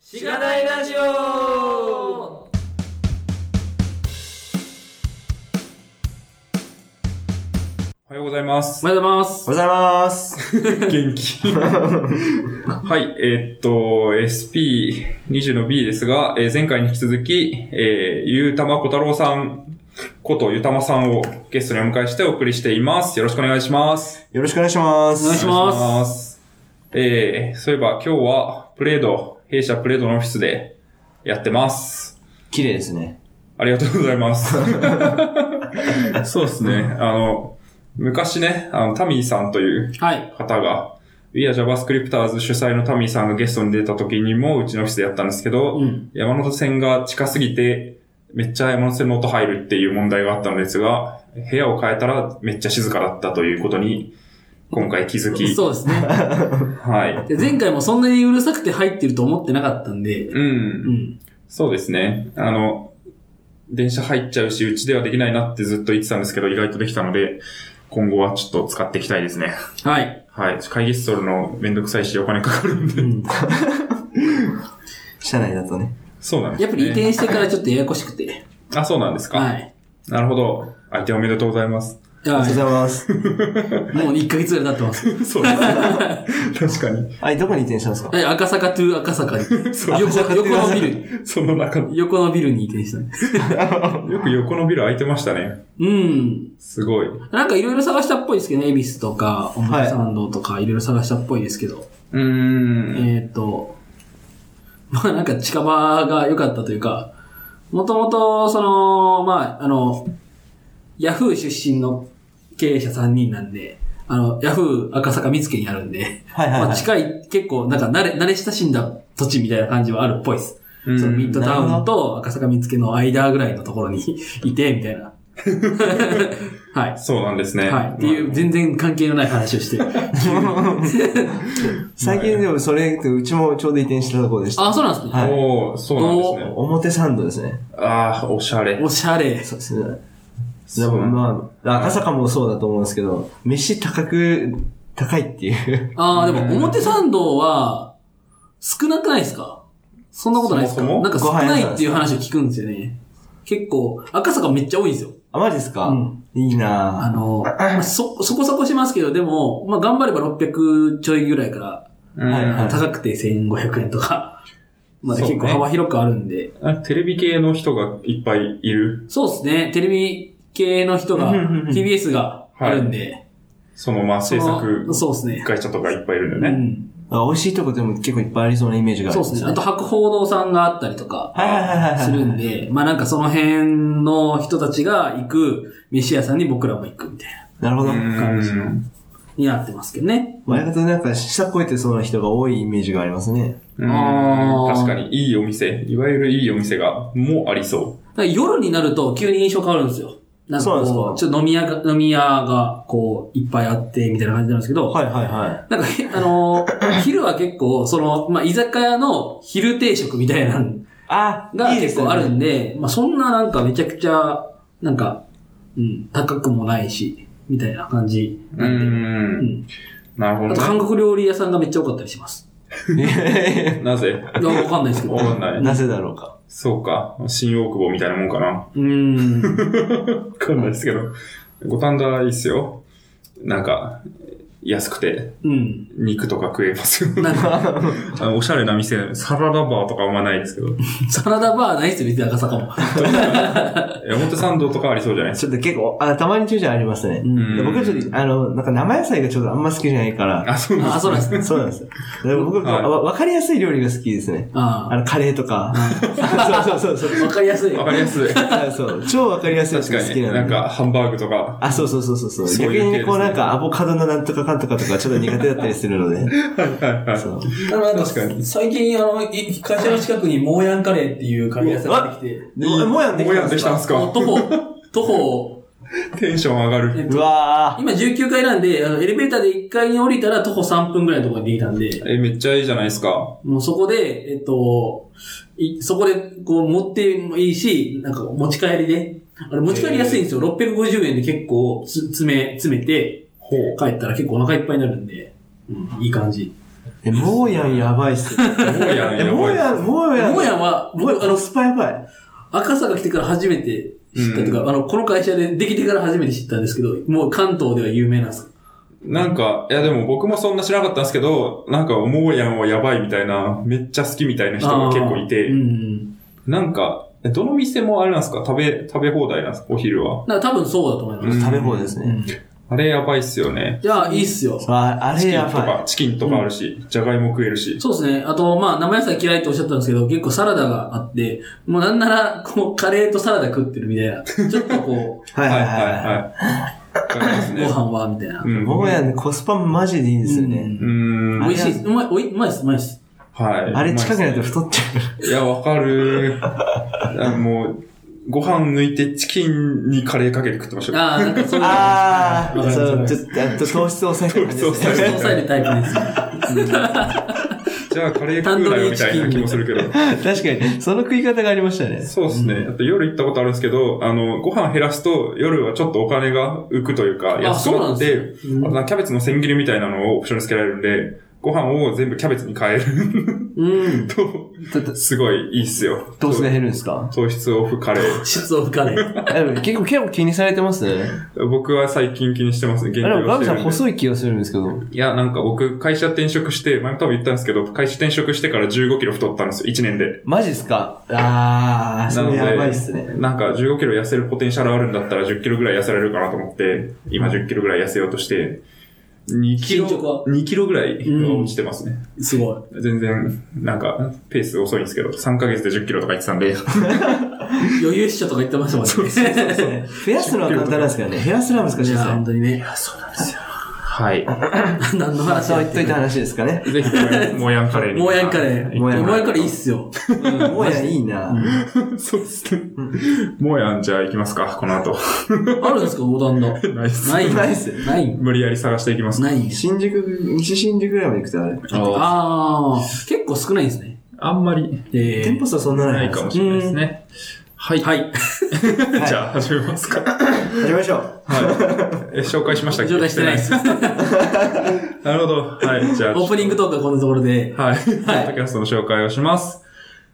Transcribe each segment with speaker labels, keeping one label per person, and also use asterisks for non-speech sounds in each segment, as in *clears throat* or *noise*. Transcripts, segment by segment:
Speaker 1: しがないラジオ
Speaker 2: おはようございます。
Speaker 1: おはようございます。
Speaker 3: おはようございます。
Speaker 2: 元
Speaker 1: *laughs*
Speaker 2: 気。はい、えーっと、SP20 の B ですが、えー前回に引き続き、えー、ゆうたまこたろうさんことゆたまさんをゲストにお迎えしてお送りしています。よろしくお願いします。
Speaker 3: よろしくお願いします。
Speaker 1: お願いしま
Speaker 2: お願いします。えー、そういえば今日はプレード、弊社プレードのオフィスでやってます。
Speaker 3: 綺麗ですね。
Speaker 2: ありがとうござ
Speaker 1: *laughs*
Speaker 2: います。そうですね。あの、昔ね、あの、タミーさんという
Speaker 1: はい。
Speaker 2: 方が、We are JavaScripters 主催のタミーさんがゲストに出た時にも、うちのオフィスでやったんですけど、
Speaker 1: うん。
Speaker 2: 山手線が近すぎて、めっちゃ山手線の音入るっていう問題があったのですが、部屋を変えたらめっちゃ静かだったということに、今回気づき、
Speaker 1: そうですね。
Speaker 2: はい。
Speaker 1: で前回もそんなにうるさくて入ってると思ってなかったんで、
Speaker 2: う。
Speaker 1: うんん。
Speaker 2: そうですね。あの、電車入っちゃうし、うちではできないなってずっと言ってたんですけど、意外とできたので、今後はちょっと使っていきたいですね。
Speaker 1: はい。
Speaker 2: はい。会議室取るのめんどくさいし、お金かかるん
Speaker 1: う
Speaker 2: で。
Speaker 1: ん、
Speaker 3: 社内だとね。
Speaker 2: そうなんです、ね。
Speaker 1: やっぱり移転してからちょっとややこしく *laughs* て。
Speaker 2: あ、そうなんですか。
Speaker 1: はい。
Speaker 2: なるほど。相手おめでとうござ
Speaker 1: *laughs*
Speaker 2: います。
Speaker 1: いや
Speaker 3: ありがとうございます。
Speaker 1: もう1ヶ月ぐらい経ってます。
Speaker 2: そうです。確かに。
Speaker 3: はい、どこに移転したんですか
Speaker 1: はい、赤坂トゥ赤坂に。
Speaker 2: そう
Speaker 1: 横横のビル。
Speaker 2: その中、よ
Speaker 1: 横のビルに移転したんです。
Speaker 2: く横のビル空いてましたね。
Speaker 1: うん。
Speaker 2: すごい。
Speaker 1: なんかいろいろ探したっぽいですけどね。恵比寿とか、表参道とか、いろいろ探したっぽいですけど。
Speaker 2: うーん。
Speaker 1: えっ、ー、と、まあなんか近場が良かったというか、もともと、その、まあ、あの、ヤフー出身の経営者3人なんで、あの、ヤフー赤坂見附にあるんで、
Speaker 3: はいはい
Speaker 1: ま
Speaker 3: は
Speaker 1: あ
Speaker 3: い。
Speaker 1: 近い、結構なんか慣れ、慣れ親しんだ土地みたいな感じはあるっぽいです。
Speaker 2: う
Speaker 1: そのミッド
Speaker 2: ん。
Speaker 1: タウンと赤坂見附の間ぐらいのところに *laughs* いて、みたい
Speaker 3: *laughs*
Speaker 1: な。はい。
Speaker 2: そうなんですね。
Speaker 1: はい。っていう、全然関係のない話を
Speaker 3: *laughs*
Speaker 1: して。
Speaker 3: 最近でもそれ、うちもちょうど移転したところでした。
Speaker 1: あ、そうなんですね。
Speaker 3: は
Speaker 2: まあ
Speaker 3: い
Speaker 2: おー、そうなんですね。
Speaker 3: 表参道ですね。
Speaker 2: ああ、おしゃれ。
Speaker 1: おしゃれ。
Speaker 3: そうですね。で
Speaker 2: そう
Speaker 3: もまあ、赤坂もそうだと思うんですけど、飯高く、高いっていう。 *laughs*
Speaker 1: ああ、で
Speaker 2: うん
Speaker 1: も表参道は、少なくないですかそんなことないですか
Speaker 2: そもそも
Speaker 1: なんか
Speaker 3: ご
Speaker 1: 少
Speaker 3: 飯屋さん
Speaker 1: ないっていう話を聞くんですよね。結構、赤坂めっちゃ多いんですよ。
Speaker 3: あ、マジですか、
Speaker 1: うん
Speaker 3: いいな
Speaker 1: あ
Speaker 3: ぁ。
Speaker 1: の、まあそ、そこそこしますけど、でも、まあ、頑張れば600ちょいぐらいから、
Speaker 2: うん
Speaker 3: はいはい
Speaker 1: 高くて1500円とか、 *laughs* まだ
Speaker 2: そうね
Speaker 1: 結構幅広くあるんで。
Speaker 2: あテレビ系の人がいっぱいいる。
Speaker 1: そうですね、テレビ系の人が
Speaker 3: うんうんうん、
Speaker 1: TBS があるんで、
Speaker 2: その、まあ、
Speaker 1: そ
Speaker 2: 制
Speaker 1: の
Speaker 2: 作
Speaker 1: そうですね。
Speaker 2: 会社とかいっぱいいるん
Speaker 1: う
Speaker 2: だよね。
Speaker 1: ん
Speaker 3: あ美味しいとこでも結構いっぱいありそうなイメージがある
Speaker 1: そ
Speaker 3: ん
Speaker 1: うですね。あと、白報堂さんがあったりとか、
Speaker 3: はいはいはいはいはい。
Speaker 1: するん。で、まあなんかその辺の人たちが行く飯屋さんに僕らも行くみたいな、
Speaker 3: なるほ
Speaker 2: う
Speaker 3: ど。
Speaker 2: ん。
Speaker 1: になってますけどね。
Speaker 3: 前方なんか下超えてそうな人が多いイメージがありますね。
Speaker 2: うん
Speaker 1: あー
Speaker 2: 確かに、いいお店、いわゆるいいお店が、もありそ
Speaker 1: だから夜になると急に印象変わるんですよ。なんかこう
Speaker 3: そうなんで
Speaker 1: ちょっと飲み屋が、飲み屋がこういっぱいあってみたいな感じなんですけど、
Speaker 3: はいはいはい。
Speaker 1: なんか、 *laughs* あのー昼は結構、その、まあ、居酒屋の昼定食みたいなの
Speaker 3: あ、
Speaker 1: が
Speaker 3: いいで
Speaker 1: 結
Speaker 3: すね
Speaker 1: 構あるんで、まあ、そんななんかめちゃくちゃ、なんか、うん、高くもないし、みたいな感じ
Speaker 2: う。う。
Speaker 1: なんで。うんん
Speaker 2: なるほ
Speaker 1: あと
Speaker 2: ど
Speaker 1: 韓国料理屋さんがめっちゃ多かったりします。
Speaker 2: ね。なぜ
Speaker 1: いや、わかんないですけど。
Speaker 2: わかんない。
Speaker 3: *laughs* なぜだろうか。
Speaker 2: そうか。新大久保みたいなもんかな。わ
Speaker 1: うーん。
Speaker 2: かんないですけど。五反田いいっすよ。なんか、安くて、
Speaker 1: うん。
Speaker 2: 肉とか食えますよ。 *laughs*
Speaker 1: なんか、
Speaker 2: あのおしゃれな店、サラダバーとかあんまないですけど。
Speaker 1: サラダバーないっすよ、別に赤坂も。
Speaker 2: え表参道とかありそうじゃないです
Speaker 3: ちょっと結構、あたまに駐車ありますね。
Speaker 1: うん
Speaker 3: で僕ちょっと、あの、なんか生野菜がちょっとあんま好きじゃないから。
Speaker 2: か。あ、そうなん
Speaker 1: あ、
Speaker 2: です
Speaker 1: そうなんですね。
Speaker 3: そうなんですよ。で僕、
Speaker 2: はい
Speaker 3: わわかりやすい料理が好きですね。あ
Speaker 1: あ
Speaker 3: の、カレーとか。そうそうそう
Speaker 1: あ。
Speaker 3: そ
Speaker 1: わ
Speaker 3: う
Speaker 1: かりやすい。
Speaker 2: わかりやす *laughs* い。
Speaker 3: あ。そう、超わかりやすいやつ
Speaker 2: 確
Speaker 3: が
Speaker 2: か
Speaker 3: 好き
Speaker 2: に。
Speaker 3: な
Speaker 2: なん
Speaker 3: んで。
Speaker 2: か、ハンバーグとか。
Speaker 3: あ、そうそうそうそうそう。
Speaker 2: そういう
Speaker 3: 逆
Speaker 2: 系
Speaker 3: にこ
Speaker 2: ですね
Speaker 3: うなんかアボカドのなんとかかんとかとかちょっと苦手だったりするので。
Speaker 2: はいはい。
Speaker 3: そう。
Speaker 2: 確かに
Speaker 1: 最近、あの、い会社の近くにモーヤンカレーっていうカレー屋さんができて、
Speaker 3: でももやんできたんです
Speaker 2: もやんできたん
Speaker 3: か
Speaker 2: です
Speaker 1: もう
Speaker 2: か
Speaker 1: 徒歩、徒歩、
Speaker 2: テンション上が
Speaker 1: え
Speaker 2: る。
Speaker 1: っ
Speaker 3: う
Speaker 1: と、
Speaker 3: わ
Speaker 1: 今19階なんで、あのエレベーターで1階に降りたら徒歩3分ぐらいのところにできたんで、
Speaker 2: え、めっちゃいいじゃないですか。
Speaker 1: もうそこで、えっと、いそこで、こう、持ってもいいし、なんか持ち帰りで。あれ、持ち帰りやすいんですよ。650円で結構つ、詰め、詰めて、
Speaker 2: ほう。
Speaker 1: 帰ったら結構お腹いっぱいになるんで、うん、いい感じ。
Speaker 3: ー。え、モーヤンやばい
Speaker 2: *laughs*
Speaker 3: っす。
Speaker 2: モーヤン
Speaker 3: え、
Speaker 2: や
Speaker 3: モー
Speaker 2: ばい。
Speaker 3: ヤン、モーヤン。
Speaker 1: もやは、
Speaker 3: モーヤン、
Speaker 1: 僕、
Speaker 3: あ
Speaker 1: あ
Speaker 3: の、
Speaker 1: の、
Speaker 3: スパやばい。
Speaker 1: 赤坂来てから初めて知ったとか、あの、この会社でできてから初めて知ったんですけど、もう関東では有名なんですか
Speaker 2: なんか、いやでも僕もそんな知らなかったんですけど、なんか、モーヤンはやばいみたいな、めっちゃ好きみたいな人が結構いて
Speaker 1: う、ん。
Speaker 2: なんか、えどの店もあれなんですか食べ、食べ放題なんですかお昼は。
Speaker 1: だから多分そうだと思います。
Speaker 3: 食べ放題です
Speaker 1: う
Speaker 3: ね。
Speaker 1: ん。
Speaker 2: あれやばいっすよね。
Speaker 1: いや、いいっすよ。
Speaker 3: ああ
Speaker 2: チ
Speaker 3: れ
Speaker 2: キン
Speaker 3: や
Speaker 2: と
Speaker 3: ば
Speaker 2: か
Speaker 3: い。、
Speaker 2: チキンとかあるし、じゃがいも食えるし。
Speaker 1: そうですね。あと、まあ、生野菜嫌いっておっしゃったんですけど、結構サラダがあって、もうなんなら、こう、カレーとサラダ食ってるみたいな。ちょっとこう、
Speaker 3: はいはいはいはい。
Speaker 2: はい。わかります
Speaker 1: ご
Speaker 2: *laughs* ね。
Speaker 1: 飯は、みたい
Speaker 3: *laughs*
Speaker 1: な。
Speaker 2: うん
Speaker 3: モーヤンね、コスパマジでいいですよ
Speaker 1: う
Speaker 3: ね
Speaker 1: ん。
Speaker 2: うん。
Speaker 1: 美味しいっす。うまい、おい、うまいっす、うまいっ
Speaker 2: *laughs*
Speaker 1: す。
Speaker 2: はい。
Speaker 3: あれ近くないと
Speaker 2: うまいっ
Speaker 3: 太っちゃ
Speaker 2: すねいや、わかる。あもう、ご飯抜いてチキンにカレーかけて食ってましたよ。
Speaker 1: ああ、なんかそういう
Speaker 3: う。
Speaker 1: の。
Speaker 3: あ
Speaker 1: わか
Speaker 3: あ、
Speaker 1: ります
Speaker 3: そう、
Speaker 1: わかります
Speaker 3: ちょっと、あと糖質を抑えてる感じです
Speaker 2: 糖質を抑え
Speaker 1: 抑え
Speaker 2: て。
Speaker 3: ね
Speaker 1: るタイプですね。
Speaker 2: じゃあカレー食うなよみたいな気もするけど。
Speaker 3: 確かに、その食い方がありましたね。
Speaker 2: そうですね。あと夜行ったことあるんですけど、あの、ご飯減らすと夜はちょっとお金が浮くというか、
Speaker 1: あ、
Speaker 2: 安く
Speaker 1: そうな
Speaker 2: なんっ
Speaker 1: で
Speaker 2: て、
Speaker 1: すよ。うん
Speaker 2: あとなんかキャベツの千切りみたいなのをオプションにつけられるんで、ご飯を全部キャベツに変える
Speaker 1: うん。
Speaker 2: と、 *laughs*
Speaker 3: だだ
Speaker 2: すごいいいっすよ。
Speaker 3: 糖質が減るんですか
Speaker 2: 糖質オフカレー。
Speaker 1: 質を深め。
Speaker 3: え結構、結構気にされてますね。
Speaker 2: 僕は最近気にしてますね。
Speaker 3: あ
Speaker 2: 減
Speaker 3: でも、
Speaker 2: 量
Speaker 3: ガ
Speaker 2: し
Speaker 3: ム
Speaker 2: て
Speaker 3: さん
Speaker 2: るんで。
Speaker 3: 細い気がするんですけど。
Speaker 2: いや、なんか僕、会社転職して、前も多分言ったんですけど、会社転職してから15キロ太ったんですよ、1年で。
Speaker 3: マジっすかああ、それ
Speaker 2: なので
Speaker 3: やばいっすね。
Speaker 2: なんか15キロ痩せるポテンシャルあるんだったら10キロぐらい痩せられるかなと思って、今10キロぐらい痩せようとして、2キ
Speaker 1: 進捗は
Speaker 2: ロ、2キロぐらい落ちてますね。
Speaker 1: すごい。
Speaker 2: 全然、なんか、ペース遅いんですけど、3ヶ月で10キロとか言ってたんで、
Speaker 1: 余裕っしょとか言ってましたもんね。そうそうそう。
Speaker 3: 増やすのは簡単なんですけどね。減らすのは難しい
Speaker 1: い
Speaker 3: で
Speaker 1: や、
Speaker 3: す
Speaker 1: 本
Speaker 3: ね。
Speaker 1: 当にね。そうなんですよ。
Speaker 2: はい。
Speaker 1: 何の
Speaker 3: まあ、
Speaker 1: 話
Speaker 3: そう
Speaker 1: や
Speaker 3: 言っといた話ですかね。
Speaker 2: ぜひ、モヤンカレーに。
Speaker 1: もうやんカレー。も
Speaker 3: も
Speaker 1: う
Speaker 3: う
Speaker 1: や
Speaker 3: や
Speaker 1: ん
Speaker 3: ん
Speaker 1: カレーいいっすよ。
Speaker 3: もやいいな。
Speaker 2: *laughs* そうっすね。モヤンじゃあ行きますか、この後。
Speaker 1: あるんですか、五段の。
Speaker 2: ナイス。
Speaker 1: ない。
Speaker 3: ないっすよ
Speaker 1: ない。
Speaker 2: 無理やり探していきます。
Speaker 1: ない。
Speaker 3: 新宿、西新宿ぐらいまで行くとあれ。
Speaker 2: あ
Speaker 1: ああ、結構少ないんですね。
Speaker 2: あんまり
Speaker 1: え
Speaker 3: 店舗数はそんなな
Speaker 2: ないいかもしれないですね。はい。
Speaker 1: はい。
Speaker 2: じゃあ始めますか。
Speaker 3: 始めましょう。
Speaker 2: はい。え、紹介しましたっけ
Speaker 1: 紹介してないです。 *laughs* オ
Speaker 2: なるほど。はい。じゃあ。
Speaker 1: ープニングトークはこんなところで。
Speaker 2: はい。ポッドキャストの紹介をします。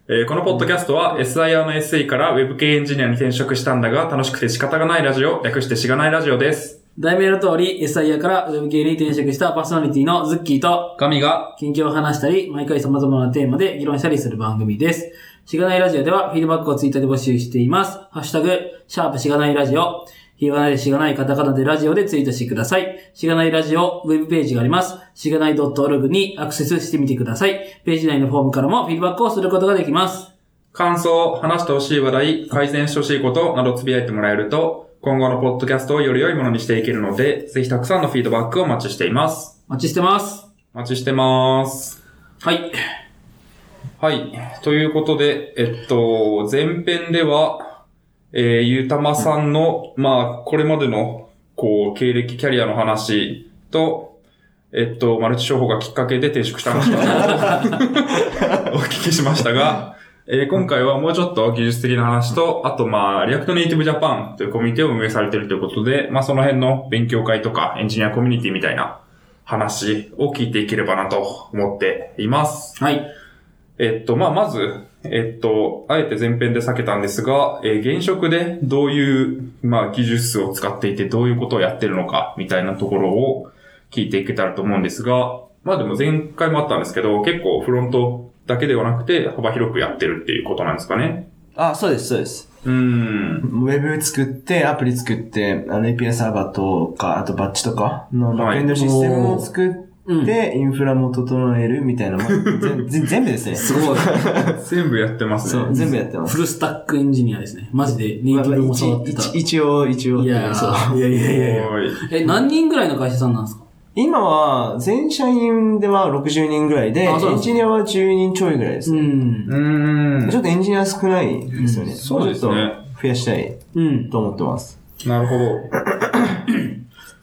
Speaker 2: えーこのポッドキャストは SIR の SE から Web 系エンジニアに転職したんだが楽しくて仕方がないラジオ、略してしがないラジオです。
Speaker 1: 題名の通り、SIR から Web 系に転職したパーソナリティのズッキーと、
Speaker 2: 神が、
Speaker 1: 近況を話したり、毎回様々なテーマで議論したりする番組です。しがないラジオではフィードバックをツイッターで募集しています。ハッシュタグ、シャープしがないラジオ、ひらがなでしがないカタカナでラジオでツイートしてください。しがないラジオ、ウェブページがあります。しがない .org にアクセスしてみてください。ページ内のフォームからもフィードバックをすることができます。
Speaker 2: 感想、話してほしい話題、改善してほしいことなどつぶやいてもらえると、今後のポッドキャストをより良いものにしていけるので、ぜひたくさんのフィードバックをお待ちしています。
Speaker 1: お待ちしてます。
Speaker 2: お待ちしてます。
Speaker 1: はい。
Speaker 2: はい。ということで、えっと、前編では、えー、ゆうたまさんの、まあ、これまでの、こう、経歴、キャリアの話と、えっと、マルチ商法がきっかけで転職した話を *laughs* お聞きしましたが、えー今回はもうちょっと技術的な話と、あとまあ、リアクトネイティブジャパンというコミュニティを運営されているということで、まあその辺の勉強会とかエンジニアコミュニティみたいな話を聞いていければなと思っています。
Speaker 1: はい。
Speaker 2: えっと、まあ、まず、えっと、あえて前編で避けたんですが、えー現職でどういう、まあ、技術を使っていて、どういうことをやってるのか、みたいなところを聞いていけたらと思うんですが、まあ、でも前回もあったんですけど、結構フロントだけではなくて、幅広くやってるっていうことなんですかね。
Speaker 3: あ、そうです、そうです。
Speaker 2: うーん。
Speaker 3: ウェブ作って、アプリ作って、あの API サーバーとか、あとバッチとかのバックエンドシステムを作って、
Speaker 1: うん。
Speaker 3: インフラも整えるみたい
Speaker 1: *laughs*
Speaker 3: な、まあ全全全部ですね。
Speaker 1: すごい。
Speaker 2: 全部やってます
Speaker 3: そ
Speaker 2: ね。
Speaker 3: う、全部やってます。
Speaker 1: フルスタックエンジニアですね。マジでネイテ
Speaker 3: まあ
Speaker 1: ィ
Speaker 3: まあ
Speaker 1: ブも触ってた。
Speaker 3: 一一応、一応って
Speaker 1: いうや
Speaker 3: そう
Speaker 1: ーいやいやいやいや。
Speaker 2: おーい
Speaker 1: え、何人ぐらいの会社さんなんですか
Speaker 3: 今は、全社員では60人ぐらいで、エ
Speaker 1: あそうなん
Speaker 3: ン
Speaker 1: ですね
Speaker 3: ジニアは10人ちょいぐらいです
Speaker 1: う
Speaker 3: ね。
Speaker 1: ん。
Speaker 2: うーん
Speaker 3: ちょっとエンジニア少ないですよね。
Speaker 1: うん
Speaker 2: そうですね
Speaker 3: もちょっと増やしたい
Speaker 1: うん。
Speaker 3: と思ってます。
Speaker 2: なるほど。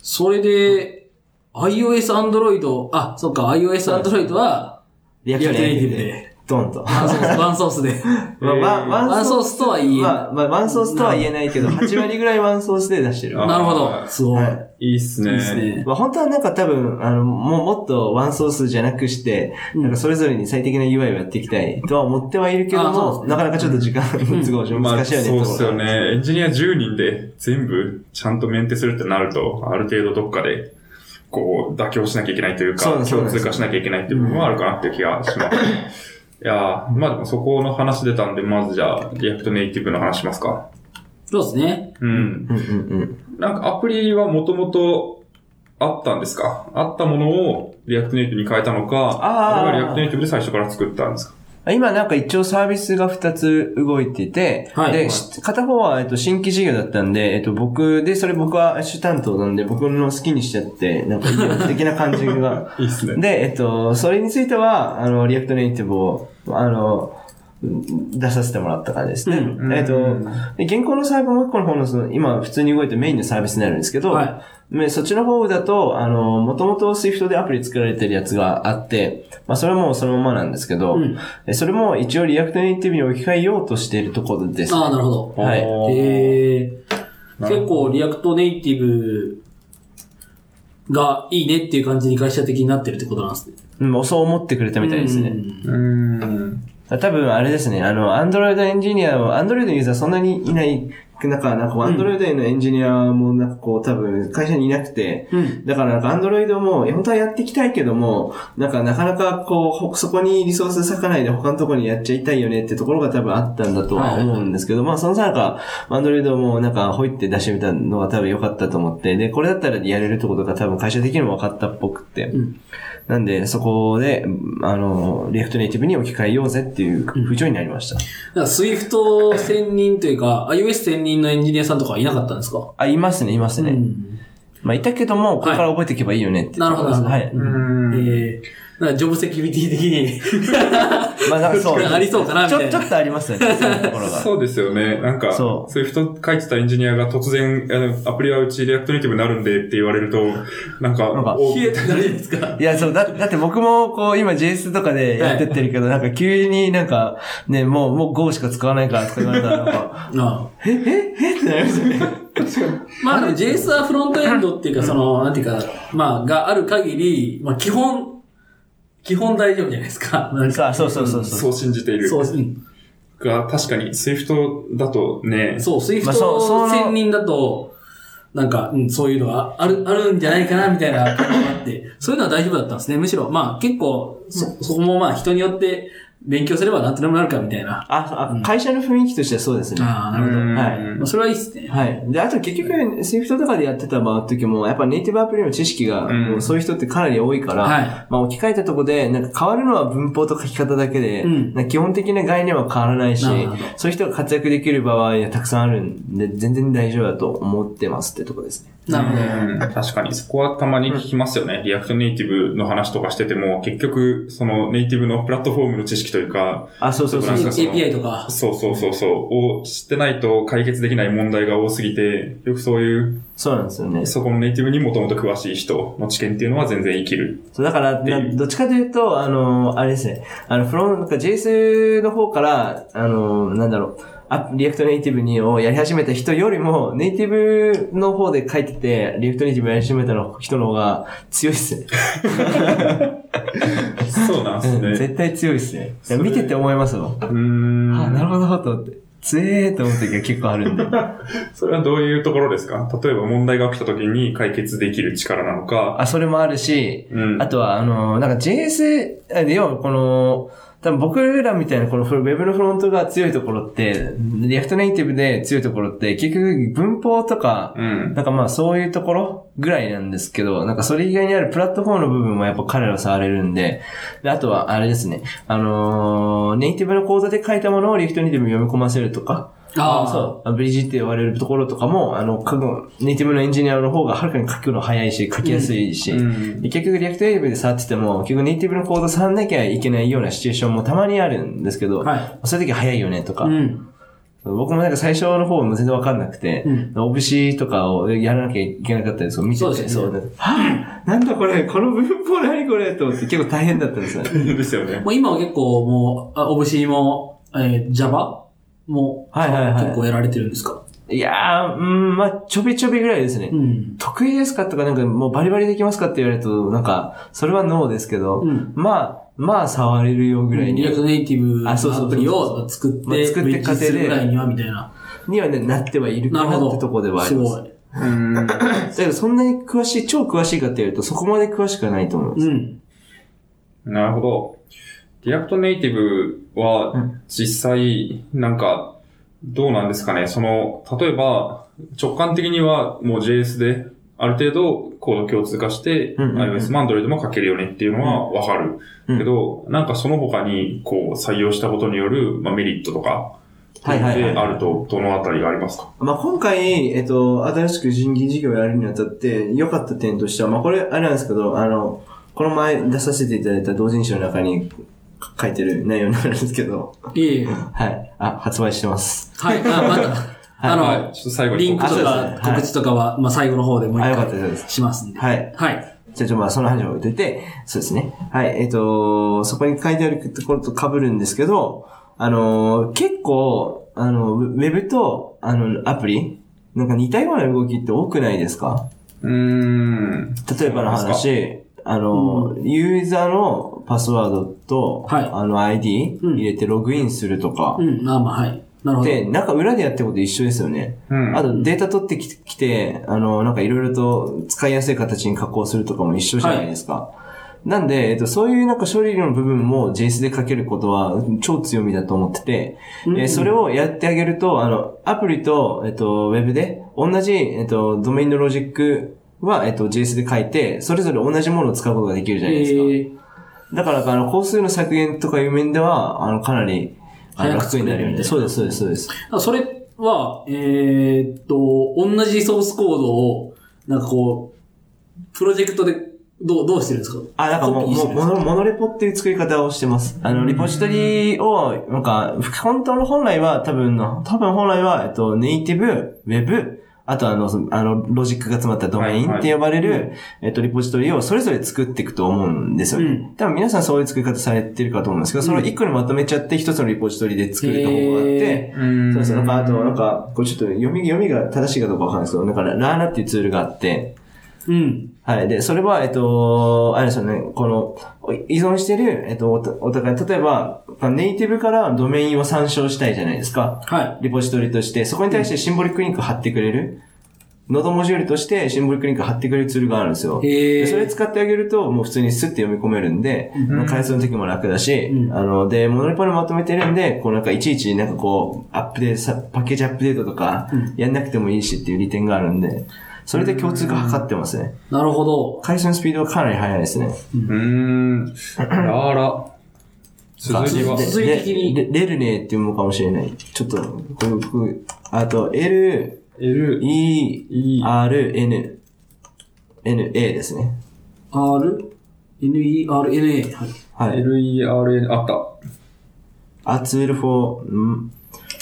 Speaker 1: それで、iOS、Android、あ、そっか、iOS、Android は、
Speaker 3: リ
Speaker 1: リアクトネイティブ
Speaker 3: で。
Speaker 1: で。
Speaker 3: ドンと。
Speaker 1: ワンソース、ワンソースで。
Speaker 3: まあワンワ
Speaker 1: ワンソー
Speaker 3: ス
Speaker 1: スとは言え
Speaker 3: ま
Speaker 1: な
Speaker 3: あ、まあ、ワンソースとは言えないけど、8割ぐらいワンソースで出してる。
Speaker 1: い。
Speaker 2: あ
Speaker 3: は
Speaker 1: なるほど。すごい。
Speaker 3: い。
Speaker 2: いいっすね。
Speaker 1: いいっすね
Speaker 3: まあ、本当はなんか多分、あの、もうもっとワンソースじゃなくして、
Speaker 1: うん
Speaker 3: なんかそれぞれに最適な UI をやっていきたいとは思ってはいるけど
Speaker 1: あそう
Speaker 3: も、
Speaker 1: ですね
Speaker 3: なかなかちょっと時間の都合上
Speaker 2: ま
Speaker 3: 難
Speaker 2: あ、
Speaker 3: しいよね。
Speaker 2: そうっすよ
Speaker 3: ところが。
Speaker 2: ね。エンジニア10人で全部ちゃんとメンテするってなると、ある程度どっかで、こう、妥協しなきゃいけないというか
Speaker 3: そうなん、です
Speaker 2: 共通化しなきゃいけないっていう部分はあるかなっていう気がします。いやーまあでもそこの話出たんで、まずじゃあ、リアクトネイティブの話しますか。
Speaker 1: そうですね。
Speaker 2: うん。
Speaker 3: うんうんうん。
Speaker 2: なんかアプリはもともとあったんですかあったものをリアクトネイティブに変えたのか、
Speaker 3: あー
Speaker 2: れはリアクトネイティブで最初から作ったんですか
Speaker 3: 今なんか一応サービスが2つ動いてて、
Speaker 1: はいは
Speaker 3: で、
Speaker 1: い
Speaker 3: し片方は、えっと、新規事業だったんで、えっと、僕、で、それ僕は主担当なんで、僕の好きにしちゃって、なんか意欲的な感じが
Speaker 2: いいっすね。
Speaker 3: で、えっと、それについては、あの、リアクトネイティブを、あの、うん出させてもらった感じですね。
Speaker 2: うん
Speaker 3: えっと
Speaker 2: うん、
Speaker 3: で現行のサービスもう一個の方の、その、今普通に動いてるメインのサービスになるんですけど、
Speaker 1: は
Speaker 3: ねそっちの方だと、あの、もともと Swift でアプリ作られてるやつがあって、まあそれはもうそのままなんですけど、
Speaker 1: うん
Speaker 3: えそれも一応リアクトネイティブに置き換えようとしているところです。
Speaker 1: ああ、なるほど。
Speaker 3: はい
Speaker 2: おー
Speaker 1: えー結構リアクトネイティブがいいねっていう感じに会社的になってるってことなんですね。
Speaker 3: うん、そう思ってくれたみたいですね。
Speaker 1: うん
Speaker 2: うん。
Speaker 3: 多分あれですね、あの、アンドロイドエンジニアは、アンドロイドユーザーそんなにいない、なんか、なんか、アンドロイドへのエンジニアも、なんかこう、多分、会社にいなくて、
Speaker 1: うん。
Speaker 3: だからなんか、アンドロイドも、本当はやっていきたいけども、なんか、なかなか、こうほ、そこにリソース割かないで、他のところにやっちゃいたいよねってところが多分あったんだとは思うんですけど、まあ、そのさなか、アンドロイドも、なんか、ほいって出してみたのが多分良かったと思って、で、これだったらやれるってことが多分会社的にも分かったっぽくって、
Speaker 1: うん
Speaker 3: なんで、そこで、あの、リアクトネイティブに置き換えようぜっていう風潮になりました。
Speaker 1: だから Swift 専任というか、iOS 専任のエンジニアさんとかはいなかったんですか
Speaker 3: あ、いますね、いますね。
Speaker 1: うん
Speaker 3: まあ、いたけども、ここから覚えていけばいいよねっていう
Speaker 1: なる
Speaker 3: と
Speaker 1: ほ
Speaker 3: こ
Speaker 1: ど、
Speaker 3: ろで
Speaker 1: な
Speaker 3: す
Speaker 1: る
Speaker 3: ね。
Speaker 1: ほど。
Speaker 3: はい。
Speaker 1: うんえー、なんかジョブセキュリティ的に
Speaker 3: まあ、なんかそう。
Speaker 1: ありそうかなみ
Speaker 3: ちょ
Speaker 1: たいな
Speaker 3: ちょっとありますよね、そういうところが。
Speaker 2: そうですよね。なんか、
Speaker 3: そ
Speaker 2: そうういう人書いてたエンジニアが突然、あの、アプリはうちリアクトネイティブになるんでって言われると、なんか、
Speaker 3: なんか
Speaker 2: お
Speaker 1: 冷えたりですか
Speaker 3: いや、そう、だ、だって僕も、こう、今 JS とかでやってってるけど、なんか急になんか、ね、もう、もう Go しか使わないからとか言われたら、な
Speaker 1: *laughs*
Speaker 3: んか、
Speaker 1: ああ
Speaker 3: え、え、えってなりますよね。
Speaker 1: まあでも JS はフロントエンドっていうか、その、なんていうか、まあ、がある限り、まあ基本、基本大丈夫じゃないですか。 *laughs* なんか
Speaker 3: さあ、そうそうそうそ。
Speaker 2: そうう信じている。
Speaker 1: そう、うん
Speaker 2: が、確かに、スイフトだとね、
Speaker 1: そう、Swift
Speaker 3: まあそうその
Speaker 1: 専任だと、なんか、うん、そういうのがある、あるんじゃないかな、みたいな感じがあって、そういうのは大丈夫だったんですね。むしろ、まあ結構、そ、そこもまあ人によって勉強すればなんとでもなるか、みたいな。
Speaker 3: あ、あ会社の雰囲気としてはそうですね。
Speaker 1: ああ、な
Speaker 2: う
Speaker 1: るほど。
Speaker 2: ん
Speaker 3: は
Speaker 1: まあそれはいいっすね。
Speaker 3: はい。で、あと結局、スイフトとかでやってた場合の時も、やっぱネイティブアプリの知識が、
Speaker 2: うん
Speaker 3: もうそういう人ってかなり多いから、
Speaker 1: はい
Speaker 3: まあ置き換えたとこで、なんか変わるのは文法と書き方だけで、
Speaker 1: うん
Speaker 3: なんか基本的な概念は変わらないし
Speaker 1: なるほど、
Speaker 3: そういう人が活躍できる場合はたくさんあるんで、全然大丈夫だと思ってますってとこですね。
Speaker 1: なるほど。
Speaker 2: うん確かに、そこはたまに聞きますよね。リアクトネイティブの話とかしてても、結局、そのネイティブのプラットフォームの知識というか、
Speaker 3: あ、そうそうそう
Speaker 2: なんかその
Speaker 1: API とか。
Speaker 2: そうそうそうそう、を知ってないと解決できない問題が多すぎて、よくそういう
Speaker 3: そうなんですよね。
Speaker 2: そこのネイティブにもともと詳しい人の知見っていうのは全然生きる。
Speaker 3: そうだから、
Speaker 2: てい
Speaker 3: な
Speaker 2: う
Speaker 3: どっちかというと、あの、あれですね、あの、フロン、なんか JS の方から、あの、なんだろう、アリアクトネイティブにをやり始めた人よりも、ネイティブの方で書いてて、リアクトネイティブやり始めたの人の方が強いっすね。
Speaker 2: そうなんです
Speaker 3: うん
Speaker 2: ね。
Speaker 3: 絶対強いっすね。いや
Speaker 2: それ
Speaker 3: 見てて思いますもん。
Speaker 2: うーん。
Speaker 3: あ、なるほど、と思って。強えーと思う時が結構あるんで。
Speaker 2: *laughs* それはどういうところですか例えば問題が起きた時に解決できる力なのか。
Speaker 3: あ、それもあるし、
Speaker 2: うん
Speaker 3: あとは、あの、なんか JS、あ要はこの、多分僕らみたいなこのフロウェブのフロントが強いところって、リアクトネイティブで強いところって、結局文法とか、
Speaker 2: うん。
Speaker 3: なんかまあそういうところぐらいなんですけど、なんかそれ以外にあるプラットフォームの部分もやっぱ彼らは触れるんで、で、あとはあれですね、あのーネイティブの講座で書いたものをリアクトネイティブに読み込ませるとか、
Speaker 1: ああ
Speaker 3: そう。あブリッジって呼ばれるところとかも、あの、書くネイティブのエンジニアの方がはるかに書くの早いし、書きやすいし、
Speaker 2: うん
Speaker 3: で結局リアクトネイティブで触ってても、結局ネイティブのコード触んなきゃいけないようなシチュエーションもたまにあるんですけど、
Speaker 1: は
Speaker 3: そういう時早いよねとか、
Speaker 1: うん。
Speaker 3: 僕もなんか最初の方も全然わかんなくて、
Speaker 1: うん
Speaker 3: オブシーとかをやらなきゃいけなかったり、そう見てて、
Speaker 1: そうですね
Speaker 3: そうなんかはぁなんだこれ、この文法何これと思って結構大変だったんですよ。
Speaker 2: ですよね。
Speaker 1: もう今は結構もう、あオブシーも、えー、Java も、
Speaker 3: はいはいはい
Speaker 1: 結構やられてるんですか
Speaker 3: いやー、うん、まあちょびちょびぐらいですね。
Speaker 1: うん。
Speaker 3: 得意ですかとか、なんかもうバリバリできますかって言われると、なんか、それはノーですけど、
Speaker 1: うん。
Speaker 3: まあ、まあ触れるよぐらいに
Speaker 1: リアクトネイティブの
Speaker 3: あそうそうそう
Speaker 1: アプリを作っ
Speaker 3: まあ
Speaker 1: て、
Speaker 3: 作って
Speaker 1: ブリッジするぐらいにはみたいな。
Speaker 3: にはね、なってはいるか
Speaker 1: なる
Speaker 3: な
Speaker 1: ほ
Speaker 3: っ
Speaker 1: ど。
Speaker 3: てとこではあります。
Speaker 1: い。
Speaker 2: うん。
Speaker 3: だけどそんなに詳しい、超詳しいかって言われると、そこまで詳しくはないと思います。
Speaker 1: うん。
Speaker 2: なるほど。リアクトネイティブ
Speaker 3: う
Speaker 2: は
Speaker 3: ん
Speaker 2: 実際、なんか、どうなんですかね。その、例えば、直感的にはもう JS で、ある程度コード共通化して、
Speaker 3: うんうんうん
Speaker 2: iOS も Android も書けるよねっていうのはわかる。
Speaker 3: うん
Speaker 2: けど、なんかその他に、こう、採用したことによる、まあ、メリットとか、
Speaker 3: はいはいはい
Speaker 2: であると、どのあたりがありますか
Speaker 3: まあ、今回、えっと、新しく人技事業をやるにあたって、良かった点としては、まあ、これ、あれなんですけど、あの、この前出させていただいた同人誌の中に書いてる内容になるんですけど、
Speaker 1: いえいえ。
Speaker 3: はい。あ、発売してます。
Speaker 1: はい。あ、また、あの
Speaker 2: はい、ちょっと最後に
Speaker 1: リンクと
Speaker 3: あそう
Speaker 1: か
Speaker 3: ですねはい
Speaker 1: 告知とかは、まあ最後の方でもう一
Speaker 3: あ、
Speaker 1: 回
Speaker 3: 良かったです。
Speaker 1: しますんで。
Speaker 3: はい。
Speaker 1: はい。
Speaker 3: じゃあ、ちょ、まあ、その話は置いといて、そうですね。はい、えっ、と、そこに書いてあるところと被るんですけど、あのー、結構、あの、ウェブと、あの、アプリ、なんか似たような動きって多くないですか
Speaker 2: うーん。
Speaker 3: 例えばの話、あの、ユーザーのパスワードと、
Speaker 1: はい
Speaker 3: あの ID
Speaker 1: うん
Speaker 3: 入れてログインするとか
Speaker 1: う、ん。あ、まあはい。なるほど。
Speaker 3: で、なんか裏でやってること一緒ですよね。
Speaker 2: うん。
Speaker 3: あとデータ取ってききて、あの、なんかいろいろと使いやすい形に加工するとかも一緒じゃないですか。なんで、えっと、そういうなんか処理の部分も JS で書けることは超強みだと思ってて、
Speaker 1: うん
Speaker 3: えーそれをやってあげると、あの、アプリと、えっと、ウェブで、同じ、えっと、ドメインのロジックは、えっと、JS で書いて、それぞれ同じものを使うことができるじゃないですか。
Speaker 1: えー
Speaker 3: だから、あの、工数の削減とかいう面では、あの、かなり、あの
Speaker 1: 早く
Speaker 3: 楽
Speaker 1: 作
Speaker 3: にな
Speaker 1: れ
Speaker 3: る
Speaker 1: る
Speaker 3: み
Speaker 1: み
Speaker 3: たい
Speaker 1: たいな
Speaker 3: な。そうです、そうです、そうです。
Speaker 1: あそれは、えーっと、同じソースコードを、なんかこう、プロジェクトで、どう、どうしてるんですか
Speaker 3: あ、なんかもう、
Speaker 1: コピーし
Speaker 3: も
Speaker 1: てる
Speaker 3: う
Speaker 1: んです
Speaker 3: モノモノレポっていう作り方をしてます。あの、リポジトリを、なんか、本当の本来は、多分の、多分本来は、えっと、ネイティブ、ウェブ、あとあの、そのあの、ロジックが詰まったドメイン
Speaker 2: はい
Speaker 3: って呼ばれる、
Speaker 1: は
Speaker 3: えっと、リポジトリをそれぞれ作っていくと思うんですよ。
Speaker 1: うん
Speaker 3: 多分皆さんそういう作り方されてるかと思うんですけど、それを一個にまとめちゃって、一つのリポジトリで作れた方法があっ
Speaker 1: へ
Speaker 3: て
Speaker 1: ー、
Speaker 2: うん
Speaker 3: そうですなんか、あと、なんか、これちょっと読み、読みが正しいかどうかわかんないですけど、なんか、ララーナっていうツールがあって、
Speaker 1: うん。
Speaker 3: はい。で、それは、えっと、あれですよね、この、お依存してる、えっと、おたお互い、例えば、ネイティブからドメインを参照したいじゃないですか。
Speaker 1: はい。
Speaker 3: リポジトリとして、そこに対してシンボリックリンク貼ってくれる、ノードモジュールとしてシンボリックリンク貼ってくれるツールがあるんですよ。
Speaker 1: え
Speaker 3: で
Speaker 1: ー、
Speaker 3: それ使ってあげると、もう普通にスッて読み込めるんで、
Speaker 1: うん
Speaker 3: まあ回数の時も楽だし、
Speaker 1: うん
Speaker 3: あの、で、モノリポにまとめてるんで、こうなんかいちいちなんかこう、アップデートさ、パッケージアップデートとか
Speaker 1: うん、
Speaker 3: やんなくてもいいしっていう利点があるんで、それで共通化図ってますね。
Speaker 1: なるほど。
Speaker 3: 回収のスピードはかなり速いですね。
Speaker 2: うーん。ラーラ。続きは
Speaker 1: で。続いて的に
Speaker 3: レレレルネっていうのかもしれない。ちょっと、こう僕あと、L、
Speaker 2: L、
Speaker 3: E、
Speaker 2: E、
Speaker 3: R、N、N、A ですね。
Speaker 1: R、N, E, R, N, A。はい。
Speaker 3: はい。
Speaker 2: L、E、R、N、あった。
Speaker 3: アツールフォー、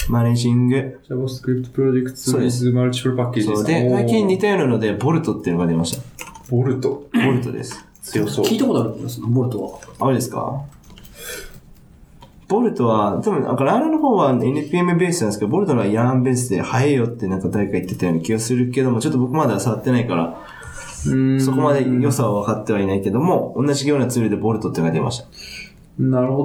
Speaker 3: マネージング。
Speaker 2: JavaScript Project
Speaker 3: そうです
Speaker 2: with Multiple Packages
Speaker 3: そう。で、
Speaker 2: おー
Speaker 3: 最近似たようなので、ボルトっていうのが出ました。
Speaker 2: ボルト。
Speaker 3: ボルトです。
Speaker 2: 強そう。
Speaker 1: 聞いたことあるんですかボルトは。
Speaker 3: あれですかボルトは、多分、なんかラーラの方は NPM ベースなんですけど、ボルトのはヤーンベースで、早いよってなんか誰か言ってたような気がするけども、ちょっと僕まだ触ってないから、そこまで良さは分かってはいないけども、同じようなツールでボルトっていうのが出ました。
Speaker 2: なるほ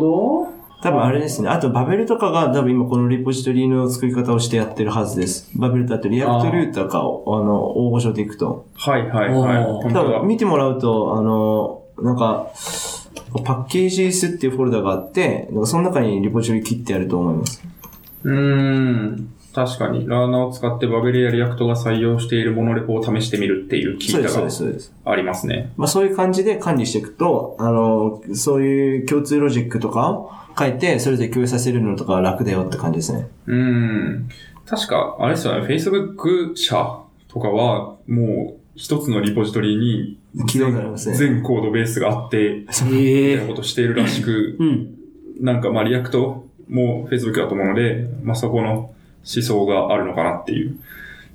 Speaker 3: 多分あれですね。あとバベルとかが多分今このリポジトリの作り方をしてやってるはずです。バベルとあとリアクトルーターかを、あの、大御所でいくと。
Speaker 2: ど。はいはいはい。
Speaker 1: おー
Speaker 2: 本
Speaker 3: 多
Speaker 2: 当だ
Speaker 3: 分見てもらうと、あの、なんか、パッケージスっていうフォルダがあって、なんかその中にリポジトリ切ってあると思います。
Speaker 2: うーん。確かに、ラーナを使ってバベルやリアクトが採用しているモノレポを試してみるっていう聞
Speaker 3: そう
Speaker 2: い
Speaker 3: で
Speaker 2: た
Speaker 3: す、そうです、そ
Speaker 2: が
Speaker 3: うです。
Speaker 2: ありますね。
Speaker 3: まあそういう感じで管理していくと、あの、そういう共通ロジックとかを書いて、それで共有させるのとかは楽だよって感じですね。
Speaker 2: うーん。確か、あれですよね、Facebook 社とかは、もう、一つのリポジトリに
Speaker 3: 聞いたことありますね。
Speaker 2: 全コードベースがあって、み
Speaker 3: *laughs*
Speaker 1: え
Speaker 2: たいなことしているらしく、 *laughs*
Speaker 1: うん。
Speaker 2: なんかまあリアクトも Facebook だと思うので、まあそこの思想があるのかなっていう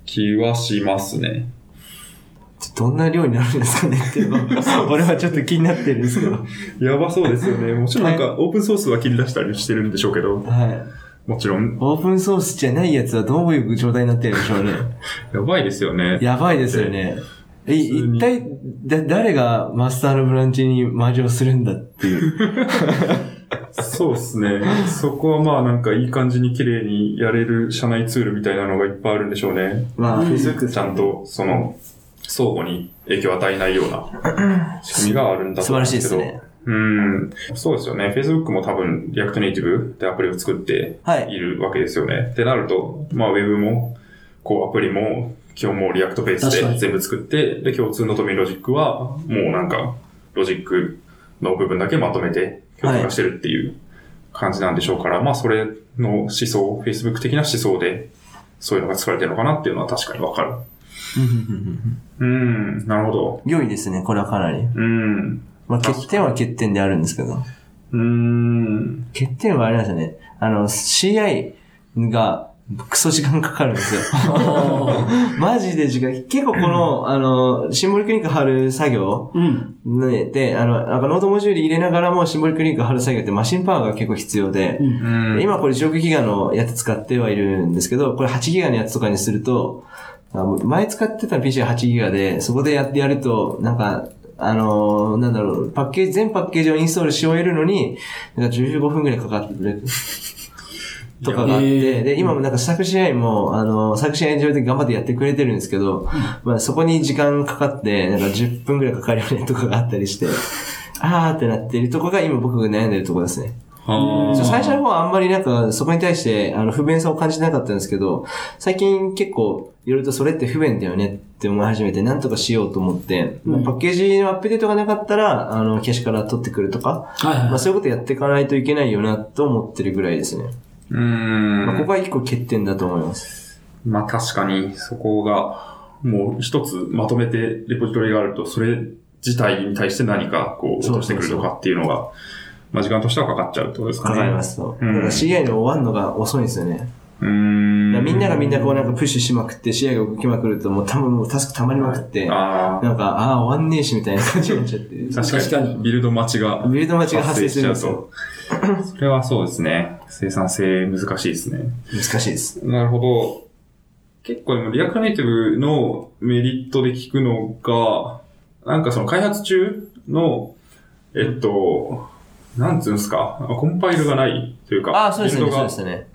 Speaker 2: 気はしますね。
Speaker 3: どんな量になるんですかねっていうのは
Speaker 2: *laughs*
Speaker 3: 俺はちょっと気になってるんですけど。
Speaker 2: *laughs* やばそうですよね。もちろんなんか、オープンソースは切り出したりしてるんでしょうけど、
Speaker 3: はい。
Speaker 2: もちろん、
Speaker 3: オープンソースじゃないやつはどういう状態になってるんでしょうね。
Speaker 2: やばいですよね。
Speaker 3: やばいですよね。え、
Speaker 2: 普通に
Speaker 3: 一体、だ、誰がマスターのブランチに魔女をするんだっていう。
Speaker 2: そうですね。そこはまあなんかいい感じに綺麗にやれる社内ツールみたいなのがいっぱいあるんでしょうね。
Speaker 3: ま
Speaker 2: *laughs*
Speaker 3: あ、
Speaker 1: うん
Speaker 3: Facebook
Speaker 2: ちゃん。と、その、相互に影響を与えないような仕組みがあるんだと
Speaker 3: 素
Speaker 2: 思
Speaker 3: 晴
Speaker 2: うんで
Speaker 3: らしい
Speaker 2: す
Speaker 3: で
Speaker 2: けど。
Speaker 3: すね。
Speaker 2: うん。そうですよね。Facebook も多分 React Native でアプリを作って
Speaker 3: はい
Speaker 2: いるわけですよね。ってなると、まあ Web も、こうアプリも、基本もう React ベース
Speaker 1: 確か
Speaker 2: で
Speaker 1: に
Speaker 2: 全部作って、で、共通のドメインロジックは、もうなんか、ロジックの部分だけまとめて、共通化してるっていう感じなんでしょうから、まあそれの思想、Facebook 的な思想で、そういうのが作られてるのかなっていうのは確かにわかる。うん、なるほど。
Speaker 3: 良いですね、これはかなり。
Speaker 2: うん。
Speaker 3: まあ、欠点は欠点であるんですけど。
Speaker 2: うん。
Speaker 3: 欠点はあれなんですよね。あの、CI がクソ時間かかるんですよ。 *laughs* マジで時間。結構この、あの、シンボルクリック貼る作業
Speaker 1: うん。
Speaker 3: ね、で、あの、なんかノートモジュール入れながらもシンボルクリック貼る作業ってマシンパワーが結構必要で、
Speaker 1: うん。
Speaker 2: うん。
Speaker 3: 今これ16ギガのやつ使ってはいるんですけど、これ8ギガのやつとかにすると、あ前使ってた PC は8ギガで、そこでやってやると、なんか、あのーなんだろう、パッケージ、全パッケージをインストールし終えるのに、なんか15分くらいかかってく
Speaker 1: *laughs*
Speaker 3: れる。とかがあっ
Speaker 1: いや
Speaker 3: て、
Speaker 1: えー
Speaker 3: で、今もなんか作試合も、あの、作試合上で頑張ってやってくれてるんですけど、まあそこに時間かかって、なんか10分くらいかかるよねとかがあったりして、あーってなってるとこが今僕が悩んでるとこですね。
Speaker 2: はー
Speaker 3: そう最初の方はあんまりなんか、そこに対して、あの、不便さを感じなかったんですけど、最近結構、いろいろとそれって不便だよねって思い始めて、なんとかしようと思って、
Speaker 1: うん
Speaker 3: パッケージのアップデートがなかったら、あの、キャッシュから取ってくるとか、
Speaker 1: はいはい。
Speaker 3: まあそういうことやっていかないといけないよなと思ってるぐらいですね。
Speaker 2: うん。
Speaker 3: まあここは一個欠点だと思います。
Speaker 2: まあ確かに、そこが、もう一つまとめてレポジトリがあると、それ自体に対して何かこう落としてくるとかっていうのが、まあ時間としてはかかっちゃうってことですか
Speaker 3: か
Speaker 2: ね。
Speaker 3: かりますと。
Speaker 2: う
Speaker 3: だ
Speaker 2: ん
Speaker 3: から CI の終わるのが遅いんですよね。
Speaker 2: うー
Speaker 3: だ
Speaker 2: ん。
Speaker 3: からみんながみんなこうなんかプッシュしまくって、CI が動きまくると、もうたまもうタスク溜まりまくって、なんか、
Speaker 2: ああ、
Speaker 3: ああ、終わんねえしみたいな感じになっちゃって。
Speaker 2: 確かに。
Speaker 1: 確かに
Speaker 2: ビルド待ちが。
Speaker 3: ビルド待ちが発生するんですよ。
Speaker 2: と。それはそうですね。生産性難しいですね。
Speaker 3: 難しいです。
Speaker 2: なるほど。結構でもリアクトネイティブのメリットで聞くのが、なんかその開発中の、えっと、なんつうんですか、コンパイルがないというか、
Speaker 3: ああ、そうです
Speaker 2: ビ
Speaker 3: ね、
Speaker 2: ルド
Speaker 3: そう
Speaker 2: が
Speaker 3: ですね。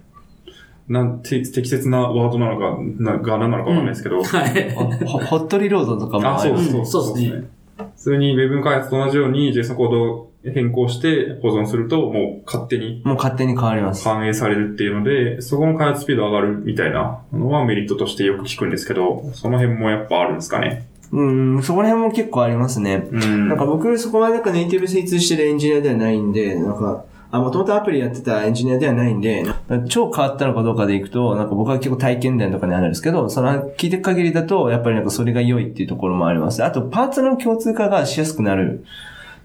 Speaker 2: なんて適切なワードなのか、なが何なのかわかんないですけど、
Speaker 1: はい。
Speaker 3: ホホットリロードとかも
Speaker 2: あ、
Speaker 3: あ
Speaker 2: そ
Speaker 3: る
Speaker 2: うそううんそう
Speaker 1: そうですね
Speaker 2: ですね。普通に Web 開発と同じように JSON コードを変更して保存すると、もう勝手に
Speaker 3: もう勝手に変わります。
Speaker 2: 反映されるっていうので、そこの開発スピード上がるみたいなのはメリットとしてよく聞くんですけど、その辺もやっぱあるんですかね。
Speaker 3: うん、そこら辺も結構ありますね。
Speaker 2: うん。
Speaker 3: なんか僕、そこはなんかネイティブ精通してるエンジニアではないんで、なんか、あ、もともとアプリやってたエンジニアではないんで、なんか超変わったのかどうかでいくと、なんか僕は結構体験談とかにあるんですけど、その聞いてる限りだと、やっぱりなんかそれが良いっていうところもあります。あと、パーツの共通化がしやすくなる、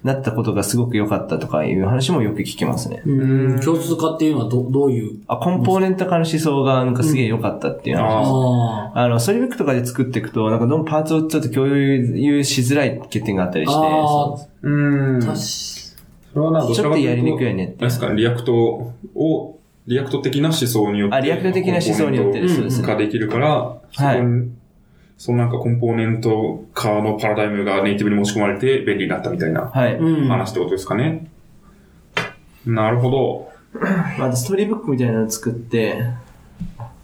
Speaker 3: なったことがすごく良かったとかいう話もよく聞きますね。
Speaker 1: うん。共通化っていうのはど、どういう
Speaker 3: あ、コンポーネント化の思想がなんかすげえ良かったっていう話
Speaker 2: あ
Speaker 1: あ
Speaker 3: あの、ソリブックとかで作っていくと、なんかどんどんパーツをちょっと共有しづらい欠点があったり
Speaker 1: ー
Speaker 3: して、
Speaker 1: あー、
Speaker 2: うん。
Speaker 1: 確
Speaker 2: それはな、ど
Speaker 3: ち
Speaker 2: ら
Speaker 3: ょっ
Speaker 2: か
Speaker 3: と
Speaker 2: いう
Speaker 3: やりにくいよねってい
Speaker 2: で
Speaker 3: う。
Speaker 2: すか、リアクトを、リアクト的な思想によって。
Speaker 3: あ、リアクト的な思想によってです。そ
Speaker 1: コンポーネン
Speaker 3: う
Speaker 1: ト
Speaker 3: ですね
Speaker 2: ができるから、そこに、そのなんかコンポーネント化のパラダイムがネイティブに持ち込まれて便利になったみたいな
Speaker 3: はい。
Speaker 1: うん。
Speaker 2: 話ってことですかね。なるほど。
Speaker 3: まあ、ストーリーブックみたいなのを作って、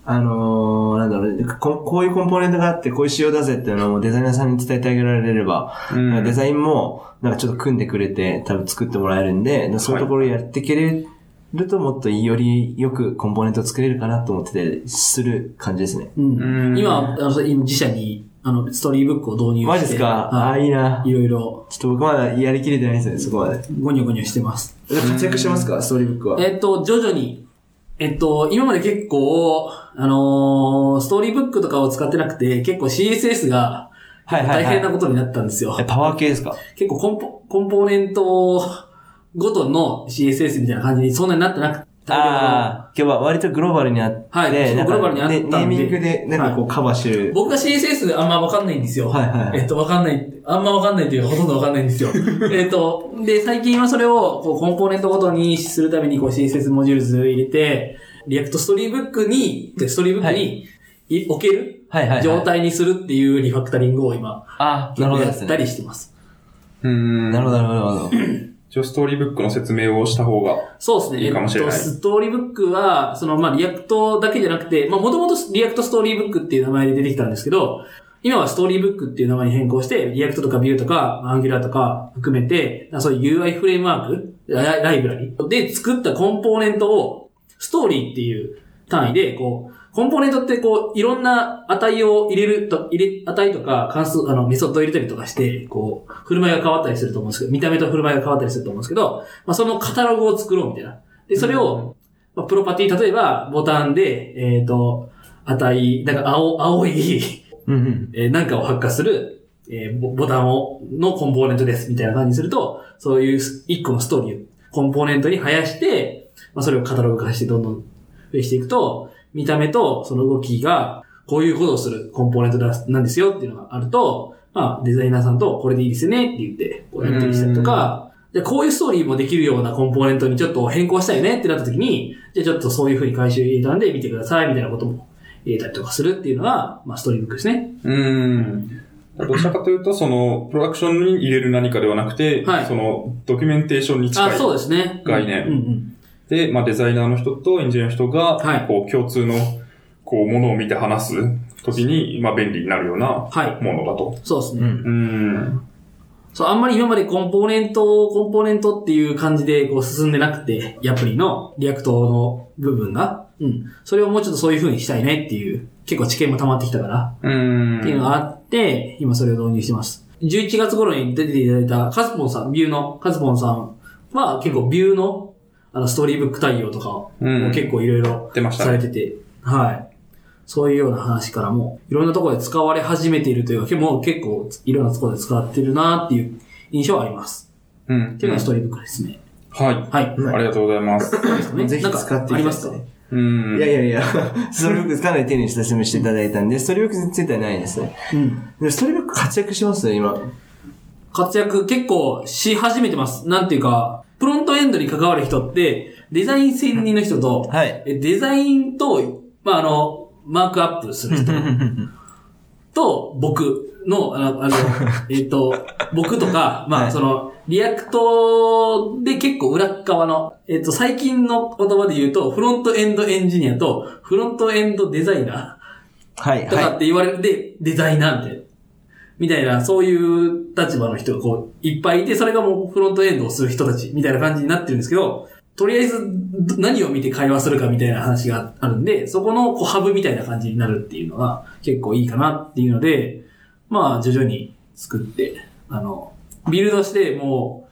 Speaker 3: あのー、なんだろうこ、こういうコンポーネントがあって、こういう仕様だぜっていうのをデザイナーさんに伝えてあげられれば、
Speaker 2: う
Speaker 3: なん
Speaker 2: ん
Speaker 3: かデザインも、なんかちょっと組んでくれて、多分作ってもらえるんで、そういうところをやっていけれると、もっとよりよくコンポーネントを作れるかなと思ってて、する感じですね。
Speaker 1: うん。
Speaker 2: ん
Speaker 1: 今、あの、今自社に、あの、ストーリーブックを導入して。
Speaker 3: マジですかああ
Speaker 1: は
Speaker 3: ー、いいな。
Speaker 1: い。いろいろ、
Speaker 3: ちょっと僕まだやりきれてないですね、そこまで。
Speaker 1: ゴニョゴニョしてます。
Speaker 3: 活躍してますか、ストーリーブックは。
Speaker 1: えっと、徐々に。えっと、今まで結構、あのーストーリーブックとかを使ってなくて、結構 CSS が
Speaker 3: はいは
Speaker 1: 大
Speaker 3: い、はい。
Speaker 1: 変なことになったんですよ。
Speaker 3: えパワー系ですか
Speaker 1: 結構コンポコンポーネントごとの CSS みたいな感じにそんなになってなく大量の
Speaker 3: ああ、今日は割とグローバルにあって、
Speaker 1: はい
Speaker 3: なん
Speaker 1: グ
Speaker 3: か
Speaker 1: ローバルにあったんで
Speaker 3: ねネーミングで、なんかこうカバーしてる。
Speaker 1: 僕が CSS あんまわかんないんですよ。
Speaker 3: はいはいはい
Speaker 1: えっと、わかんない。あんまわかんないというか、ほとんどわかんないんです
Speaker 3: *laughs*
Speaker 1: よ。えっと、で、最近はそれを、こう、コンポーネントごとにするために、こう、CSS モジュールズ入れて、リアクトストーリーブックに、でストーリーブックに、い置ける
Speaker 3: はいはいはい
Speaker 1: 状態にするっていうリファクタリングを今、
Speaker 3: ああ、
Speaker 1: 結
Speaker 3: なる
Speaker 1: 構
Speaker 3: ほど
Speaker 1: や
Speaker 3: で
Speaker 1: っ
Speaker 3: す
Speaker 1: た
Speaker 3: ね。
Speaker 1: りしてます。
Speaker 2: うん。
Speaker 3: なるほど、なるほど。
Speaker 2: 一応ストーリーブックの説明をした方が。
Speaker 1: そうですね。
Speaker 2: いいかもしれない
Speaker 1: えっと、ストーリーブックは、その、まあ、リアクトだけじゃなくて、まあ、もともとリアクトストーリーブックっていう名前で出てきたんですけど、今はストーリーブックっていう名前に変更して、リアクトとかビューとか、アンギュラーとか含めて、そういう UI フレームワーク、ラライブラリで作ったコンポーネントを、ストーリーっていう単位で、こう、コンポーネントってこう、いろんな値を入れると、入れ、値とか関数、あの、メソッドを入れたりとかして、こう、振る舞いが変わったりすると思うんですけど、見た目と振る舞いが変わったりすると思うんですけど、まあ、そのカタログを作ろうみたいな。で、それを、まあ、プロパティ、例えば、ボタンで、えっ、と、値、なんか青、青い、
Speaker 3: うんうん。
Speaker 1: えーなんかを発火する、えーボボタンを、のコンポーネントです、みたいな感じにすると、そういうす一個のストーリーを、コンポーネントに生やして、まあ、それをカタログ化してどんどん増やしていくと、見た目とその動きが、こういうことをするコンポーネントだなんですよっていうのがあると、まあ、デザイナーさんとこれでいいですねって言って、こうやってりしたりとか、で、こういうストーリーもできるようなコンポーネントにちょっと変更したいねってなった時に、じゃあちょっとそういう風に回収入れたんで見てくださいみたいなことも入れたりとかするっていうのが、まあ、ストーリーブックですね。
Speaker 2: うん。どちらかというと、その、プロダクションに入れる何かではなくて、
Speaker 1: はい
Speaker 2: その、ドキュメンテーションに近い。
Speaker 1: あ、そうですね。
Speaker 2: 概念
Speaker 1: うんうん。
Speaker 2: で、まあ、デザイナーの人とエンジニアの人が、
Speaker 1: はい
Speaker 2: こう、共通の、こう、ものを見て話すときに、まあ、便利になるような
Speaker 1: はい。
Speaker 2: ものだと。
Speaker 1: そうですね。
Speaker 3: うん
Speaker 2: うん。
Speaker 1: そう、あんまり今までコンポーネント、コンポーネントっていう感じでこう進んでなくて、アプリのリアクトの部分が。うん。それをもうちょっとそういう風にしたいねっていう、結構知見も溜まってきたから、
Speaker 2: うん。
Speaker 1: っていうのがあって、今それを導入してます。11月頃に出ていただいたカズポンさん、ビューのカズポンさんは結構ビューのあのストーリーブック対応とかを
Speaker 2: うん
Speaker 1: 結構いろいろ
Speaker 2: 出ました
Speaker 1: され
Speaker 2: ね。
Speaker 1: てて、はい。そういうような話からも、いろんなところで使われ始めているというか、もう結構いろんなところで使ってるなっていう印象はあります。
Speaker 2: うん。
Speaker 1: っていうのがストーリーブックですね。
Speaker 2: は
Speaker 1: はい。
Speaker 2: い。ありがとうございます。
Speaker 1: ね
Speaker 3: ぜひ
Speaker 1: なん
Speaker 3: 使
Speaker 1: か
Speaker 3: ってい
Speaker 1: あり
Speaker 3: きたいで
Speaker 1: ます
Speaker 3: す
Speaker 1: か
Speaker 3: ね。
Speaker 2: うん。
Speaker 3: いやいやいや、ストーリーブックかなり丁寧に説明していただいたんで、ストーリーブックについてはないですね。
Speaker 1: うん。
Speaker 3: でもストーリーブック活躍しますね、今。
Speaker 1: 活躍結構し始めてます。なんていうか、フロントエンドに関わる人って、デザイン専任の人と、
Speaker 3: はい。
Speaker 1: えデザインと、まあ、あの、マークアップする人と、僕の、あの、あ
Speaker 3: *laughs*
Speaker 1: のえっと、僕とか、ま
Speaker 3: は
Speaker 1: あ、
Speaker 3: い
Speaker 1: その、リアクトで結構裏っ側の、えっと、最近の言葉で言うと、フロントエンドエンジニアと、フロントエンドデザイナ
Speaker 3: は
Speaker 1: *laughs*
Speaker 3: い、
Speaker 1: ーとかっ
Speaker 3: は
Speaker 1: て言われるで、デザイナーみたいな。みたいな、そういう立場の人がこう、いっぱいいて、それがもうフロントエンドをする人たち、みたいな感じになってるんですけど、とりあえず、ど何を見て会話するかみたいな話があるんで、そこのこうハブみたいな感じになるっていうのが結構いいかなっていうので、まあ、徐々に作って、あの、ビルドして、も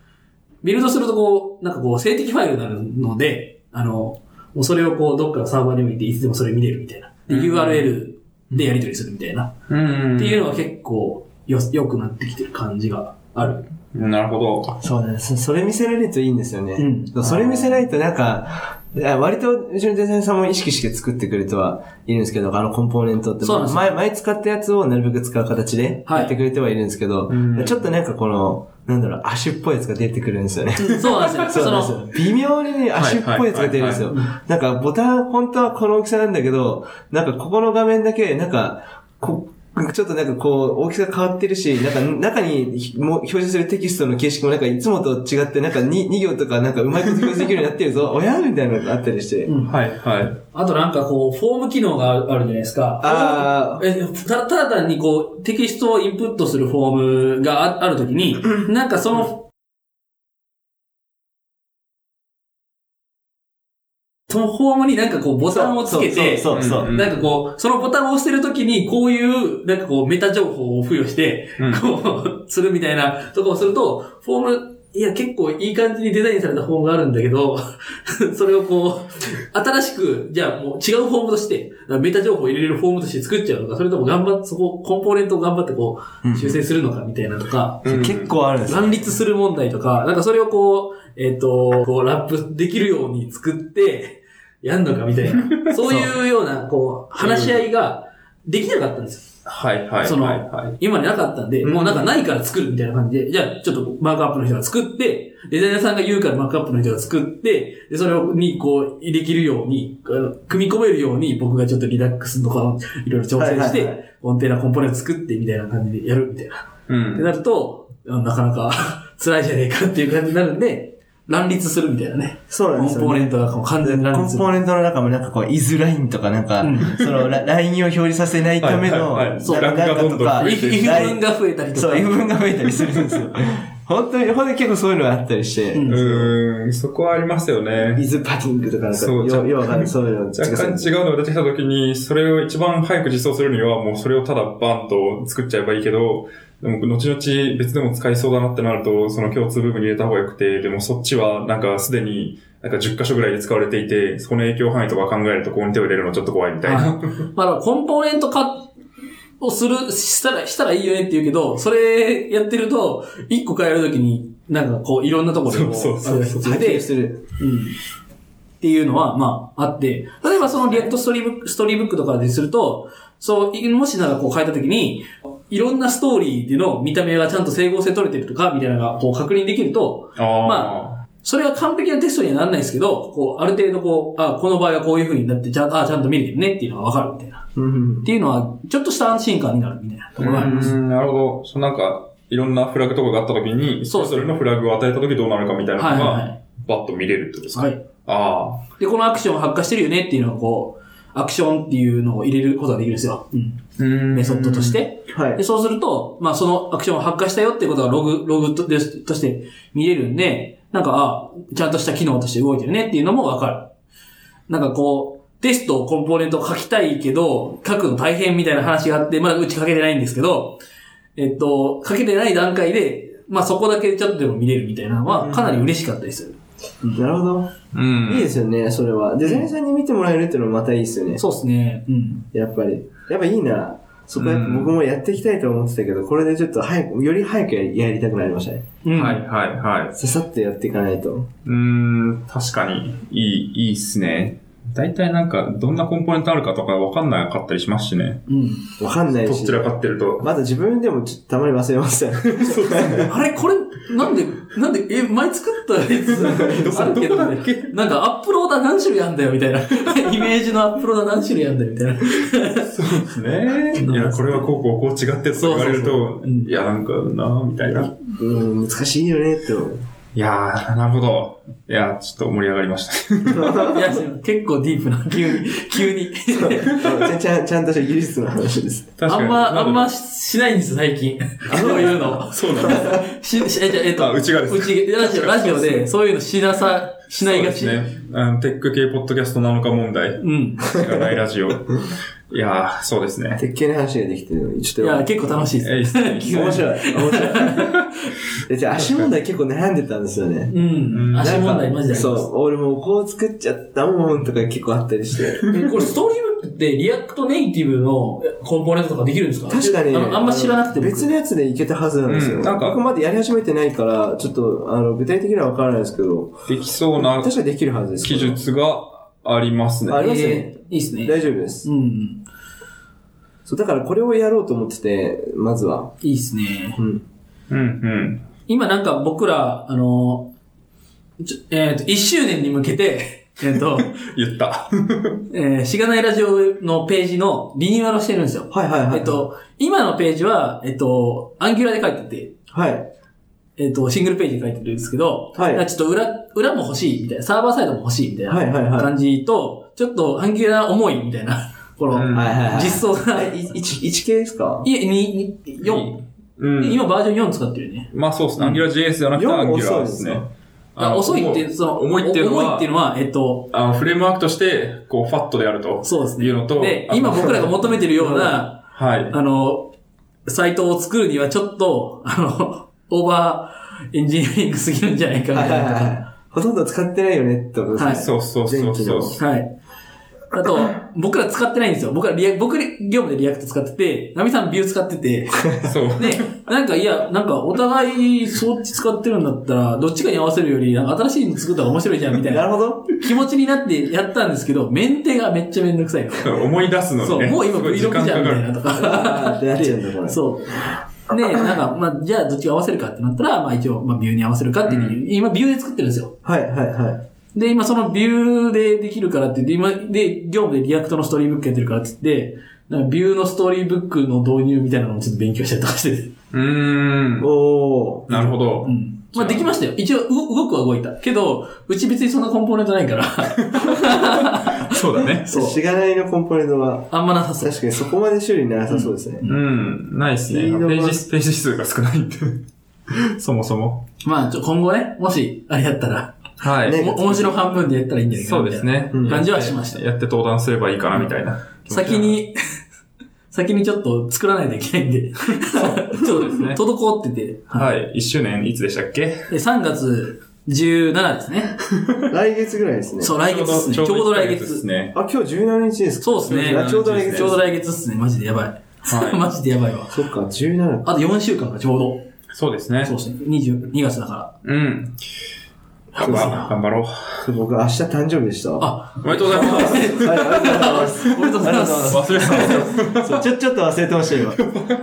Speaker 1: う、ビルドするとこう、なんかこう、静的ファイルになるので、あの、もうそれをこう、どっかのサーバーに置いて、いつでもそれ見れるみたいな。で、
Speaker 2: うん
Speaker 1: URL でやり取りするみたいな。
Speaker 2: うん。
Speaker 1: っていうのが結構よ、良くなってきてる感じがある。
Speaker 2: なるほど。
Speaker 3: い。そうだね。そそれ見せられるといいんですよね。
Speaker 1: うん
Speaker 3: そうそれ見せないとなんか、いや割とうちのデザイナーさんも意識して作ってくれてはいるんですけど、あのコンポーネントって、
Speaker 1: そうなんですよ
Speaker 3: 前前使ったやつをなるべく使う形で
Speaker 1: はい
Speaker 3: やってくれてはいるんですけど、
Speaker 2: うん
Speaker 3: ちょっとなんかこの、なんだろう、足っぽいやつが出てくるんですよね。
Speaker 1: そうなんですよ。
Speaker 3: *laughs* そう
Speaker 1: そ
Speaker 3: なん
Speaker 1: の
Speaker 3: ですよ。微妙にね、足っぽいやつが出るんですよ。なんかボタン、本当はこの大きさなんだけど、なんかここの画面だけ、なんか、こちょっとなんかこう、大きさ変わってるし、なんか中にひも表示するテキストの形式もなんかいつもと違って、なんか 2, 2行とかなんかうまいこと表示できるようになってるぞ、 *laughs* 親みたいなのがあったりして。
Speaker 1: うん
Speaker 2: はい、はい。
Speaker 1: あとなんかこう、フォーム機能があるじゃないですか。
Speaker 3: あ
Speaker 1: えただただ単にこう、テキストをインプットするフォームがああるときに、なんかその、そのフォームになんかこう、ボ
Speaker 3: ー、
Speaker 1: タンをつけて、
Speaker 3: そうそうそう。
Speaker 2: うん
Speaker 1: なんかこう、そのボタンを押してるときに、こういう、なんかこう、メタ情報を付与して、
Speaker 2: うん
Speaker 1: こう、するみたいなとこをすると、フォーム、いや、結構いい感じにデザインされたフォームがあるんだけど、 *laughs* それをこう、新しく、じゃあもう違うフォームとして、メタ情報を入れるフォームとして作っちゃうのか、それとも頑張って、そこ、コンポーネントを頑張ってこう、修正するのかみたいなとか、
Speaker 2: うん
Speaker 3: 結構あるんですよ。
Speaker 1: 乱立する問題とか、なんかそれをこう、えっ、と、こう、ラップできるように作って、やんのかみたいな。そういうような、こう、話し合いができなかったんですよ。
Speaker 2: はいはい。
Speaker 1: その
Speaker 2: はいはい。
Speaker 1: 今になかったんで、
Speaker 2: うん
Speaker 1: もうなんかないから作るみたいな感じで、じゃあちょっとマークアップの人が作って、デザイナーさんが言うからマークアップの人が作って、で、それをにこう、できるように、あの組み込めるように僕がちょっとリラックスとかをいろいろ調整し
Speaker 3: はいはいは
Speaker 1: て、音程なコンポーネント作ってみたいな感じでやるみたいな。
Speaker 2: う
Speaker 1: って
Speaker 2: ん。
Speaker 1: なると、なかなか *laughs* 辛いじゃねえかっていう感じになるんで、乱立するみたいなね。
Speaker 3: そう
Speaker 1: コ
Speaker 3: なん
Speaker 1: ン
Speaker 3: ですよ、ね。
Speaker 1: ポーネントがこう完全に
Speaker 3: コ
Speaker 1: 乱
Speaker 3: ン
Speaker 1: 立する
Speaker 3: ポ。ーネントの中もなんかこう、イズラインとかなんか、そのラ、ラインを表示させないための、
Speaker 2: はいはいはい
Speaker 3: ななんかとか、
Speaker 2: ラ
Speaker 1: イ
Speaker 2: イン
Speaker 1: フイフ分が増えたりと
Speaker 3: そ
Speaker 1: か
Speaker 3: う、。F 分が増えたりするんですよ。本当に、本当に結構そういうのがあったりして、
Speaker 1: うん
Speaker 2: うーん、そこはありますよね。
Speaker 3: イズパティングとかなんか、
Speaker 2: そう
Speaker 3: よ
Speaker 2: 若干
Speaker 3: ようわかんない、そういうの。
Speaker 2: 若干違うのが出てきたときに、それを一番早く実装するには、もうそれをただバンと作っちゃえばいいけど、でも、後々別でも使いそうだなってなると、その共通部分に入れた方がよくて、でもそっちはなんかすでに、なんか10箇所ぐらいで使われていて、そこの影響範囲とか考えると、ここに手を入れるのちょっと怖いみたいな。 *laughs*
Speaker 1: まあ、だからコンポーネント化をする、したら、したらいいよねって言うけど、それやってると、一個変えるときに、なんかこう、いろんなところでこ
Speaker 2: そうそうそう
Speaker 1: あれ
Speaker 3: 波
Speaker 1: で
Speaker 3: 形する。
Speaker 1: うん。っていうのは、まあ、あって、例えばそのリアクトストーリーブック、ストーリーブックとかですると、そう、いもしなんかこう変えたときに、いろんなストーリーでの見た目がちゃんと整合性取れてるとか、みたいなのがこう確認できると、
Speaker 2: あ
Speaker 1: *laughs* まそれは完璧なテストにはならないですけど、こう、ある程度こう、あ、この場合はこういう風になって、ちゃんあ、ちゃんと見れてるねっていうのがわかるみたいな。
Speaker 3: うん
Speaker 1: っていうのは、ちょっとした安心感になるみたいなところがあります。
Speaker 2: うん、なるほど。そのなんか、いろんなフラグとかがあったときに、
Speaker 1: そ
Speaker 2: そうれぞれのフラグを与えたときどうなるかみたいなの
Speaker 1: はいはいは
Speaker 2: が、バッと見れるってことですか、
Speaker 1: はい。
Speaker 2: ああ。
Speaker 1: で、このアクション発火してるよねっていうのをこう、アクションっていうのを入れることができるんですよ。
Speaker 2: うん
Speaker 1: メソッドとし。て。
Speaker 3: はい
Speaker 1: で、。そうすると、まあそのアクションを発火したよってことがログ、ログとですとして見れるんで、なんか、あちゃんとした機能として動いてるねっていうのもわかる。なんかこう、テスト、コンポーネントを書きたいけど、書くの大変みたいな話があって、まだうち書けてないんですけど、えっと、書けてない段階で、まあそこだけちょっとでも見れるみたいなのは、かなり嬉しかったりする。
Speaker 3: なるほど。
Speaker 2: うん。
Speaker 3: いいですよね、それは。デザイナーさんに見てもらえるっていうのもまたいいですよね。
Speaker 1: そうですね。うん。
Speaker 3: やっぱり。やっぱいいな。そこはやっぱ僕もやっていきたいと思ってたけど、これでちょっと早く、より早くやりたくなりましたね。
Speaker 1: うん
Speaker 2: はいはいはい。
Speaker 3: ささっとやっていかないと。
Speaker 2: うーん、確かに、いい、いいっすね。大体なんか、どんなコンポーネントあるかとかわかんなかったりしますしね。
Speaker 1: うん。
Speaker 3: わかんない
Speaker 2: と
Speaker 3: し
Speaker 2: っち。らかってると。
Speaker 3: まだ自分でもちょっとたまに忘れました
Speaker 1: *laughs*
Speaker 3: ね。
Speaker 1: あれこれ、なんで、なんで、え、前作ったや
Speaker 2: *laughs*
Speaker 1: つあるけど、ね、なんかアップローダー何種類あんだよ、みたいな。 *laughs* イメージのアップローダー何種類あんだよ、み
Speaker 2: *laughs*
Speaker 1: たいな。
Speaker 2: そうですね。いや、これはこうこうこう違ってとか言われると、
Speaker 1: そうそうそううん
Speaker 2: いや、なんかなぁ、みたいな。
Speaker 3: *laughs* うん、難しいよね、って思う。 *laughs*
Speaker 2: いやー、なるほど。いや、ちょっと盛り上がりました。 *laughs*
Speaker 1: いや、結構ディープな、急に、急に。
Speaker 3: ちゃちゃんちゃんとした技術の話です。
Speaker 2: 確
Speaker 1: あ
Speaker 2: かに
Speaker 1: んま、あんま
Speaker 2: な
Speaker 1: ししないんです、最近。そういうの。
Speaker 2: のでそうなんです。
Speaker 1: *laughs* し、しえ、じゃあえっと、
Speaker 2: あうちがです
Speaker 1: うち、ラジオ、ラジオで、そういうのしなさ、しないがち。
Speaker 2: そうですね。あのテック系ポッドキャストなのか問題。
Speaker 1: うん。
Speaker 2: しかないラジオ。いやー、そうです
Speaker 1: *laughs*
Speaker 2: ね。
Speaker 3: 鉄拳の話ができてるのに、ち
Speaker 1: い
Speaker 3: ょっ
Speaker 1: や、
Speaker 3: と。
Speaker 1: 結構楽しい
Speaker 2: えい
Speaker 1: で
Speaker 2: っ
Speaker 1: す。
Speaker 2: すね
Speaker 1: 急に
Speaker 3: 面白い。面白い。じゃ足問題結構悩んでたんですよね。
Speaker 1: う
Speaker 2: うん
Speaker 1: ん。足問題マジであります。
Speaker 3: そう、俺もうこう作っちゃったもんとか結構あった
Speaker 1: *laughs*
Speaker 3: りして。
Speaker 1: えこれストーリーブックってリアクトネイティブのコンポーネントとかできるんですか
Speaker 3: 確かに。
Speaker 1: あのあんま知らなくて僕
Speaker 3: 別のやつでいけたはずなんですよ。
Speaker 2: うんなんか
Speaker 3: 僕まだやり始めてないから、ちょっと、あの、具体的にはわからないですけど、
Speaker 2: できそうな
Speaker 3: 確かできるはずです。
Speaker 2: 記述がありますね。
Speaker 3: ありますね
Speaker 1: えーいいですね。
Speaker 3: 大丈夫です。
Speaker 1: うん。
Speaker 3: そう、だからこれをやろうと思ってて、まずは。
Speaker 1: いいですね。
Speaker 3: うん。
Speaker 2: うんうん。
Speaker 1: 今なんか僕ら、あの、ちょえっ、と、1周年に向けて、 *laughs* えっ、と、
Speaker 2: 言った。
Speaker 1: えーしがないラジオのページのリニューアルをしてるんですよ。
Speaker 3: はいはいはい。
Speaker 1: えっ、、と、今のページは、えっ、と、アンギュラで書いてて、
Speaker 3: はい。
Speaker 1: えっ、と、シングルページで書いてるんですけど、
Speaker 3: はい
Speaker 1: なんかちょっと裏、裏も欲しいみたいな、サーバーサイドも欲しいみたいな、
Speaker 3: はいはいはい。
Speaker 1: 感じと、ちょっとアンギュラー重いみたいな、 *laughs* この、
Speaker 2: うん
Speaker 3: はいはいはい。
Speaker 1: 実装が、
Speaker 3: え、い一一系ですか
Speaker 1: いえ、に、に、4。
Speaker 2: うん。
Speaker 1: 今バージョン4使ってるよね。
Speaker 2: まあそうですね。アンギュラ JS じゃなくて
Speaker 3: 四
Speaker 2: アンギュラ
Speaker 3: 遅い
Speaker 2: で
Speaker 3: ですす
Speaker 2: ね
Speaker 3: ね。
Speaker 2: あの
Speaker 1: 遅いって、その、
Speaker 2: 重いっていうの
Speaker 1: 重い
Speaker 2: は
Speaker 1: っていう、のは、えっと、
Speaker 2: あのフレームワークとして、こう、ファットであると。
Speaker 1: そうですね。
Speaker 2: いうのと
Speaker 1: で、
Speaker 2: あ
Speaker 1: 今僕らが求めてるような、
Speaker 2: はい。
Speaker 1: あの、サイトを作るにはちょっと、あの、 *laughs* オーバーエンジニアリングすぎるんじゃないかみ
Speaker 3: はい
Speaker 1: た
Speaker 3: はいい
Speaker 1: な
Speaker 3: はい。ほとんど使ってないよねってことですね。
Speaker 1: はい
Speaker 2: そうそうそうそ
Speaker 1: と
Speaker 2: う。
Speaker 1: か。はい。だと、僕ら使ってないんですよ。僕らリア、僕ら業務でリアクト使ってて、ナミさんビュー使ってて、
Speaker 2: そう。
Speaker 1: で、なんかいや、なんかお互いそっち使ってるんだったら、どっちかに合わせるより、なんか新しいの作った方が面白いじゃんみたい
Speaker 3: な
Speaker 1: な
Speaker 3: るほど。
Speaker 1: 気持ちになってやったんですけど、メンテがめっちゃめんどくさいの。
Speaker 2: 思い出すの
Speaker 1: そ
Speaker 2: に
Speaker 1: う、
Speaker 2: ね。
Speaker 1: もう今
Speaker 2: すご
Speaker 1: V6
Speaker 2: い
Speaker 1: じ
Speaker 2: 時
Speaker 1: ゃん
Speaker 2: 間
Speaker 1: みたい
Speaker 2: かかる。
Speaker 1: なとか。
Speaker 3: あーってなっちゃうんだ、これ。
Speaker 1: そう。で、なんか、まあ、じゃあどっちが合わせるかってなったら、まあ一応、まあビューに合わせるかっていう理由、今ビューで作ってるんですよ。
Speaker 3: はい、はい、はい。
Speaker 1: で、今そのビューでできるからって言って、今、で、業務でリアクトのストーリーブックやってるからって言って、なんかビューのストーリーブックの導入みたいなのもちょっと勉強したりとかしてて。
Speaker 2: うーん。
Speaker 3: おー。
Speaker 2: なるほど
Speaker 1: う。ん。まあできましたよ。一応、う動くは動いた。けど、うち別にそんなコンポーネントないから、 *laughs*
Speaker 2: そうだね。
Speaker 1: そう
Speaker 3: しがないのコンポーネントは、
Speaker 1: あんまなさそう。
Speaker 3: 確かにそこまで修理ならなさそうですね。
Speaker 2: うん。ないですね。ペ
Speaker 3: スピードが
Speaker 2: ージ、ページ数が少ないんで。 *laughs* そもそも。
Speaker 1: まあ、ちょ今後ね、もし、あれやったら、
Speaker 2: はい。
Speaker 3: ね
Speaker 1: お面白半分でやったらいいんじゃないかな
Speaker 2: そう
Speaker 1: み
Speaker 2: で
Speaker 1: たいな。
Speaker 2: すね。
Speaker 3: うん
Speaker 1: 感じはしました。
Speaker 2: やって登壇すればいいかな、みたいな。
Speaker 1: 先。に、 *laughs* 先にちょっと作らないといけないんで、ちょっと *laughs*
Speaker 2: ね
Speaker 1: 滞ってて、
Speaker 2: はい。1周年、いつでしたっけ
Speaker 1: で3月17ですね。
Speaker 3: 来月ぐらいですね。
Speaker 1: そう、来月ですね。ちょうど来
Speaker 2: で
Speaker 1: 月
Speaker 2: す。ね。
Speaker 3: あ、今日17日ですか
Speaker 1: そうですね
Speaker 3: あちょうど来月。
Speaker 1: ちょうど来月ですね。マジでやばい。
Speaker 2: はい
Speaker 1: *laughs* マジでやばいわ。
Speaker 3: そっか、17
Speaker 1: あと4週間がちょうど。
Speaker 2: そうですね
Speaker 1: そ。うですね。20 2月だから。
Speaker 2: うん。
Speaker 3: そうですね
Speaker 2: 頑張ろう。
Speaker 3: か。僕、明日誕生日でした。あ、
Speaker 1: あ、
Speaker 2: おめでとうございます。
Speaker 3: はい、ありがとうございます。
Speaker 1: おめでとうございま。
Speaker 3: ありがとうございます
Speaker 2: 忘れて
Speaker 3: そうちょ、ちょっと忘れてま *laughs* した、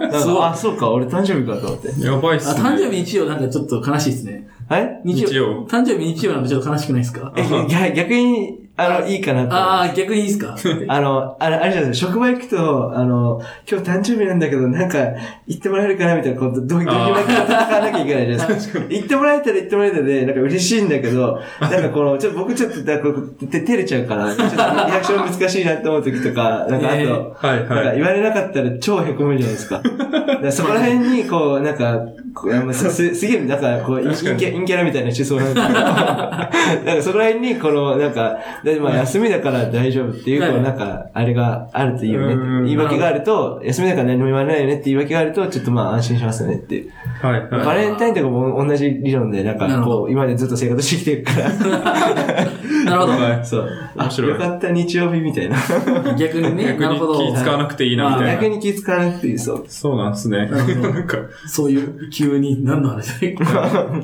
Speaker 3: 今。
Speaker 1: そう
Speaker 3: あ、そうか、俺誕生日かと思って。
Speaker 2: た。やばいっす
Speaker 1: *laughs* あ、誕
Speaker 2: ね。
Speaker 1: 生日日曜なんかちょっと悲しいですね。
Speaker 3: はい
Speaker 2: 日曜
Speaker 1: 誕生日日曜なんかちょっと悲しくないですか
Speaker 3: え、逆逆に、あの、いいかなと思って。
Speaker 1: ああ、逆にいいですか
Speaker 3: *laughs* あの、あれ、あれじゃない職場行くと、あの、今日誕生日なんだけど、なんか、行ってもらえるかなみたいなこと、どう、どう
Speaker 2: あー
Speaker 3: いうな戦わなきゃいけないじゃないですか。行ってもらえたら行ってもらえたらで、なんか嬉しいんだけど、なんかこの、ちょっと僕ちょっと、なんかこう、て照れちゃうから、ちょっとリアクション難しいなって思う時とか、なんかあと、
Speaker 1: えー
Speaker 2: はい
Speaker 3: なんか
Speaker 2: はい。
Speaker 3: 言われなかったら超へこむじゃないで
Speaker 2: *laughs*
Speaker 3: すか。だからそこら辺に、こう、なんか、こうあんますすすげえ、なんか、こう、陰
Speaker 2: 確
Speaker 3: キ
Speaker 2: かに
Speaker 3: ャ陰キャラみたいな思
Speaker 2: *laughs*
Speaker 3: 想なんですけど、なんかそこら辺に、この、なんか、でまあ休みだから大丈夫っていう、
Speaker 1: はい
Speaker 3: こう、なんか、あれがあるといいよねって。
Speaker 2: うん
Speaker 3: 言い訳があると、休みだから何も言わないよねって言い訳があると、ちょっとまあ安心しますよねっていう。
Speaker 2: はいはい。
Speaker 3: バレンタインとかも同じ理論で、なん
Speaker 1: なる
Speaker 3: か、
Speaker 1: ほど
Speaker 3: こう、今までずっと生活してきてる
Speaker 2: *laughs*
Speaker 3: か
Speaker 1: なるほど。
Speaker 2: はい
Speaker 3: ら、そう。あ、
Speaker 2: 面白い
Speaker 3: よかった日曜日みたいな。
Speaker 1: 逆にね、
Speaker 2: *laughs* 逆
Speaker 1: なる
Speaker 2: に
Speaker 1: ほど。
Speaker 2: 気使わなくていいな、みたいな。
Speaker 3: 逆に気使わなくていい、そう。
Speaker 2: そうなんです
Speaker 1: な
Speaker 2: ね。
Speaker 1: るほど
Speaker 2: *laughs* なんか、
Speaker 1: そういう、急に何の話だっけ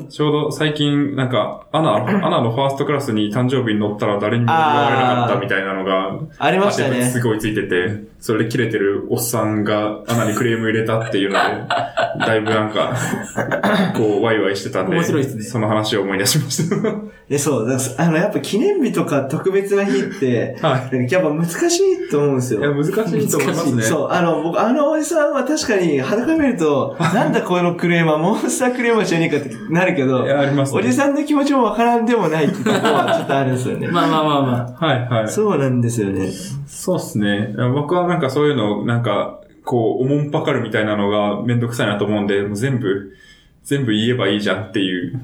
Speaker 2: ちょうど最近、なんか、アナ、アナのファーストクラスに誕生日に乗ったら誰にも祝われなかったみたいなのが、
Speaker 3: ありました
Speaker 2: あれ
Speaker 3: ね。
Speaker 2: すごいついてて、それで切れてるおっさんがアナにクレーム入れたっていうので、だいぶなんか、こう、ワイワイしてたんで、
Speaker 1: 面白いっすね
Speaker 2: その話を思い出しました。
Speaker 3: で、そう、だからあの、やっぱ記念日とか特別な日って、 *laughs*
Speaker 2: は
Speaker 3: なんかやっぱ難しいと思うんです
Speaker 2: い。いや、
Speaker 3: よ。
Speaker 2: 難しいと思いますね。
Speaker 3: そう、あの、僕、あのおじさんは確かに裸見
Speaker 2: *laughs*
Speaker 3: ると、なんだこのクレーマー、モンスタークレーマーじゃねえかってなるけど
Speaker 2: い、や、ありますね。
Speaker 3: おじさんの気持ちもわからんでもないってとこはちょっとあるんで
Speaker 2: *laughs*
Speaker 3: すよね。
Speaker 1: まあまあまあまあ。
Speaker 2: はいはい。
Speaker 3: そうなんですよね。
Speaker 2: そうっすね。僕はなんかそういうの、なんか、こう、おもんぱかるみたいなのがめんどくさいなと思うんで、もう全部、全部言えばいいじゃんっていう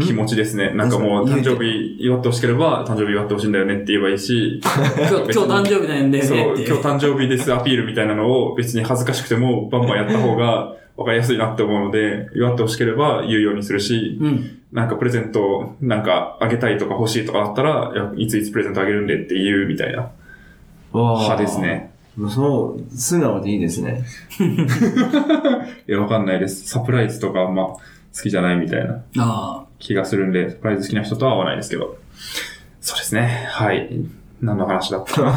Speaker 2: 気持ちですね。なんかもう、
Speaker 3: どう
Speaker 2: 誕
Speaker 3: ぞ
Speaker 2: 生日祝ってほしければ、誕生日祝ってほしいんだよねって言えばいいし、
Speaker 1: 今日、今日誕生日なんだよ
Speaker 2: そう、
Speaker 1: ねっ
Speaker 2: 今
Speaker 1: て。
Speaker 2: 日誕生日ですアピールみたいなのを別に恥ずかしくてもバンバンやった方が分かりやすいなって思うので、祝ってほしければ言うようにするし、
Speaker 1: うん。
Speaker 2: なんかプレゼントなんかあげたいとか欲しいとかあったら、いやいついつプレゼントあげるんでって言うみたいな派ですね。。
Speaker 3: そう、素直でいいで
Speaker 2: *laughs*
Speaker 3: すね。
Speaker 2: いや、わかんないです。サプライズとかあんま好きじゃないみたいな
Speaker 1: あ
Speaker 2: 気がするんで、サプライズ好きな人とは合わないですけど。そうですね。はい。何の話だったの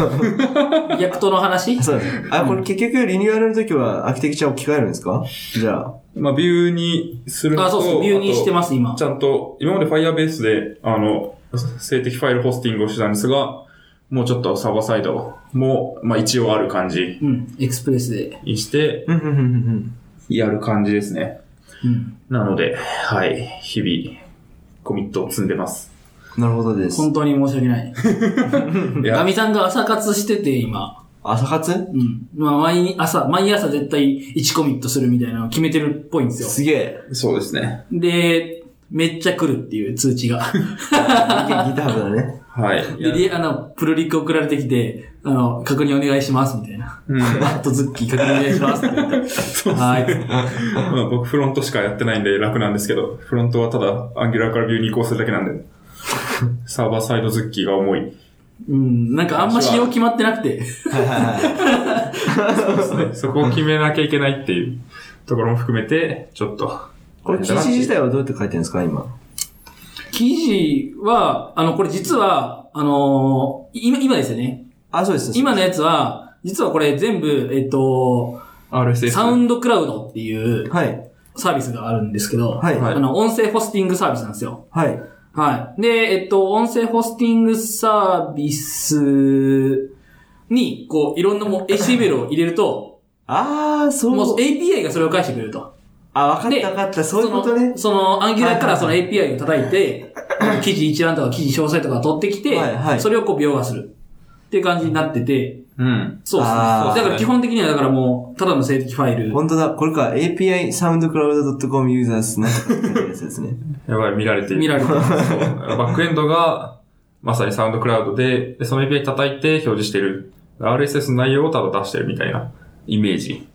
Speaker 1: あ。リアクトの話
Speaker 3: そうあ、これ結局リニューアルの時はアーキテクチャ置き換えるんですかじゃあ。
Speaker 2: まあ、ビューにすると
Speaker 1: あ、そうそう、ビューにして
Speaker 2: ま
Speaker 1: ます、今
Speaker 2: ち。ゃんと、今まで Firebase で、あの、性的ファイルホスティングをしてたんですが、もうちょっとサーバーサイドも、まあ、一応ある感じ
Speaker 1: うん、エクスプレスで。
Speaker 2: にして、
Speaker 3: うん、うん、うん、うん。
Speaker 2: やる感じですね。
Speaker 1: うん。
Speaker 2: なので、はい。日々、コミットを積んでます。
Speaker 3: なるほどです。
Speaker 1: 本当に申し訳ない。
Speaker 2: い
Speaker 1: ガ
Speaker 2: や、
Speaker 1: ミさんが朝活してて、今。
Speaker 3: 朝活
Speaker 1: うん。まあ、毎朝、毎朝絶対1コミットするみたいなのを決めてるっぽいんです
Speaker 3: す
Speaker 1: よ。
Speaker 3: げえ。
Speaker 2: そうですね。
Speaker 1: で、めっちゃ来るっていう通知が。
Speaker 3: ギター部だね。
Speaker 2: はい。
Speaker 1: で、リあの、プルリック送られてきて、あの、確認お願いします、みたいな。
Speaker 2: うん
Speaker 1: あとズッキー確認お願いしますって言って。はい。
Speaker 2: まあ僕フロントしかやってないんで楽なんですけど、フ *laughs* ロントはただアンギュラーからビューに移行するだけなんで、サーバーサイドズッキーが重い。
Speaker 1: うん、なんかあんま仕様決まってなくて。
Speaker 3: はいはいはい。
Speaker 2: そうですね。そこを決めなきゃいけないっていうところも含めて、ちょっと。
Speaker 3: これ記事自体はどうやって書いてるんですか、今。
Speaker 1: 記事は、あの、これ実は、あのー今、今ですよね。
Speaker 3: あ、そうです。
Speaker 1: 今のやつは、実はこれ全部、えっと、
Speaker 2: RSS。
Speaker 1: サウンドクラウドっていう
Speaker 3: はい。
Speaker 1: サービスがあるんですけど、
Speaker 3: はい。
Speaker 2: は
Speaker 1: あの、音声ホスティングサービスなんですよ。
Speaker 3: はい。
Speaker 1: はい。で、えっと、音声ホスティングサービスに、こう、いろんなもう HTML を入れると、
Speaker 3: あー、そう。
Speaker 1: もう API がそれを返してくれると。
Speaker 3: あ、わかっ
Speaker 1: で
Speaker 3: たわかった。そういうことね。
Speaker 1: その、そのアンギュラーからその API を叩い
Speaker 3: *laughs*
Speaker 1: て、記事一覧とか記事詳細とか取ってきて、
Speaker 3: はいはい
Speaker 1: それをこう描画する。っていう感じになってて、
Speaker 2: うん。
Speaker 1: そうですね。
Speaker 3: あ
Speaker 2: ー
Speaker 1: だから基本的にはだからもう、ただの静的ファイル。
Speaker 3: 本当だ。これか。API soundcloud.com users なんか書いてあるやつですね。
Speaker 2: やばい、見られている。
Speaker 1: 見られてる
Speaker 2: そうバックエンドが、まさにサウンドクラウドで、でその API 叩いて表示してる。RSS の内容をただ出してるみたいなイメージ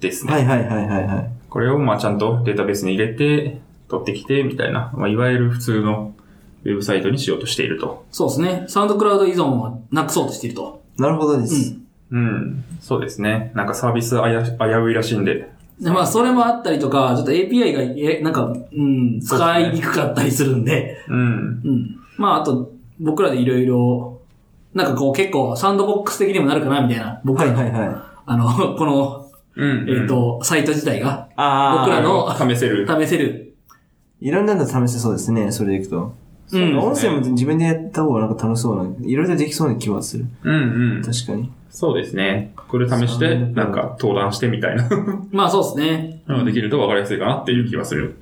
Speaker 2: ですね。
Speaker 3: *laughs* はいはいはいはいはい。
Speaker 2: これをまあちゃんとデータベースに入れて、取ってきて、みたいな。まあ、いわゆる普通のウェブサイトにしようとしていると。
Speaker 1: そうですね。サウンドクラウド依存はなくそうとしていると。
Speaker 3: なるほどで
Speaker 1: う
Speaker 3: す。
Speaker 1: ん。
Speaker 2: うん。そうですね。なんかサービス危う危ういらしいんで。
Speaker 1: でまあ、それもあったりとか、ちょっと API が、え、なんか、うん、
Speaker 2: そうですね
Speaker 1: 使いにくかったりするんで、
Speaker 2: うん。
Speaker 1: うん。まあ、あと、僕らでいろいろ、なんかこう結構サンドボックス的にもなるかな、みたいな。僕
Speaker 3: は
Speaker 1: ら
Speaker 3: い
Speaker 1: の、
Speaker 3: はいはい。
Speaker 1: あの、この、
Speaker 2: うん。
Speaker 1: えっ、、と、サイト自体が
Speaker 3: あー。
Speaker 1: 僕らの
Speaker 2: 試せる。
Speaker 1: 試せる。
Speaker 3: いろんなの試せそうですね、それでいくと。
Speaker 1: う
Speaker 3: なん
Speaker 1: ん
Speaker 3: か。音声も自分でやった方がなんか楽しそうな、いろいろできそうな気はする。
Speaker 2: うんうん。
Speaker 3: 確かに。
Speaker 2: そうですね。これ試し
Speaker 3: そ
Speaker 2: て、
Speaker 3: うなんだ
Speaker 2: なんか登壇してみたいな
Speaker 1: まあそうですね。
Speaker 2: のができると分かりやすいかなっていう気がする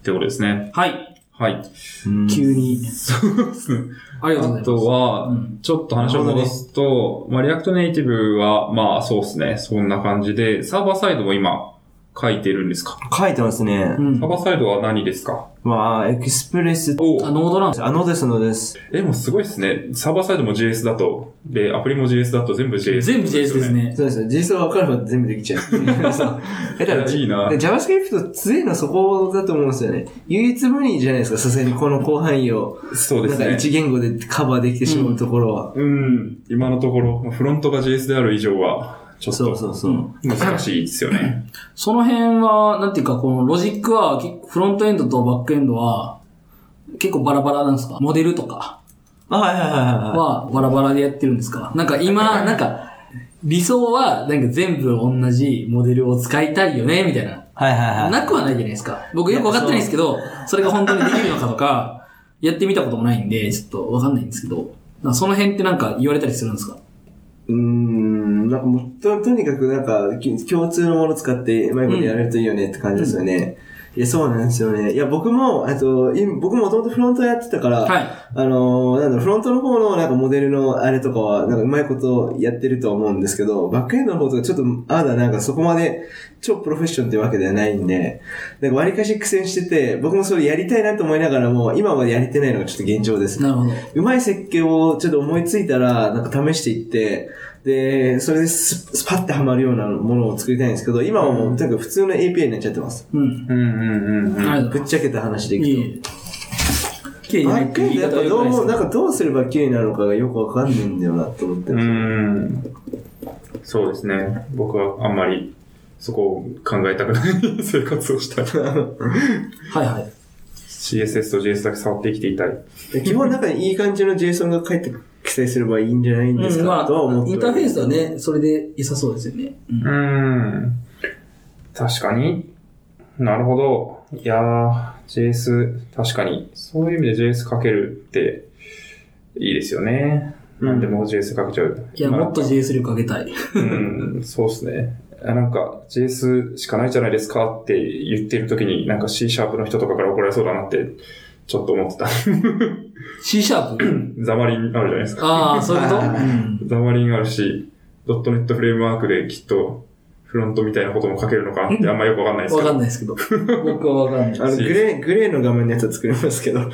Speaker 2: ってことですね。
Speaker 1: はい。
Speaker 2: はい。
Speaker 3: うん
Speaker 1: 急に。
Speaker 2: そうですね。
Speaker 1: ありがとうござ
Speaker 2: あ
Speaker 1: いま
Speaker 2: と
Speaker 1: す。
Speaker 2: は、
Speaker 1: うん
Speaker 2: ちょっと話を戻すと、まあ、リアクトネイティブは、まあ、そうですね。そんな感じで、サーバーサイドも今、書いてるんですか
Speaker 3: 書いてますね
Speaker 1: う。ん
Speaker 2: サー。バーサイドは何ですか
Speaker 3: わあエクスプレス。
Speaker 2: お
Speaker 1: あ、ノードなんです
Speaker 3: あのですのです。
Speaker 2: え、もうすごいですね。サーバーサイドも JS だと、で、アプリも JS だと全部 JS
Speaker 1: よ。全部 JS です。ね。
Speaker 3: そうですね。実装分かれば全部できちゃう。そうえ、だから、
Speaker 2: いいな
Speaker 3: で JavaScript 強いのはそこだと思うんですよね。唯一無二じゃないですか、さすがにこの広範囲を。
Speaker 2: そうで
Speaker 3: なん
Speaker 2: す
Speaker 3: か
Speaker 2: ね。
Speaker 3: 一言語でカバーできてしまうところは。
Speaker 2: うん。今のところ、まあフロントが JS である以上は、ちょっ
Speaker 3: そ
Speaker 2: と
Speaker 3: うそうそう。
Speaker 2: 難しいですよね。
Speaker 1: その辺は、なんていうか、このロジックは、結構フロントエンドとバックエンドは、結構バラバラなんですかモデルとか
Speaker 3: あ、はいはいはいはい。
Speaker 1: はバラバラでやってるんですかなんか *laughs* 今、なんか、理想は、なんか全部同じモデルを使いたいよね、みたいな。
Speaker 3: はいはいはい。
Speaker 1: なくはないじゃないですか。僕よくわかってないんですけど、それが本当にできるのかとか、やってみたこともないんで、ちょっとわかんないんですけど、なんかその辺ってなんか言われたりするんですか
Speaker 3: うーん、なんかもうと、とにかくなんか、き共通のもの使って、うまいことやれるといいよねって感じですよね。いや、そうなんですよね。いや、僕も、えっと、い僕もともとフロントやってたから、
Speaker 1: はい。
Speaker 3: あのーなんだろう、フロントの方のなんかモデルのあれとかは、なんかうまいことやってると思うんですけど、バックエンドの方とかちょっと、ああだなんかそこまで超プロフェッションってわけではないんで、なんか割かし苦戦してて、僕もそれやりたいなと思いながらも、今までやれてないのがちょっと現状ですね
Speaker 1: なるほど。
Speaker 3: うまい設計をちょっと思いついたら、なんか試していって、で、それでススパッてはまるようなものを作りたいんですけど、今はもう、とにかく普通の API になっちゃってます。
Speaker 1: うん。
Speaker 2: うんうんうんうん。
Speaker 1: なるほ
Speaker 3: ぶっ
Speaker 1: ど。
Speaker 3: ちゃけた話でいく
Speaker 1: い
Speaker 3: と。
Speaker 1: い。綺麗に
Speaker 3: バ
Speaker 1: な
Speaker 3: ッ
Speaker 1: っ
Speaker 3: ク
Speaker 1: て
Speaker 3: エ
Speaker 1: 言
Speaker 3: ン
Speaker 1: い
Speaker 3: ドやっ
Speaker 1: 方
Speaker 3: ぱ
Speaker 1: が良
Speaker 3: ど
Speaker 1: くな
Speaker 3: う
Speaker 1: いです
Speaker 3: も、
Speaker 1: か
Speaker 3: なんかどうすれば綺麗になるのかがよくわかんないんだよなと思って
Speaker 2: う
Speaker 3: ます。
Speaker 2: ん。そうですね。僕はあんまりそこを考えたくない生活をしたい。
Speaker 1: はいはい。
Speaker 2: CSS と JS だけ触って生きていたい。
Speaker 3: で *laughs* 基本なんかいい感じの JSON が返って記載すればいいんじゃないんです
Speaker 1: うん、ま
Speaker 3: か、
Speaker 1: あ
Speaker 3: とは思っ、て
Speaker 1: インターフェースは。ね、それで良さそうですよね。うん
Speaker 2: うん。確かに。なるほど。いやー、JS、確かに。そういう意味で JS かけるっていいですよね。
Speaker 3: うん
Speaker 2: なんでも JS かけちゃう。
Speaker 1: いや、もっと JS 力上げたい。
Speaker 2: うん、そうですね。あなんか、JS しかないじゃないですかって言ってる時に、なんか C シャープの人とかから怒られそうだなって、ちょっと思ってた。 *laughs*
Speaker 1: C シャープ
Speaker 2: ザマリンあるじゃないですか。
Speaker 1: ああ、そういうこと
Speaker 3: はいはいはい
Speaker 1: うん
Speaker 2: ザマリンあるし、ドットネットフレームワークできっと、フロントみたいなことも書けるのかってあんまよくわかんないです
Speaker 1: わ
Speaker 2: け
Speaker 1: かん
Speaker 2: *laughs* ど。
Speaker 1: ないですけ *laughs* ど。僕はわかんない。
Speaker 3: あの、グレー、グレーの画面のやつは作れますけど。 *laughs*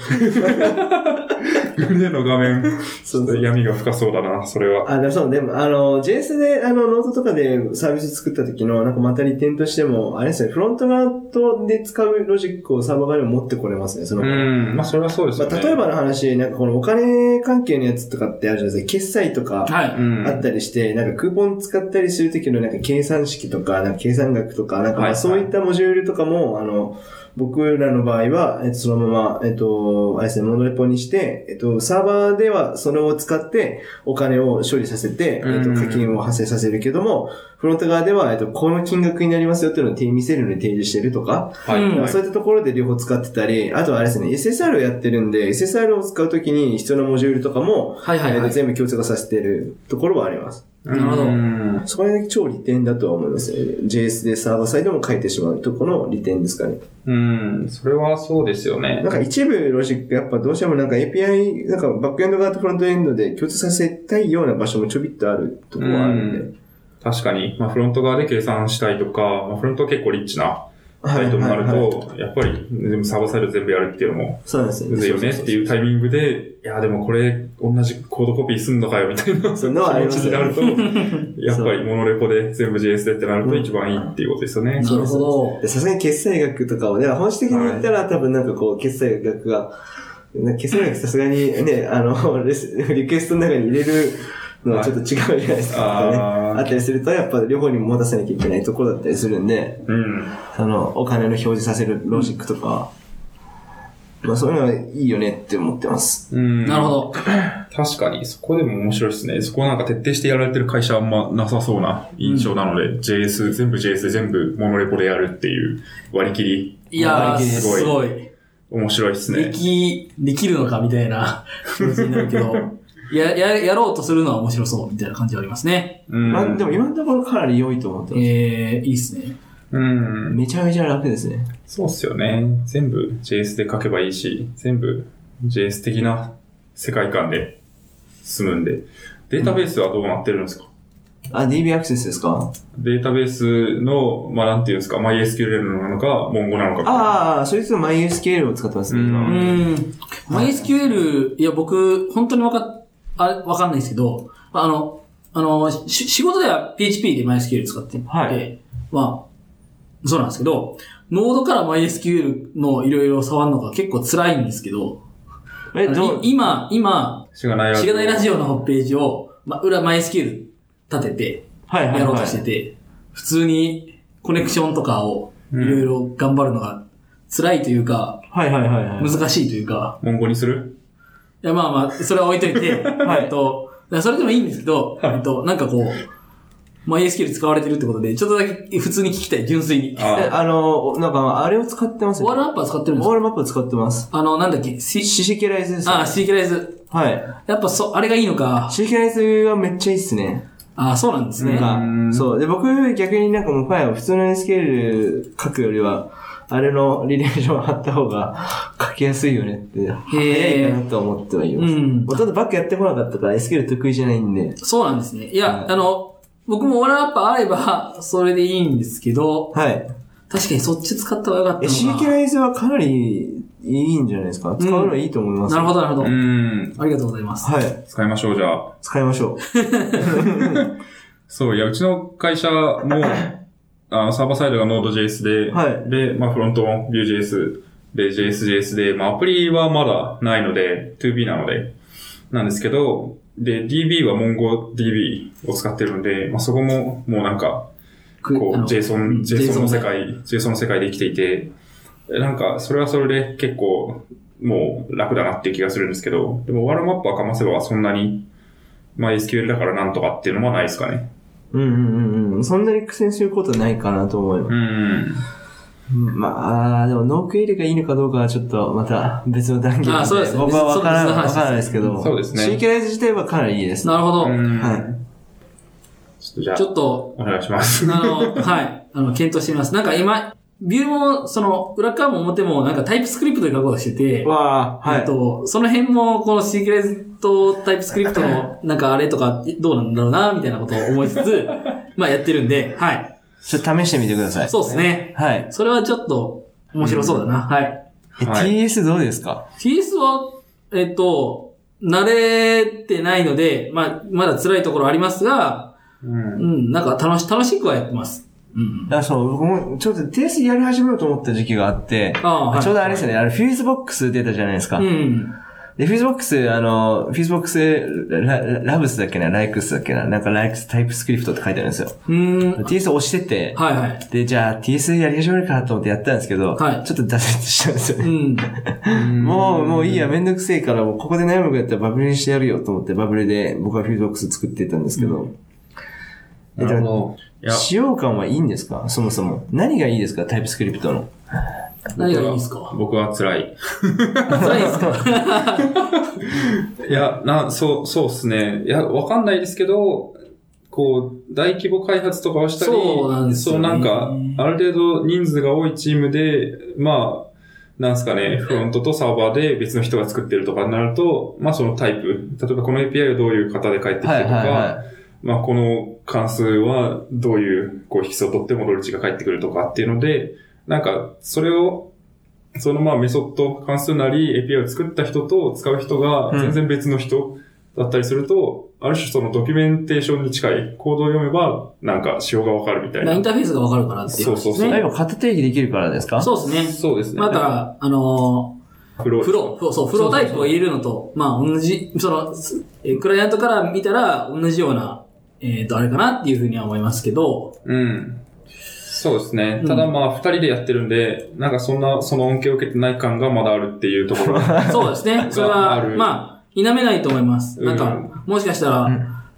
Speaker 2: 胸の画面、ちょっと闇が深そうだな、それは。
Speaker 3: あ、でもそう、でも、あの、JS で、あの、ノートとかでサービス作った時の、なんかまた利点としても、あれですね、フロント側とで使うロジックをサーバー側にも持ってこれますね、その。
Speaker 2: うん、まあそれはそうです
Speaker 3: ま
Speaker 2: よ
Speaker 3: あ、
Speaker 2: ね。。
Speaker 3: 例えばの話、なんかこのお金関係のやつとかってあるじゃないですか、決済とか。
Speaker 1: はいう
Speaker 2: ん。
Speaker 3: あったりして、なんかクーポン使ったりするときのなんか計算式とか、なんか計算学とか、なんかま
Speaker 2: はいは
Speaker 3: あ
Speaker 2: い
Speaker 3: そういったモジュールとかも、あの、僕らの場合は、えっと、そのまま、えっと、あれですね、モノレポにして、えっと、サーバーではそれを使ってお金を処理させて、えっと、
Speaker 2: うん
Speaker 3: 課金を発生させるけども、フロント側では、えっと、この金額になりますよっていうのを手見せるのに提示してるとか、
Speaker 2: はい、
Speaker 1: うん
Speaker 2: はい
Speaker 3: そういったところで両方使ってたり、あとはあれですね、SSR をやってるんで、SSR を使うときに必要なモジュールとかも、
Speaker 1: はいはい
Speaker 3: え
Speaker 1: は
Speaker 3: ー
Speaker 1: い。
Speaker 3: 全部共通化させてるところはあります。
Speaker 1: なるほど
Speaker 2: うん
Speaker 3: そこら辺超利点だとは思いますね。JS でサーバーサイドも書いてしまうとこの利点ですかね。
Speaker 2: うん、それはそうですよね
Speaker 3: なん。か一部ロジック、やっぱどうしてもなんか API、なんかバックエンド側とフロントエンドで共通させたいような場所もちょびっとあるところはあるんで。
Speaker 2: うん確かに、まあ、フロント側で計算したいとか、まあ、フロントは結構リッチな
Speaker 3: は
Speaker 2: サイトになる
Speaker 3: はいはい
Speaker 2: と、やっぱり全部サーバーサイド全部やるっていうのも、
Speaker 3: そうなんですよ
Speaker 2: むずいよねっていうタイミングで、いや、でもこれ、同じコードコピーすんのかよ、みたいな
Speaker 3: そんなのはありま
Speaker 2: 気持
Speaker 3: す
Speaker 2: ちになると、
Speaker 3: *laughs*
Speaker 2: やっぱりモノレポで全部 JS でってなると
Speaker 3: うん
Speaker 2: 一番いいっていうことですよね。
Speaker 1: なるほど。
Speaker 3: でさすがに決済額とかを、ね、本質的に言ったら、多分なんかこう、決済額が、な決済額さすがにね、あの、 *laughs* レスリクエストの中に入れるのはちょっと違うじゃないですか。とかね
Speaker 2: あ
Speaker 3: あったりすると、やっぱ両方にも持たせなきゃいけないところだったりするんで、
Speaker 2: ー、うん。
Speaker 3: その、お金の表示させるロジックとか、まあそういうのはいいよねって思ってます。
Speaker 2: うん。
Speaker 1: なるほ。ど。
Speaker 2: 確かに、そこでも面白いですね。そこはなんか徹底してやられてる会社はあんまなさそうな印象なので、JS、全部 JS で全部モノレポでやるっていう割り切り、
Speaker 1: いやー、
Speaker 2: 割り切りすごい
Speaker 1: すごい。
Speaker 2: 面白いです
Speaker 1: で
Speaker 2: ね。
Speaker 1: き、できるのかみたいな *laughs* 気持ちになるけど、や、や、やろうとするのは面白そうみたいな感じはありますね。
Speaker 2: うん。
Speaker 3: まあでも今のところかなり良いと思ってます。
Speaker 1: えー、いいっすね。
Speaker 2: うん。
Speaker 3: めちゃめちゃ楽ですね。
Speaker 2: そうっすよね。全部 JS で書けばいいし、全部 JS 的な世界観で進むんで。データベースはどうなってるんですか、
Speaker 3: あ、DB アクセスですか
Speaker 2: データベースの、まあなんていうんですか、MySQL なのか、Mongo なのか。
Speaker 3: ああ、そいつ MySQL を使ってますね、今は
Speaker 1: う
Speaker 2: うん
Speaker 1: ん。MySQL、いや、僕、本当にわか、あれ、わかんないですけど、まああの、あの、し仕事では PHP で MySQL 使ってて、
Speaker 3: はい
Speaker 1: まあ、そうなんですけど、ノードから MySQL のいろいろ触るのが結構辛いんですけど、
Speaker 3: え、
Speaker 1: あ
Speaker 3: ど
Speaker 1: の
Speaker 3: う
Speaker 1: い今、今、
Speaker 2: しがない
Speaker 1: しがないラ
Speaker 2: オ。
Speaker 1: ジオのホームページを、まあ、裏 MySQL 立てて、
Speaker 3: はいはいはい。
Speaker 1: やろうとしてて、普通にコネクションとかをいろいろ頑張るのが辛いというか、
Speaker 3: はいはいはいはい。
Speaker 1: 難しいというか、
Speaker 2: Mongo にする
Speaker 1: いやまあまあ、それは置いといて、
Speaker 3: はい
Speaker 1: えっと、だからそれでもいいんですけど、えっと、なんかこう、MySQL 使われてるってことで、ちょっとだけ普通に聞きたい、純粋に。
Speaker 2: あ
Speaker 3: え、
Speaker 2: あ
Speaker 3: *laughs* あの、なんか、あれを使ってます
Speaker 1: ウォール
Speaker 3: ね。
Speaker 1: アッパー使ってるん
Speaker 3: ウ
Speaker 1: です
Speaker 3: ォ
Speaker 1: か
Speaker 3: ールマップを使ってます。
Speaker 1: あの、なんだっけ、シ、
Speaker 3: シシケライズです。
Speaker 1: あ、シーケライズ。
Speaker 3: はい。
Speaker 1: やっぱそ、あれがいいのか。
Speaker 3: シシケライズはめっちゃいいっすね。
Speaker 1: あ、そうなんですね。
Speaker 3: な
Speaker 2: うんん
Speaker 3: か、そう。で、僕、逆になんかもうファイル、普通の SQL 書くよりは、あれのリレーション貼った方が *laughs* 書きやすいよねって、早いかなと思ってはいま
Speaker 1: う
Speaker 3: す。
Speaker 1: ん
Speaker 3: もともとバックやってこなかったから SQL 得意じゃないんで。
Speaker 1: そうなんですね。いや、
Speaker 3: はい
Speaker 1: あの、僕もウォールアッパーあれば、それでいいんですけど、
Speaker 3: はい。
Speaker 1: 確かにそっち使った方がよかっ
Speaker 3: え、シ
Speaker 1: たの
Speaker 3: ケ
Speaker 1: か
Speaker 3: ライズはかなりいいんじゃないですか。使うのはいいと思いま
Speaker 1: な。
Speaker 3: す。
Speaker 1: なるほど、なるほ
Speaker 2: う
Speaker 1: ど。
Speaker 2: ん。
Speaker 1: ありがとうございます。
Speaker 3: はい。
Speaker 2: 使いましょう、じゃあ。
Speaker 3: 使いましょう。
Speaker 2: そう、いや、うちの会社も、あの、サーバーサイドが Node.js で、
Speaker 3: はい
Speaker 2: で、まあ、フロントも Vue.js で、JSJS で、まあ、アプリはまだないので、2B なので、なんですけど、で、DB は MongoDB を使ってるんで、まあ、そこも、もうなんか、
Speaker 1: こ
Speaker 2: こう、JSON、JSON の世。
Speaker 1: あ
Speaker 2: 界、JSON の世界で生きていて、なんか、それはそれで結構、もう楽だなっていう気がするんですけど、でも、ワールマップはかませばそんなに、まあ、SQL だからなんとかっていうのはないですかね。
Speaker 3: うんうんうんうん。そんなに苦戦することないかなと思います。
Speaker 2: うん。
Speaker 3: まあ、でもノークエリがいいのかどうかはちょっとまた別の段階で。
Speaker 1: あそうですね
Speaker 3: 僕はわからない、
Speaker 1: 別の
Speaker 3: わ
Speaker 1: 別の話です
Speaker 3: からないですけど。
Speaker 2: そうですね
Speaker 3: シーケライズ自体はかなりいいです。
Speaker 1: なるほど。
Speaker 2: うん
Speaker 3: は
Speaker 2: ちょっとじゃあ
Speaker 1: ち、ょっと、
Speaker 2: お願いします。
Speaker 1: あの、はい、あの、検討してみます。なんか今、ビューも、その、裏側も表も、なんかタイプスクリプトで書こうとしてて、
Speaker 3: わあ、は
Speaker 1: えっ
Speaker 3: い。
Speaker 1: と、その辺も、このシークレットタイプスクリプトの、なんかあれとか、どうなんだろうな、みたいなことを思いつつ、まあやってるんで、はい。
Speaker 3: ちょっと試してみてください。
Speaker 1: そうですね。
Speaker 3: はい。
Speaker 1: それはちょっと面白そうだな。はい。
Speaker 3: え、
Speaker 2: はい
Speaker 3: TS どうですか
Speaker 1: TS は、えっと、慣れてないので、まあ、まだ辛いところありますが、
Speaker 2: うん。
Speaker 1: *laughs* うん、なんか楽し、楽しくはやってます。うん。
Speaker 3: あ、そう、僕もちょっと TS やり始めようと思った時期があって、
Speaker 1: ああはい
Speaker 3: ちょうどあれですよね、あの、フューズボックス出たじゃないですか。
Speaker 1: うん。
Speaker 3: で、フィーズボックス、あの、フィーズボックス、ラララブスだっけな、ライクスだっけな、なんかライクスタイプスクリプトって書いてあるんですよ。
Speaker 1: うーん。
Speaker 3: TS 押してて、
Speaker 1: はいはい。
Speaker 3: で、じゃあ TS やり始めるかと思ってやったんですけど、
Speaker 1: はい
Speaker 3: ちょっと挫折したんですよ
Speaker 1: う
Speaker 3: ね。
Speaker 1: ん。
Speaker 3: もう、もういいや、めんどくせえから、もうここで悩むぐらいだったらバブルにしてやるよと思って、バブルで僕はフィーズボックス作ってたんですけど、え
Speaker 2: なるほど。いや、
Speaker 3: 使用感はいいんですかそもそも。何がいいですかタイプスクリプトの。
Speaker 1: 何がいいんですか
Speaker 2: 僕は辛い。
Speaker 1: 辛いです
Speaker 2: *laughs*
Speaker 1: か
Speaker 2: いや、な、そう、そうっすね。いや、わかんないですけど、こう、大規模開発とかをしたり、
Speaker 1: そうなんですよね
Speaker 2: そうなんか、ある程度人数が多いチームで、まあ、なんすかね、フロントとサーバーで別の人が作ってるとかになると、まあそのタイプ、例えばこの API をどういう型で返ってきてとか、
Speaker 3: い。
Speaker 2: まあこの関数はどういうこう引数を取って戻り値が返ってくるとかっていうので、なんかそれを、そのまあメソッド、関数なり API を作った人と使う人が
Speaker 3: うん
Speaker 2: 全然別の人だったりすると、ある種そのドキュメンテーションに近いコードを読めばなんか仕様がわかるみたい
Speaker 1: イン
Speaker 2: な。
Speaker 1: ターフェースがわかるかなっていう話ですね。
Speaker 2: そうそう
Speaker 3: 例えば型定義できるからですかう。
Speaker 1: そうですね。
Speaker 2: そうですね。
Speaker 1: また、あの
Speaker 2: フロ
Speaker 1: ー
Speaker 2: ー。
Speaker 1: フロー、フロー、そう、フロータイプを入れるのと、まあ、同じ、その、すえークライアントから見たら、同じような、えっ、と、あれかなっていうふうには思いますけ
Speaker 2: *laughs*
Speaker 1: ど、
Speaker 2: うん。そうですね
Speaker 1: う。ん
Speaker 2: ただまあ二人でやってるんで、なんかそんな、その恩恵を受けてない感がまだあるっていうところ。
Speaker 1: *laughs* そうですね。それ
Speaker 2: あ
Speaker 1: は、
Speaker 2: る
Speaker 1: まあ、否めないと思います。
Speaker 2: うん
Speaker 1: なんか、もしかしたら、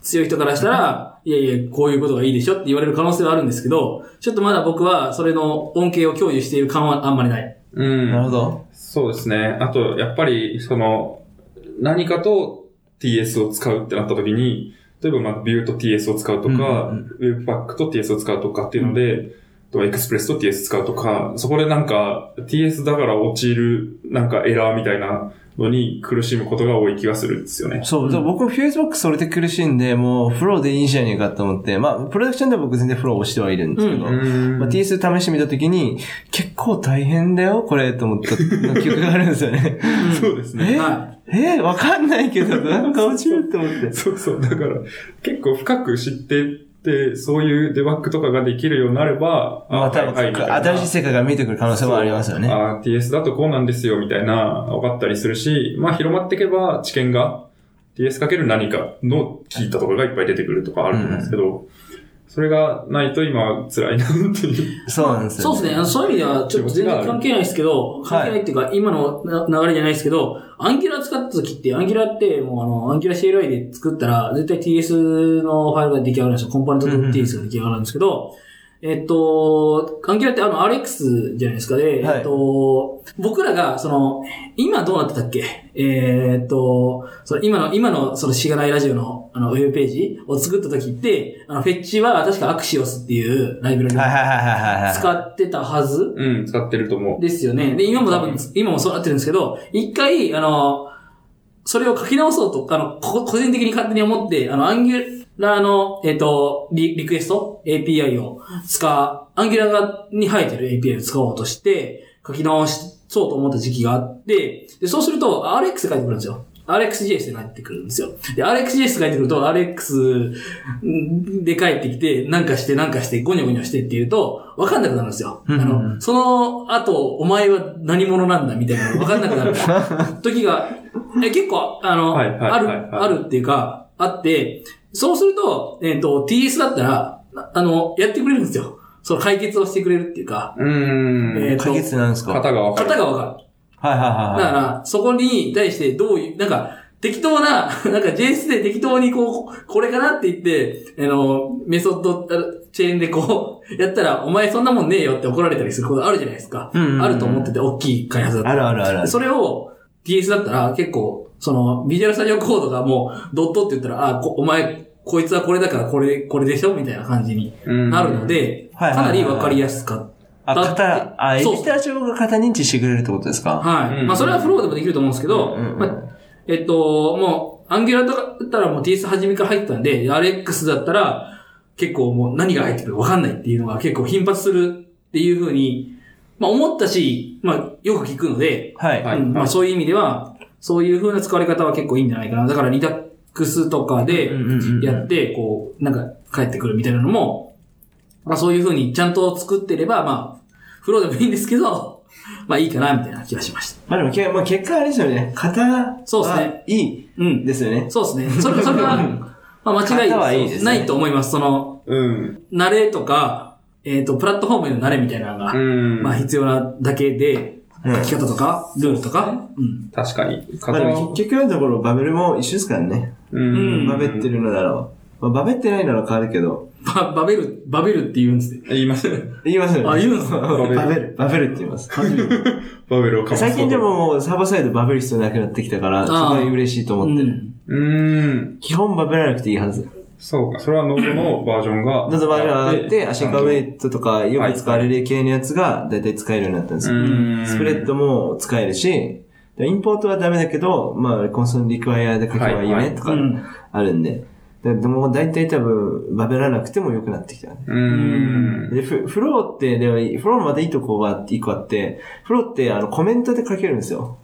Speaker 1: 強い人からしたら、いやいや、こういうことがいいでしょって言われる可能性はあるんですけど、ちょっとまだ僕は、それの恩恵を共有している感はあんまりない。
Speaker 2: うん。
Speaker 3: なるほど。
Speaker 2: そうですね。あと、やっぱり、その、何かと TS を使うってなった時に、例えば、まあ、ビューと TS を使うと
Speaker 3: うんう
Speaker 2: か、
Speaker 3: ん
Speaker 2: ウェブパックと TS を使うとかっていうので、とエクスプレスと TS 使うとか、そこでなんか、TS だから陥る、なんかエラーみたいなのに苦しむことが多い気がするんですよね。
Speaker 3: そう、そう僕もフューズボックスそれで苦しいんで、もうフローでいいじゃねえかと思って、まあ、プロダクションでは僕全然フローを押してはいるんですけど、
Speaker 2: うん
Speaker 3: まあ、TS 試してみたときに、結構大変だよ、これ、と思った記憶があるんですよね。
Speaker 2: *laughs* そうですね。
Speaker 3: え
Speaker 1: は
Speaker 3: えわかんない
Speaker 1: *laughs*
Speaker 3: けど、なんか落ちると思って。
Speaker 2: そうそう。だから、結構深く知ってって、そういうデバッグとかができるようになれば、あ
Speaker 3: まあ、多
Speaker 2: はいはいみたい
Speaker 3: 分、
Speaker 2: な
Speaker 3: 新しい世界が見えてくる可能性もありますよね。
Speaker 2: あー TS だとこうなんですよ、みたいな、分かったりするし、まあ広まっていけば知見が TS かける何かの聞いたところがいっぱい出てくるとかあると思うんですけど、それがないと今辛いなっていう。
Speaker 3: そうなんで
Speaker 1: い。
Speaker 3: すよ、
Speaker 1: そうですね。あのそういう意味では、ちょっと全然関係ないですけど、
Speaker 3: い
Speaker 1: 関係ないっていうか、今のな流れじゃないですけど、アンギュラ使った時って、アンギュラって、もうあの、アンギュラ CLI で作ったら、絶対 TS のファイルが出来上がるんですよ。コンポーネントと
Speaker 3: うんうん
Speaker 1: TS が出来上がるんですけど、えっと、アンギュラってあの、RX じゃないですかで、
Speaker 3: はい
Speaker 1: えっと、僕らが、その、今どうなってたっけえーっと、その今の、今のそのしがないラジオのあのウェブページを作った時って、あのフェッチは確かアクシオスっていうライブラリを
Speaker 3: はいはいはいはいはい。
Speaker 1: 使ってたはず
Speaker 2: うん、使ってると思
Speaker 1: ですよね。で、今も多分、今もそうなってるんですけど、一回、あの、それを書き直そうと、あの、こ個人的に勝手に思って、あの、アンギュラーの、えっ、とリ、リクエスト ?API を使う、アンギュラーがに生えてる API を使おうとして、書き直しそうと思った時期があって、で、そうすると、RX で書いてくるんですよ。RxJS で返ってくるんですよ。で、RxJS で返ってくると、RX で返ってきて、なんかして、なんかして、ゴニョゴニョしてって言うと、わかんなくなるんですよ。あ
Speaker 3: うんうんう
Speaker 1: の、その後、お前は何者なんだみたいなのがわかんなくな
Speaker 3: *laughs*
Speaker 1: る時が、え結構、あの、
Speaker 2: はいはい
Speaker 1: ある
Speaker 2: はいはい、
Speaker 1: あるっていうか、あって、そうすると、えっ、と、TS だったら、ああの、やってくれるんですよ。その解決をしてくれるっていうか、
Speaker 2: う。うん、
Speaker 1: えー
Speaker 3: 解決なんですか
Speaker 2: 型が分かる。
Speaker 1: 型がわかる。
Speaker 3: はいはい
Speaker 1: だか
Speaker 3: はい。
Speaker 1: ら、そこに対してどういう、なんか、適当な、 *laughs* なんか JS で適当にこう、これかなって言って、あの、メソッド、あチェーンでこう、やったら、お前そんなもんねえよって怒られたりすることあるじゃないですか。
Speaker 3: うんうんうん
Speaker 1: あると思ってて、大きい開発だった
Speaker 3: あるあるあるある。
Speaker 1: それを DS だったら結構、その、ビジュアルスタジオコードがもう、ドットって言ったら、あ、こお前、こいつはこれだからこれ、これでしょみたいな感じに
Speaker 2: うん
Speaker 1: なるの、で、
Speaker 3: はいは
Speaker 1: か
Speaker 3: いはい
Speaker 1: な
Speaker 3: はい
Speaker 1: りわかりやすかった。
Speaker 3: あ、型、あ、エデ
Speaker 1: そう
Speaker 3: ィター上が型認知してくれるってことですか
Speaker 1: はい。
Speaker 2: うん
Speaker 1: まあ、それはフローでもできると思うんですけど、
Speaker 3: うんうん
Speaker 1: まあ、えっと、もう、アンギュラーだったらもう TS 初めから入ってたんで、RX だったら、結構もう何が入ってくるかわかんないっていうのが結構頻発するっていうふうに、まあ思ったし、まあよく聞くので、
Speaker 3: はい。
Speaker 2: はい
Speaker 1: うんま
Speaker 2: は
Speaker 1: あ
Speaker 2: い
Speaker 1: そういう意味では、そういうふうな使われ方は結構いいんじゃないかな。だからリダックスとかで、
Speaker 2: うんうんうんうん
Speaker 1: やって、こう、なんか帰ってくるみたいなのも、まあそういう風にちゃんと作ってれば、まあ、フローでもいいんですけど、 *laughs* まあいいかな、みたいな気がしました。
Speaker 3: まあでもけ、まあ、結果あれですよね。型が、
Speaker 1: そうですね。
Speaker 3: いいうい
Speaker 1: ん。
Speaker 3: ですよね。
Speaker 1: そうですね。それ、それ
Speaker 3: *laughs*
Speaker 1: は、まあ間違
Speaker 3: 型はいいで
Speaker 1: い
Speaker 3: すね
Speaker 1: ないと思います。その、
Speaker 2: うん。
Speaker 1: 慣れとか、えっ、と、プラットフォームへの慣れみたいなのが、
Speaker 2: うん。
Speaker 1: まあ必要なだけで、
Speaker 3: うん
Speaker 1: 書き方とか、ルールとか、うん。
Speaker 2: 確かに。
Speaker 3: まあでも結局のところバベルも一緒ですからね。
Speaker 2: うん。
Speaker 3: バベってるのだろう。まあ、バベってないなら変わるけど。
Speaker 1: ば、バベル、バベルって言うんですね。
Speaker 2: 言いますね。
Speaker 3: 言いますよね。
Speaker 1: あ言うんですか
Speaker 3: バ
Speaker 2: バ
Speaker 3: ベ
Speaker 2: ベル
Speaker 3: ル。バベルって言います。
Speaker 2: バベルをかますこと
Speaker 3: 最近でも、もうサーバーサイドバベる必要なくなってきたから、す
Speaker 1: あー
Speaker 3: ごい嬉しいと
Speaker 1: う
Speaker 3: 思ってる。
Speaker 1: ん。
Speaker 2: うーん。
Speaker 3: 基本バベらなくていいはず。
Speaker 2: そうか。それはノードのバージョンが。
Speaker 3: ノードバージョン上がって、アシンカウ
Speaker 2: イ。
Speaker 3: ェイトとかよく使われる系のやつがだいたい使えるようになったんですよ。
Speaker 2: うん。
Speaker 3: スプレッドも使えるし、インポートはダメだけど、まあ、コンソールリクワイアで書けばいいよ
Speaker 2: はいは
Speaker 3: ね
Speaker 2: い
Speaker 3: とか
Speaker 1: うん。
Speaker 3: あるんで。ででも、だいたい多分、バベらなくても良くなってきたね。
Speaker 2: うーん。
Speaker 3: で、フフローって、でも、フローまでいいとこが一個あって、フローって、あの、コメントで書けるんですよ。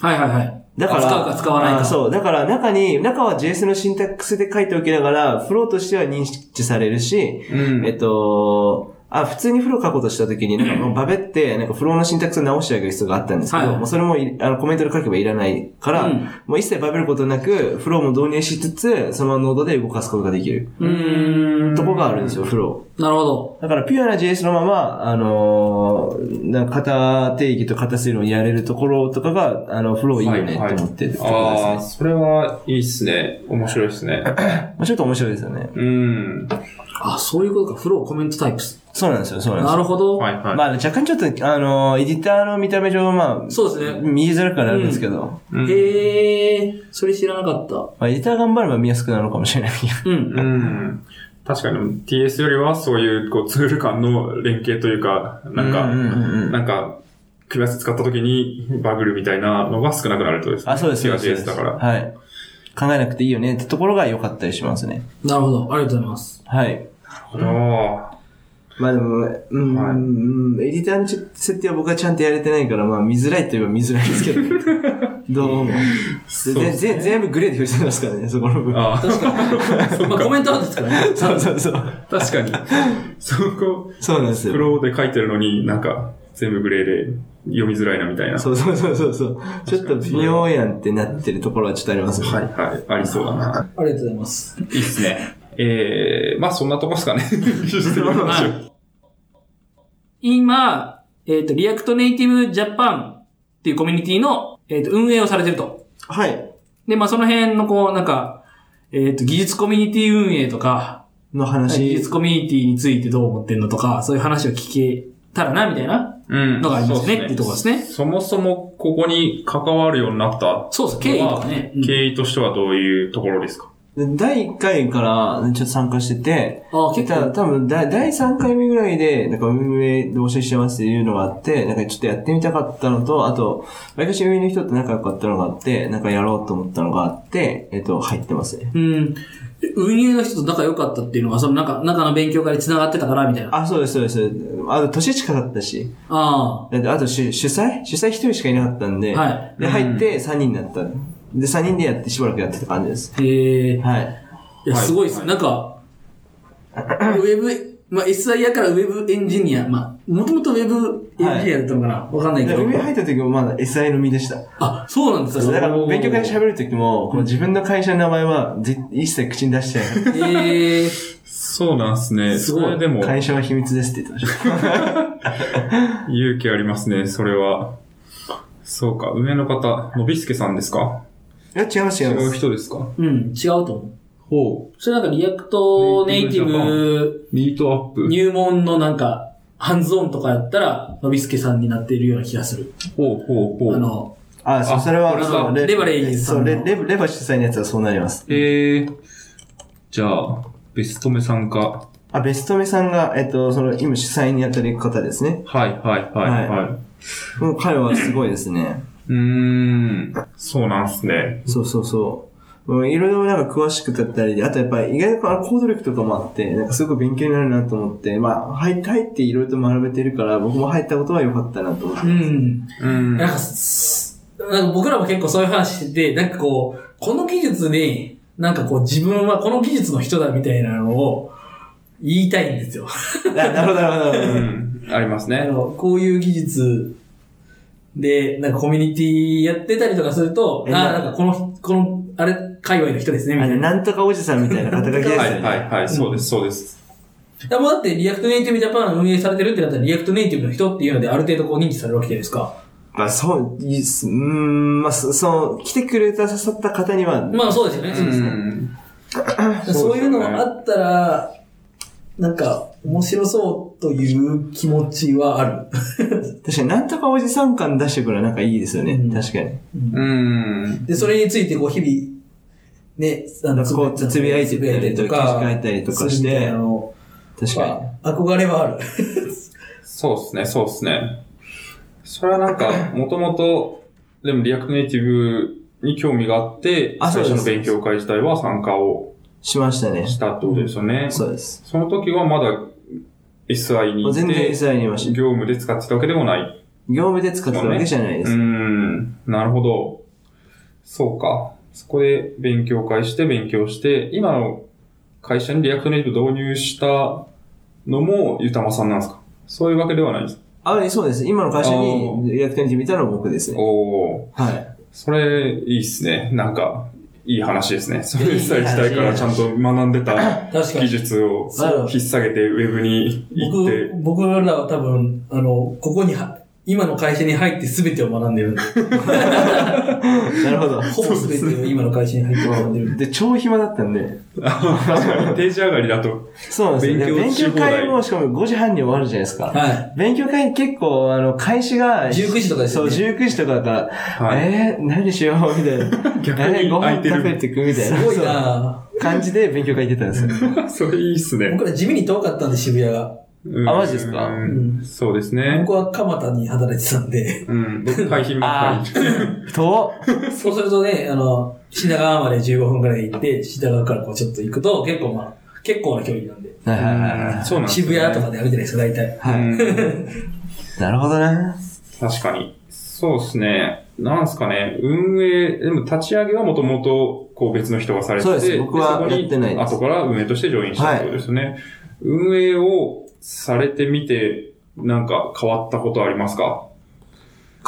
Speaker 1: はいはいはい。
Speaker 3: だから、
Speaker 1: 使うか使わないか
Speaker 3: あそう。だから、中に、中は JS のシンタックスで書いておきながら、フローとしては認知されるし、
Speaker 2: うん。
Speaker 3: えっと、あ、普通にフロー書こうとしたときに、なんかもうバベって、なんかフローのシンタックスを直してあげる必要があったんですけど、
Speaker 1: はい
Speaker 3: もうそれもいあのコメントで書けばいらないから、
Speaker 1: うん
Speaker 3: もう一切バベることなく、フローも導入しつつ、そのままノードで動かすことができる。
Speaker 1: うーん。
Speaker 3: とこがあるんですよ、フロー。
Speaker 1: なるほど。
Speaker 3: だから、ピュアな JS のまま、あのーなんか型定義と型推論やれるところとかが、あの、フローいいよねって思ってるところですね。
Speaker 2: ああ、それはいいっすね。面白いっすね。
Speaker 3: まあ、ちょっと面白いですよね。
Speaker 2: うん。
Speaker 1: あ、そういうことか。フローコメントタイプス。
Speaker 3: そうなんですよ、そうなんです
Speaker 1: なる
Speaker 3: よ。
Speaker 1: ほど。
Speaker 2: はいはい。
Speaker 3: まあ、若干ちょっと、あのーエディターの見た目上、まあ、
Speaker 1: そうですね。
Speaker 3: 見えづらくはなるんですけど、
Speaker 2: うん
Speaker 1: へえ、それ知らなかった。
Speaker 3: まあ、エディター頑張れば見やすくなるのかもしれないけど。
Speaker 1: うん。
Speaker 2: うん。確かに TS よりはそういうこうツール間の連携というか、なんか、
Speaker 3: うんうんうんうん
Speaker 2: なんか、組み合わせ使った時にバグるみたいなのが少なくなるってことですね。
Speaker 3: あ、そうです、そうです。そうで
Speaker 2: TS
Speaker 3: す
Speaker 2: だから。
Speaker 3: はい。考えなくていいよねってところが良かったりしますね。
Speaker 1: なるほど。ありがとうござい
Speaker 2: *laughs*
Speaker 1: ます。
Speaker 3: はい。
Speaker 2: あ
Speaker 3: まあでも、うん、
Speaker 2: はい
Speaker 3: うんエディターのちょ設定は僕はちゃんとやれてないから、まあ見づらいと言えば見づらいですけど、 *laughs* どうも。
Speaker 2: そう
Speaker 3: ぜぜ全部グレーで表示されますからね、そこの部
Speaker 2: ー
Speaker 3: 分。
Speaker 2: あー。
Speaker 1: 確かに。まあコメントなんですからね。
Speaker 3: そうそうそう。
Speaker 2: 確かに。そこ、
Speaker 3: そうなんです
Speaker 2: プ
Speaker 3: よ。
Speaker 2: ロで書いてるのになんか、全部グレーで読みづらいなみたいな。
Speaker 3: *laughs* そうそうそうそうそう。ちょっと微妙やんってなってるところはちょっとありますね。
Speaker 2: はいはい。ありそうだな。
Speaker 1: ありがとうございます。
Speaker 2: いいっすね。えー、まあそんなとこっすか
Speaker 3: *laughs*
Speaker 2: ね。 *laughs* してる話を
Speaker 1: 今、えっと、リアクトネイティブジャパンっていうコミュニティの、えっと、運営をされてると。
Speaker 3: はい。
Speaker 1: で、まあその辺のこう、なんか、えっと、技術コミュニティ運営とか、
Speaker 3: の
Speaker 1: 技
Speaker 3: 話
Speaker 1: 術。コミュニティについてどう思ってんのとか、そういう話を聞けたらな、みたいな
Speaker 2: うん。
Speaker 1: のがあります
Speaker 2: そうっ
Speaker 1: ね、っていうところですね。
Speaker 2: そもそもここに関わるようになった
Speaker 1: そうです。経緯とかね。うん
Speaker 2: 経緯としてはどういうところですか
Speaker 3: 第1回からちょっと参加してて、
Speaker 1: ああ、結
Speaker 3: た
Speaker 1: 構。
Speaker 3: 多分だ第3回目ぐらいで、なんか運営で募集してますっていうのがあって、なんかちょっとやってみたかったのと、あと、昔運営の人と仲良かったのがあって、なんかやろうと思ったのがあって、えっと、入ってますね。
Speaker 1: うん。運営の人と仲良かったっていうのは、その中、中の勉強会で繋がってたから、みたいな。あ
Speaker 3: あ、そうです、そうです。あと、年近かったし。
Speaker 1: あ
Speaker 3: だってあと主、主催主催一人しかいなかったんで、
Speaker 1: は
Speaker 3: で、
Speaker 2: うん
Speaker 3: 入って3人だった。で、3人でやって、しばらくやってた感じです。
Speaker 1: ー。へえー。
Speaker 3: はい。
Speaker 1: いや、
Speaker 2: はい
Speaker 1: すごいです。
Speaker 2: はい
Speaker 1: なんか、ウェブ、まあ、SI やからウェブエンジニア。まあ、もともとウェブエンジニアだったのかなわ、かんないけ
Speaker 3: で、
Speaker 1: ど。
Speaker 3: 運営入った時もまだ SI の身でした。
Speaker 1: あ、そうなんです
Speaker 3: そう
Speaker 1: か。
Speaker 3: だから、勉強会で喋る時も、この自分の会社の名前は、ぜ一切口に出してない。
Speaker 1: ええ
Speaker 2: そうなんですね。
Speaker 1: すごい
Speaker 2: それでも
Speaker 3: 会社は秘密ですって言ってました。
Speaker 2: 勇気ありますね、それは。そうか、上の方、のびすけさんですか
Speaker 3: いや、違います、
Speaker 2: 違
Speaker 3: 違いま
Speaker 2: う
Speaker 3: す。
Speaker 2: 人ですか
Speaker 1: うん、違うと思う。
Speaker 2: ほ
Speaker 1: それなんかリアクトネイティブ
Speaker 2: う。ミートアップ。
Speaker 1: 入門のなんか、ハンズオンとかやったら、のびすけさんになっているような気がする。
Speaker 2: ほうほうほ
Speaker 1: あ
Speaker 2: う。
Speaker 1: の、
Speaker 3: あ、そう、
Speaker 2: あ
Speaker 3: それは、
Speaker 2: これが
Speaker 3: そう
Speaker 1: レバレージさん
Speaker 3: そう、
Speaker 1: の
Speaker 3: レレレバ主催のやつはそうなります。
Speaker 2: えー、じゃあ、ベストメさんか。
Speaker 3: あ、ベストメさんが、えっと、その、今主催にやってる方ですね。
Speaker 2: はいはいはいはい。
Speaker 3: もう彼はすごいですね。
Speaker 2: うーん、そうなんですね。
Speaker 3: そうそうそう。うん、いろいろなんか詳しくだったり、あとやっぱり意外とあの行動力とかもあって、なんかすごく勉強になるなと思って、まあ、入って、入っていろいろと学べてるから、僕も入ったことは良かったなと思って。 *laughs*
Speaker 1: うん。
Speaker 2: うん。
Speaker 1: なんかす、なんか僕らも結構そういう話してて、なんかこう、この技術に、なんかこう自分はこの技術の人だみたいなのを言いたいんですよ。
Speaker 3: あなるほど、なるほどなる
Speaker 2: う
Speaker 3: ほど。
Speaker 2: ん。あります
Speaker 1: あ
Speaker 2: ね。
Speaker 1: の、こういう技術で、なんかコミュニティやってたりとかすると、あ
Speaker 3: え
Speaker 1: あ、な
Speaker 3: な
Speaker 1: んかこの、この、あれ、界隈の人ですね、み
Speaker 3: あ
Speaker 1: たい
Speaker 3: の、
Speaker 1: な。
Speaker 3: なんとかおじさんみたいな肩書きですよね。
Speaker 2: はい、はい、はい。そうです、そうです。
Speaker 1: いやもうだって、リアクトネイティブジャパンが運営されてるってなったら、リアクトネイティブの人っていうので、ある程度こう認知されるわけじゃないですか。
Speaker 3: まあ、そう、いいっすうーん、まあ、そそう、来てくれた、誘った方には、
Speaker 1: まあそうですよね。そうですね。
Speaker 2: ん。
Speaker 1: そういうの
Speaker 2: そうですよね
Speaker 1: があったら、なんか、面白そうという気持ちはある。
Speaker 3: 確かになんとかおじさん感出してくるのはなんかいいですよね。
Speaker 1: うん
Speaker 3: 確かに。
Speaker 2: うん。
Speaker 1: で、それについて、こう、日々、ね、あ
Speaker 3: なんかこう、つぶやいて
Speaker 1: つぶ
Speaker 3: た
Speaker 1: や
Speaker 3: りとか、記事書いたりとかし
Speaker 1: するみたい
Speaker 3: て
Speaker 1: な、の
Speaker 3: 確か
Speaker 1: は憧れはある。
Speaker 2: そうですね、そうですね。それはなんか、もともと、でもリアクトネイティブに興味があって、
Speaker 3: あそう
Speaker 2: 最
Speaker 3: です
Speaker 2: 初の勉強会自体は参加を
Speaker 3: に。しましたね。
Speaker 2: したってことですよね。
Speaker 3: そうです。
Speaker 2: その時はまだ SI に行
Speaker 3: もう
Speaker 2: っ
Speaker 3: 全然
Speaker 2: て、
Speaker 3: 餌にいま
Speaker 2: 業
Speaker 3: した。
Speaker 2: 務で使ってたわけでもない。
Speaker 3: 業務で使ってたわけじゃないで
Speaker 2: う
Speaker 3: す。
Speaker 2: ん、なるほど。そうか。そこで勉強会して勉強して、今の会社にリアクトネイティブ導入したのもゆたまさんなんですかそういうわけではないんです。
Speaker 3: あ、そうです。今の会社
Speaker 2: あ
Speaker 3: に
Speaker 2: ー
Speaker 3: リアクトに見たのは僕ですね。
Speaker 2: おー。
Speaker 3: はい。
Speaker 2: それ、いいっすね。なんか、いい話ですね。そうい
Speaker 3: いいう
Speaker 2: 時代からちゃんと学んでた
Speaker 1: 確か
Speaker 2: 技
Speaker 1: に。
Speaker 2: 術
Speaker 3: *laughs*
Speaker 2: を
Speaker 3: そう
Speaker 2: 引っ提げてウェブに行って
Speaker 1: 僕、、僕らは多分、あの、ここには、今の会社に入って全てを学んでるん
Speaker 3: *laughs*
Speaker 1: で。
Speaker 3: なるほど。
Speaker 1: ほぼ全てを今の会社に入って学んでるんで。
Speaker 3: *laughs* で、超暇だったんで。
Speaker 2: 確かに定時上がりだと。
Speaker 3: そうなんですよ。で勉
Speaker 2: 勉強し
Speaker 3: 強
Speaker 2: 放題
Speaker 3: 会もしかも5時半に終わるじゃないですか。
Speaker 1: は
Speaker 3: 勉強会結構、あの、開始が、
Speaker 1: い。19時とかです
Speaker 3: そう、
Speaker 1: よね。
Speaker 3: 19時とかだから、
Speaker 2: はい。
Speaker 3: えー、何しようみたい
Speaker 2: *laughs*
Speaker 3: な。
Speaker 2: 逆
Speaker 3: えー
Speaker 2: に
Speaker 3: ご
Speaker 2: 空
Speaker 3: 飯
Speaker 2: いて
Speaker 3: 食べ
Speaker 2: る。
Speaker 3: てくみたい
Speaker 1: *laughs*
Speaker 3: な。
Speaker 1: すごい
Speaker 3: そう
Speaker 1: な
Speaker 3: 感じで勉強会行ってたんですよ。
Speaker 2: *laughs* それいいっすね。
Speaker 1: 僕ら地味に遠かったんで、渋谷が。
Speaker 2: うん
Speaker 3: あマジですか
Speaker 2: うんそうですね。
Speaker 1: 僕は蒲田に働いてたんで、
Speaker 2: うん。僕、海 *laughs* 浜幕張。
Speaker 3: *laughs* と、
Speaker 1: そうするとね、あの、品川まで15分くらい行って、品川からこうちょっと行くと、結構まあ、結構な距離なんで。
Speaker 3: はいはいはい
Speaker 2: うんそうなんですよね
Speaker 1: 渋谷とかであるじゃないですか、大体。
Speaker 3: はい。はい。
Speaker 2: うん
Speaker 3: なるほどね。
Speaker 2: 確かに。そうですね。なんですかね。運営、でも立ち上げはもともと、こう別の人がされてて、
Speaker 3: そうです僕は
Speaker 2: そこに
Speaker 3: やってないです
Speaker 2: 後から運営としてジョインしたってことですよね。運営をされてみて、なんか変わったことありますか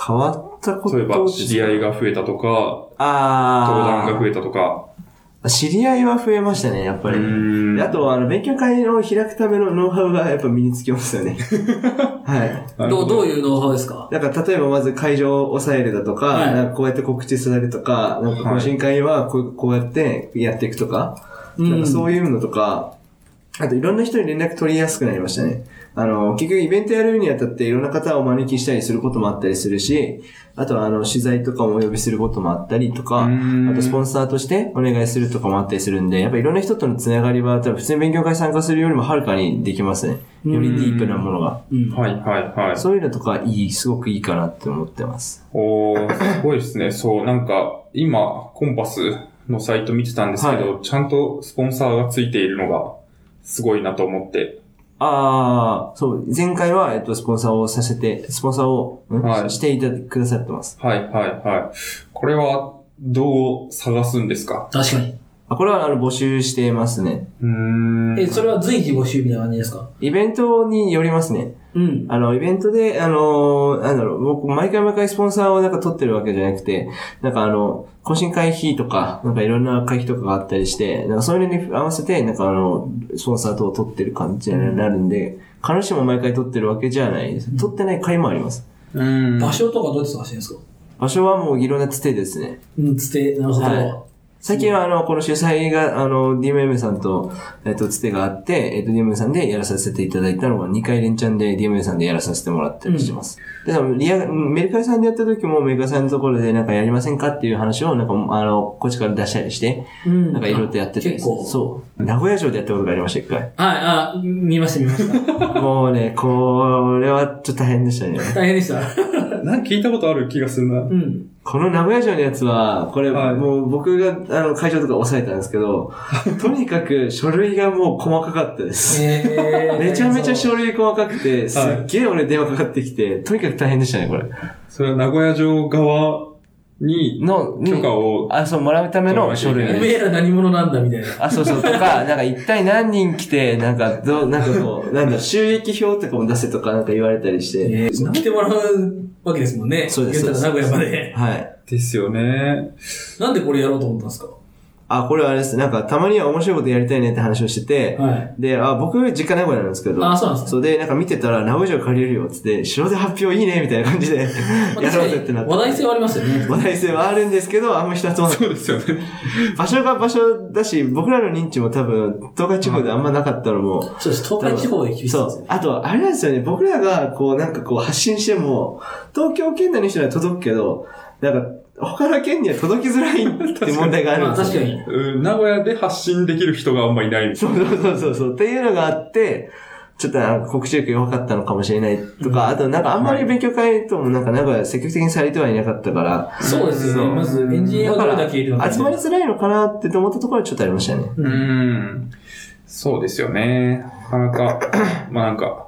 Speaker 3: 変わったこと
Speaker 2: 例えば、知り合い
Speaker 3: が。
Speaker 2: が増えたとか、登
Speaker 3: あ
Speaker 2: 壇が増えたとか。
Speaker 3: あ。知り合いは増えましたね、やっぱ
Speaker 2: う
Speaker 3: り。
Speaker 2: ーん
Speaker 3: であ、とは、あの、勉強会を開くためのノウハウがやっぱ身につきますよね。はい。
Speaker 2: なるほ
Speaker 1: ういうノウハウですか
Speaker 3: なんか、例えばまず会場を抑えるだとか、
Speaker 1: はい
Speaker 3: なんかこうやって告知するとか、なんか懇親会はこうこうやってやっていくとか、
Speaker 1: う
Speaker 3: なん
Speaker 1: ん
Speaker 3: か。そういうのとか、あといろんな人に連絡取りやすくなりましたね。あの、結局イベントやるにあたっていろんな方をお招きしたりすることもあったりするし、あとはあの、取材とかもお呼びすることもあったりとか、あとスポン
Speaker 2: サ
Speaker 3: サーとしてお願いするとかもあったりするんで、やっぱいろんな人とのつながりは多分普通に勉強会参加するよりもはるかにできますね。よりディープなものが。
Speaker 1: うん
Speaker 2: はいはいはい。
Speaker 3: そういうのとかいい、すごくいいかなって思ってます。
Speaker 2: おー、すごいです *laughs* ね。そう、なんか、今、コンパスのサイト見てたんですけど、ちゃんとスポンサーがついているのが、すごいなと思って。
Speaker 3: ああ、そう、前回は、えっと、スポンサーをさせて、スポンサーを、ん
Speaker 2: はい
Speaker 3: していただくださってます。
Speaker 2: はい、はい、はい。これは、どう探すんですか
Speaker 1: 確かに。
Speaker 3: あこれは、あの、募集してますね。
Speaker 2: うーん。
Speaker 1: え、それは随時募集みたいな感じですか
Speaker 3: イベントによりますね。
Speaker 1: うん。
Speaker 3: あの、イベントで、あのーなんだろう、僕、毎回毎回スポンサーをなんか取ってるわけじゃなくて、なんかあの、懇親会費とか、なんかいろんな会費とかがあったりして、なんかそういうのに合わせて、なんかあの、スポンサーと取ってる感じになるんで、彼女も毎回取ってるわけじゃないです。取ってない会もあります。
Speaker 2: うーん。
Speaker 1: 場所とかどうやって探してるんですか
Speaker 3: 場所はもういろんなつてですね。
Speaker 1: うん、つて、なるほ
Speaker 3: は
Speaker 1: ど。
Speaker 3: 最近は、あの、この主催が、あの、DMM さんと、えっと、つてがあって、えっと、DMM さんでやらさせていただいたのが、2回連チャンで DMM さんでやらさせてもらったりしてます。で、多分リア、メルカリさんでやった時も、メルカリさんのところでなんかやりませんかっていう話を、なんか、あの、こっちから出したりして、
Speaker 1: うん
Speaker 3: なんかいろいろとやってて、
Speaker 1: 結構。
Speaker 3: そう。名古屋城でやったことがありました、
Speaker 1: *laughs*
Speaker 3: 一回。
Speaker 1: はい、あ、見ました見ました。
Speaker 3: もうね、これはちょっと大変でしたね。
Speaker 1: 大変でした。
Speaker 2: な、なんか聞いたことある気がするな。
Speaker 4: うん。
Speaker 3: この名古屋城のやつは、これ、
Speaker 2: はい
Speaker 3: もう僕が、あの、会場とか押さえたんですけど、とにかく書類がもう細かかったです。
Speaker 4: え
Speaker 3: *laughs* めちゃめちゃ書類細かくて、す
Speaker 2: はい
Speaker 3: っげえ俺電話かかってきて、とにかく大変でしたね、これ。
Speaker 2: それは名古屋城側に
Speaker 3: の、に
Speaker 2: 許可を、
Speaker 3: あ、そう、もらうための書類
Speaker 4: お
Speaker 3: です
Speaker 4: めえら何者なんだみたいな。
Speaker 3: あ、そうそう、と
Speaker 4: *laughs*
Speaker 3: か、なんか一体何人来て、なんか、どう、なんかこう、なんだ、収益表とかも出せとかなんか言われたりして。
Speaker 4: えー来てもらうわけですもんね。
Speaker 3: そうです
Speaker 4: 言ったら名古屋まで。
Speaker 3: はい。
Speaker 2: ですよね。
Speaker 4: なんでこれやろうと思ったんですか
Speaker 3: あ、これはあれです。なんか、たまには面白いことやりたいねって話をしてて、
Speaker 4: はい。
Speaker 3: で、あ、僕、実家名古屋なんですけど、
Speaker 4: あ、そうなんです
Speaker 3: そうで、なんか見てたら、名古屋城借りるよってって、城で発表いいねみたいな感じで、
Speaker 4: ね。
Speaker 3: やろうぜってな
Speaker 4: まあ確か
Speaker 3: っ
Speaker 4: に話題
Speaker 3: て。
Speaker 4: 性はありますよね。
Speaker 3: 話題性はあるんですけど、あんま人集まらな
Speaker 2: そ
Speaker 3: いう
Speaker 2: ですよね。
Speaker 3: 場所が場所だし、僕らの認知も多分、東海地方であんまなかったのも、
Speaker 1: そうです。東海地方で厳しいです
Speaker 3: そ
Speaker 1: ね。
Speaker 3: う。あと、あれなんですよね。僕らが、こう、なんかこう、発信しても、東京圏内の人には届くけど、なんか、他の県には届きづらいって問題がある
Speaker 1: ま
Speaker 3: ん
Speaker 1: あ
Speaker 3: で
Speaker 1: 確
Speaker 3: す
Speaker 1: か
Speaker 3: *laughs* よ。
Speaker 1: に。
Speaker 2: うん、名古屋で発信できる人があんまいないみたい
Speaker 3: そうそうそうそうそう。っていうのがあって、ちょっとなんか告知力弱かったのかもしれないとか、あとなんかあんまり勉強会ともなんか名古屋積極的にされてはいなかったから、
Speaker 4: そうですよ
Speaker 3: そう
Speaker 4: ね。まずエンジニアがどれだけいるのか。
Speaker 3: 集まりづらいのかなって思ったところはちょっとありましたね。
Speaker 2: な。うん。そうですよね。なかな *coughs* か、まあなんか、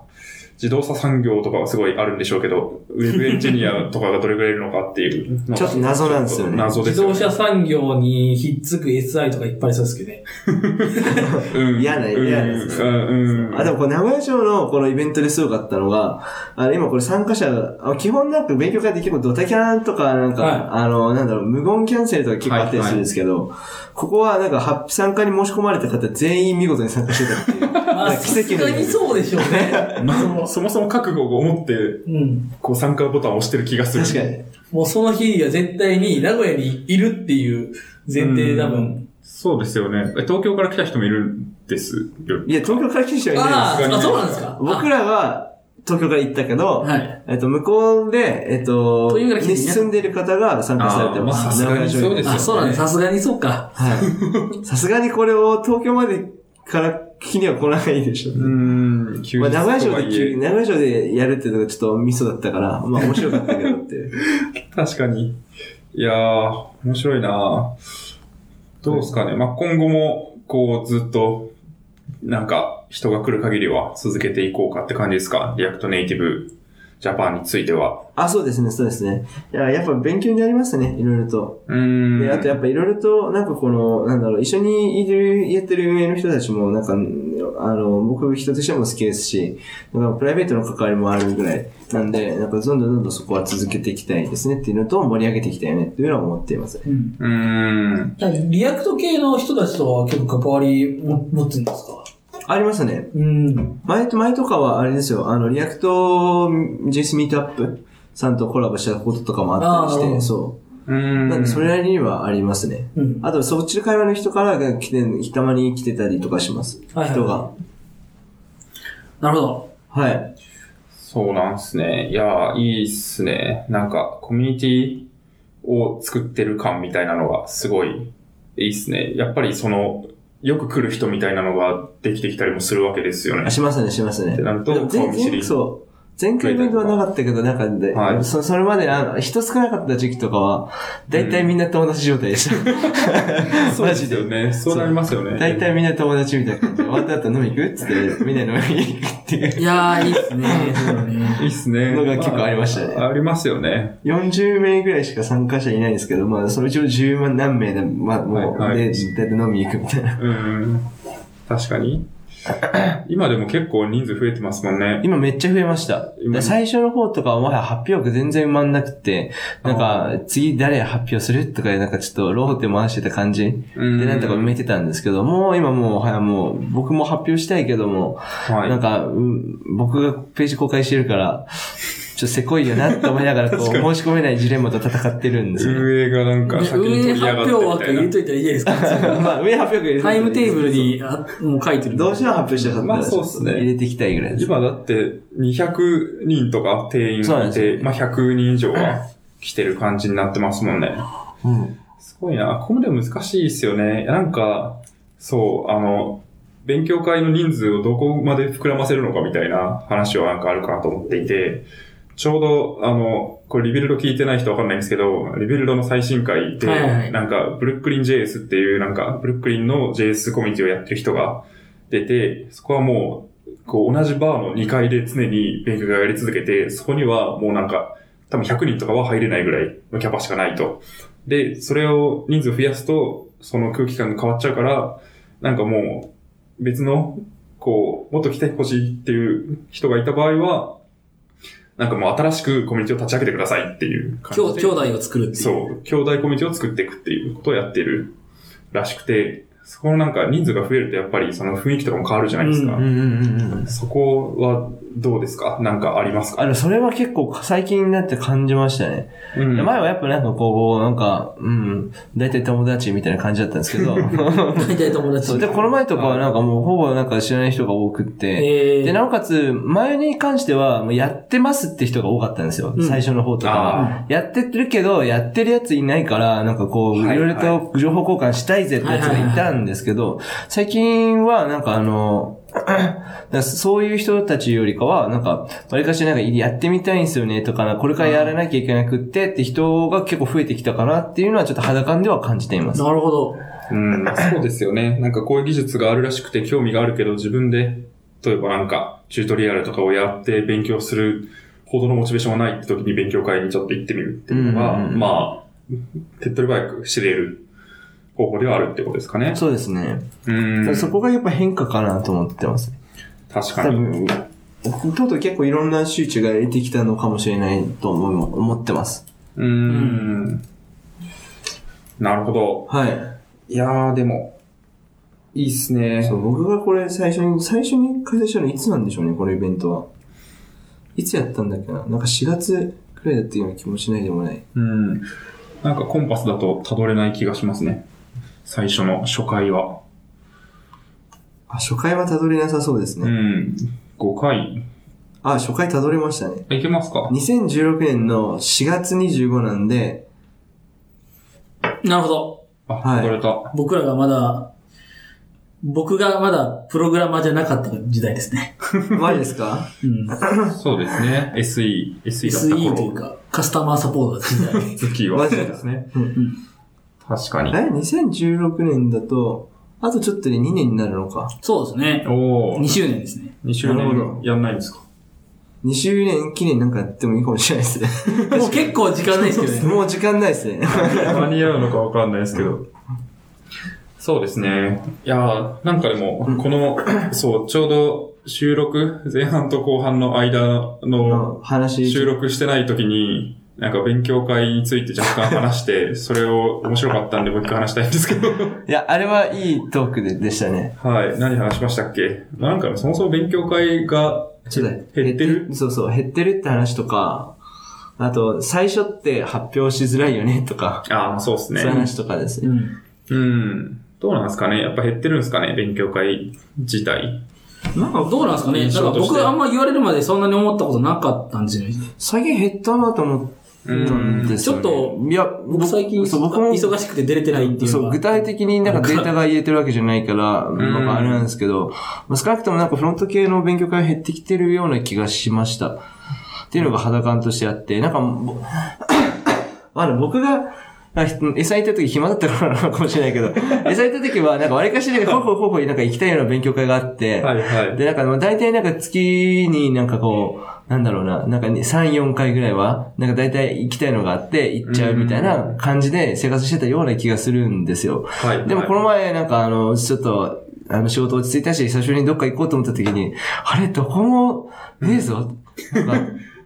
Speaker 2: 自動車産業とかはすごいあるんでしょうけど、ウェブエンジニアとかがどれぐらいいるのかっていうのが。
Speaker 3: ちょっと謎なんですよね
Speaker 2: 謎で
Speaker 4: 自
Speaker 2: すよ
Speaker 4: 動
Speaker 2: ね。
Speaker 4: 車産業にひっつく SI とかいっぱいありそうですけど
Speaker 3: *laughs*
Speaker 4: ね。
Speaker 2: うん
Speaker 3: 嫌な
Speaker 2: うん
Speaker 3: 嫌なやつ
Speaker 2: うんうん。
Speaker 3: あ、でもこれ名古屋城のこのイベントですごかったのが、あの今これ参加者、あ基本なんか勉強会って結構ドタキャンとかなんか、
Speaker 4: はい
Speaker 3: あの、なんだろう、無言キャンセルとか結構あったりするんですけど、ここはなんかは参加に申し込まれた方全員見事に参加してたっていう。
Speaker 4: まあ、
Speaker 3: 奇跡の
Speaker 4: さすがにそうでしょう
Speaker 3: *laughs*
Speaker 4: ね。
Speaker 2: まあ、そもそも覚悟を持って、
Speaker 4: うん。
Speaker 2: こう参加ボタンを押してる気がする。
Speaker 3: 確かに。
Speaker 4: もうその日は絶対に名古屋にいるっていう前提で多
Speaker 2: う
Speaker 4: 分。
Speaker 2: そうですよね。え東京から来た人もいるんですよ。
Speaker 3: いや、東京から来た人はいない
Speaker 4: あ
Speaker 3: で
Speaker 4: あ、
Speaker 2: ね
Speaker 4: あそうなんですか。
Speaker 3: す。僕らは東京から行ったけど、
Speaker 1: はい。
Speaker 3: えっと、向こうで、えっと、
Speaker 1: というぐらい
Speaker 3: に住んでる方が参加されてま
Speaker 2: あーまあ
Speaker 3: す。
Speaker 2: さすがにそうですよ
Speaker 1: あ、そうなんです。さすがにそうか。
Speaker 2: *laughs*
Speaker 3: はい。さすがにこれを東京までから聞きには来ないでしょ。
Speaker 2: うーん、急
Speaker 3: まあ、
Speaker 2: に。
Speaker 3: 名古屋城で急に、
Speaker 2: に。
Speaker 3: 名古屋城でやるっていうのがちょっとミソだったから、まあ面白かったけどっていう。
Speaker 2: *laughs* 確かに。いやー、面白いなどうですかね。まあ、今後も、こう、ずっと、なんか、人が来る限りは続けていこうかって感じですか。リアクトネイティブジャパンについては。
Speaker 3: あ、そうですね、そうですね。いや、やっぱ勉強になりますね、いろいろと。
Speaker 2: うーん。
Speaker 3: で、あとやっぱいろいろと、なんかこの、なんだろう、一緒にいる、やってる運営の人たちも、なんか、あの、僕人としても好きですし、なんかプライベートの関わりもあるぐらいなんで、なんかどんどんどんどんそこは続けていきたいですねっていうのと、盛り上げていきたいねっていうのは思っています。
Speaker 4: うん。
Speaker 2: うーん。
Speaker 4: リアクト系の人たちとは結構関わりも持ってるんですか
Speaker 3: ありますね。
Speaker 4: うん。
Speaker 3: 前と前とかはあれですよ、あの、リアクト JS ミートアップさんとコラボしたこととかもあったり
Speaker 4: あーなる
Speaker 3: し
Speaker 4: ほ
Speaker 3: て、
Speaker 4: ど
Speaker 3: そ
Speaker 2: うん。
Speaker 3: う。なんで、それなりにはありますね。
Speaker 4: うん。
Speaker 3: あと、そっちの会話の人からが来て、たまに来てたりとかします。
Speaker 4: はいはい
Speaker 3: 人が。
Speaker 1: なるほど。
Speaker 3: はい。
Speaker 2: そうなんですね。いやー、いいっすね。なんか、コミュニティを作ってる感みたいなのが、すごい、いいっすね。やっぱり、その、よく来る人みたいなのができてきたりもするわけですよね
Speaker 3: あ、。しますね、しますね
Speaker 2: って。なると
Speaker 3: でも、
Speaker 2: 顔
Speaker 3: 前
Speaker 2: 見知り
Speaker 3: 前。そう。前回イベントはなかったけど、なんかで、
Speaker 2: はい
Speaker 3: そそれまであの、人少なかった時期とかは、だいたいみんな友達状
Speaker 2: *laughs*
Speaker 3: 態でした。マジ
Speaker 2: ですよ
Speaker 3: で。
Speaker 2: ね。そうなりますよね。
Speaker 3: だいたいみんな友達みたいな感じで、終わった後飲み行くっつって、みんな飲みに行くっていう。
Speaker 1: いやー、いいっすね。
Speaker 4: *laughs*
Speaker 1: そうだね。
Speaker 2: いいっすね。
Speaker 3: のが結構ありましたね
Speaker 2: あありますよね。
Speaker 3: 40名ぐらいしか参加者いないんですけど、まあ、そのうちの10万何名で、まあ、もう、
Speaker 2: はいはい
Speaker 3: で、大体飲みに行くみたいな。
Speaker 2: うん。確かに。今でも結構人数増えてますもんね。
Speaker 3: *laughs* 今めっちゃ増えました。
Speaker 2: 今
Speaker 3: で最初の方とかはもはや発表枠全然埋まんなくて、なんか、次誰発表するとか、なんかちょっとローテ回してた感じ
Speaker 2: う
Speaker 3: で、
Speaker 2: ん
Speaker 3: なんとか埋めてたんですけど、もう今もう、もはやもう、僕も発表したいけども、
Speaker 2: はい。
Speaker 3: なんか、うん僕がページ公開してるから、ちょっとせこいよなって思いながら、こう、申
Speaker 2: 確か
Speaker 3: し込めないジレンマと戦ってるんですよ。
Speaker 2: 運営がなんか先に
Speaker 1: 運営
Speaker 2: 取り
Speaker 1: 発
Speaker 2: 上がって
Speaker 1: 表
Speaker 2: み
Speaker 1: 枠
Speaker 2: たいな
Speaker 1: 入れといたらいいじゃ
Speaker 4: *laughs*
Speaker 1: ないですか。
Speaker 3: *laughs* まあ、上発表会入れて
Speaker 1: タイムテーブルに、あもう書いてる。
Speaker 3: どうしても発表したかったら、
Speaker 2: まあそうっすね
Speaker 3: 入れていきたいぐらいです。
Speaker 2: 今だって200人とか定員
Speaker 3: そうなん
Speaker 2: い
Speaker 3: ですよ
Speaker 2: て、まあ100人以上は来てる感じになってますもんね。
Speaker 3: うん。
Speaker 2: すごいな。ここまで難しいですよね。なんか、そう、あの、勉強会の人数をどこまで膨らませるのかみたいな話はなんかあるかなと思っていて、ちょうど、あの、これリビルド聞いてない人わかんないんですけど、リビルドの最新回で、
Speaker 1: はいはい
Speaker 2: なんか、ブルックリン JS っていう、なんか、ブルックリンの JS コミュニティをやってる人が出て、そこはもう、こう、同じバーの2階で常に勉強会をやり続けて、そこにはもうなんか、多分100人とかは入れないぐらいのキャパしかないと。で、それを人数増やすと、その空気感が変わっちゃうから、なんかもう、別の、こう、もっと来てほしいっていう人がいた場合は、なんかもう新しくコミュニティを立ち上げてくださいっていう感
Speaker 1: 兄
Speaker 2: じで。
Speaker 1: 兄弟を作るっていう。
Speaker 2: そう、兄弟コミュニティを作っていくっていうことをやってるらしくて、そこのなんか人数が増えるとやっぱりその雰囲気とかも変わるじゃないですか。
Speaker 3: うんうんうんうん。
Speaker 2: そこはどうですかなんかありますか
Speaker 3: あの、それは結構最近になって感じましたね。
Speaker 2: うん
Speaker 3: 前はやっぱなんかこう、なんか、うん、大体友達みたいな感じだったんですけど、
Speaker 1: 大体友達。
Speaker 3: *laughs* そうで、この前とかはなんかもうほぼなんか知らない人が多くって、
Speaker 1: えー、
Speaker 3: で、なおかつ、前に関しては、もうやってますって人が多かったんですよ。
Speaker 1: うん
Speaker 3: 最初の方とかは
Speaker 2: あ。
Speaker 3: やってるけど、やってるやついないから、なんかこう、い
Speaker 2: はい
Speaker 3: ろいろと情報交換したいぜってやつがいたんですけど、最近はなんかあの、 *clears throat* だからそういう人たちよりかは、なんか、わりかしなんかやってみたいんですよねとかな、これからやらなきゃいけなくってって人が結構増えてきたかなっていうのはちょっと肌感では感じています。
Speaker 1: なるほど。
Speaker 2: うん、そうですよね。なんかこういう技術があるらしくて興味があるけど自分で、例えばなんかチュートリアルとかをやって勉強するほどのモチベーションがないって時に勉強会にちょっと行ってみるっていうのが、
Speaker 3: うんうんうん
Speaker 2: まあ、手っ取り早く知れる方法ではあるってことですかね。
Speaker 3: そうですね。
Speaker 2: うん
Speaker 3: だからそこがやっぱ変化かなと思ってます。
Speaker 2: 確か
Speaker 3: 多
Speaker 2: に。
Speaker 3: 分、とうとう結構いろんな周知が得てきたのかもしれないと思う思ってます。
Speaker 2: うーん。なるほど。
Speaker 3: はい
Speaker 2: やー、でも、いいっす
Speaker 3: い。
Speaker 2: ね
Speaker 3: そう、僕がこれ最初に、最初に開催したのいつなんでしょうね、このイベントは。いつやったんだっけななんか4月くらいだったような気もしないでもない。
Speaker 2: うん。なんかコンパスだと辿れない気がしますね。最初の初回は。
Speaker 3: あ、初回はたどりなさそうですね。
Speaker 2: うん。5回。
Speaker 3: あ、初回たどりましたね。
Speaker 2: あいけますか
Speaker 3: 2016年の4月25なんで、
Speaker 1: なるほど。
Speaker 2: あ、
Speaker 3: はい
Speaker 2: 取れた。
Speaker 1: 僕らがまだ、僕がまだプログラマーじゃなかった時代ですね。
Speaker 3: マジですか *laughs*
Speaker 1: うん。
Speaker 2: そうですね。SE、SE だった
Speaker 1: SE という
Speaker 2: 頃。
Speaker 1: か、カスタマーサポートだった時代。
Speaker 2: 次
Speaker 3: マ
Speaker 2: は。
Speaker 3: ジ
Speaker 2: そう
Speaker 3: で
Speaker 2: ですね。
Speaker 1: うんうん
Speaker 2: 確か
Speaker 3: え
Speaker 2: に。
Speaker 3: ?2016 年だと、あとちょっとで2年になるのか。
Speaker 1: そうですね。
Speaker 2: お
Speaker 1: 2
Speaker 2: ー。
Speaker 1: 周年ですね。
Speaker 2: 2周
Speaker 3: なるほ
Speaker 2: 年
Speaker 3: ど
Speaker 2: やんないんですか
Speaker 3: 2周年記念なんかやってもいいかもしれないで
Speaker 2: *laughs*
Speaker 3: すね。
Speaker 1: もう結構時間ないですけどね。
Speaker 3: もう時間ないですね。
Speaker 2: 間に合うのかわかんないですけど。そうですね。いやーなんかでも、この、そう、ちょうど収録、前半と後半の間の
Speaker 3: 話。
Speaker 2: 収録してない時に、なんか勉強会について若干話して、それを面白かったんでもう一回話したいんですけど。
Speaker 3: いや、あれはいいトークででしたね。
Speaker 2: はい。何話しましたっけまあなんかそもそも勉強会が
Speaker 3: ちょっと
Speaker 2: 減ってる
Speaker 3: そうそう、減ってるって話とか、あと、最初って発表しづらいよねとか、
Speaker 2: ああ、そうです
Speaker 3: そういう
Speaker 2: ね。
Speaker 3: 話とかですね。
Speaker 1: うん。
Speaker 2: うん。どうなんですかねやっぱ減ってるんですかね勉強会自体。
Speaker 3: なんか
Speaker 1: どうなんですかね
Speaker 2: 印
Speaker 1: だから
Speaker 2: 象として
Speaker 1: 僕あんま言われるまでそんなに思ったことなかったんですよね。
Speaker 3: 最近減ったなと思ったんですよ、ね。
Speaker 1: ちょ
Speaker 3: っと、いや、
Speaker 1: 僕最近、
Speaker 3: そう僕も
Speaker 1: 忙しくて出れてないっていう
Speaker 3: そう、
Speaker 1: のが
Speaker 3: 具体的になんかデータが入れてるわけじゃないから、
Speaker 2: ん
Speaker 3: なんかあれなんですけど、まあ、少なくともなんかフロント系の勉強会減ってきてるような気がしました。っていうのが肌感としてあって、なんか *coughs* ぼ、あの、僕が、あひ餌行った時暇だったからなのかもしれないけど、餌行った時は、なんか割かしなんか、ほほほほなんか行きたいような勉強会があって、
Speaker 2: はいはい。
Speaker 3: で、なんか、まあ大体なんか月になんかこう、なんだろうな、なんかね3、4回ぐらいは、なんか大体行きたいのがあって行っちゃうみたいな感じで生活してたような気がするんですよ。
Speaker 2: はい。
Speaker 3: でもこの前なんかあの、ちょっと、あの仕事落ち着いたし、久しぶりにどっか行こうと思った時に、あれ、どこもねえぞ。なん *laughs* か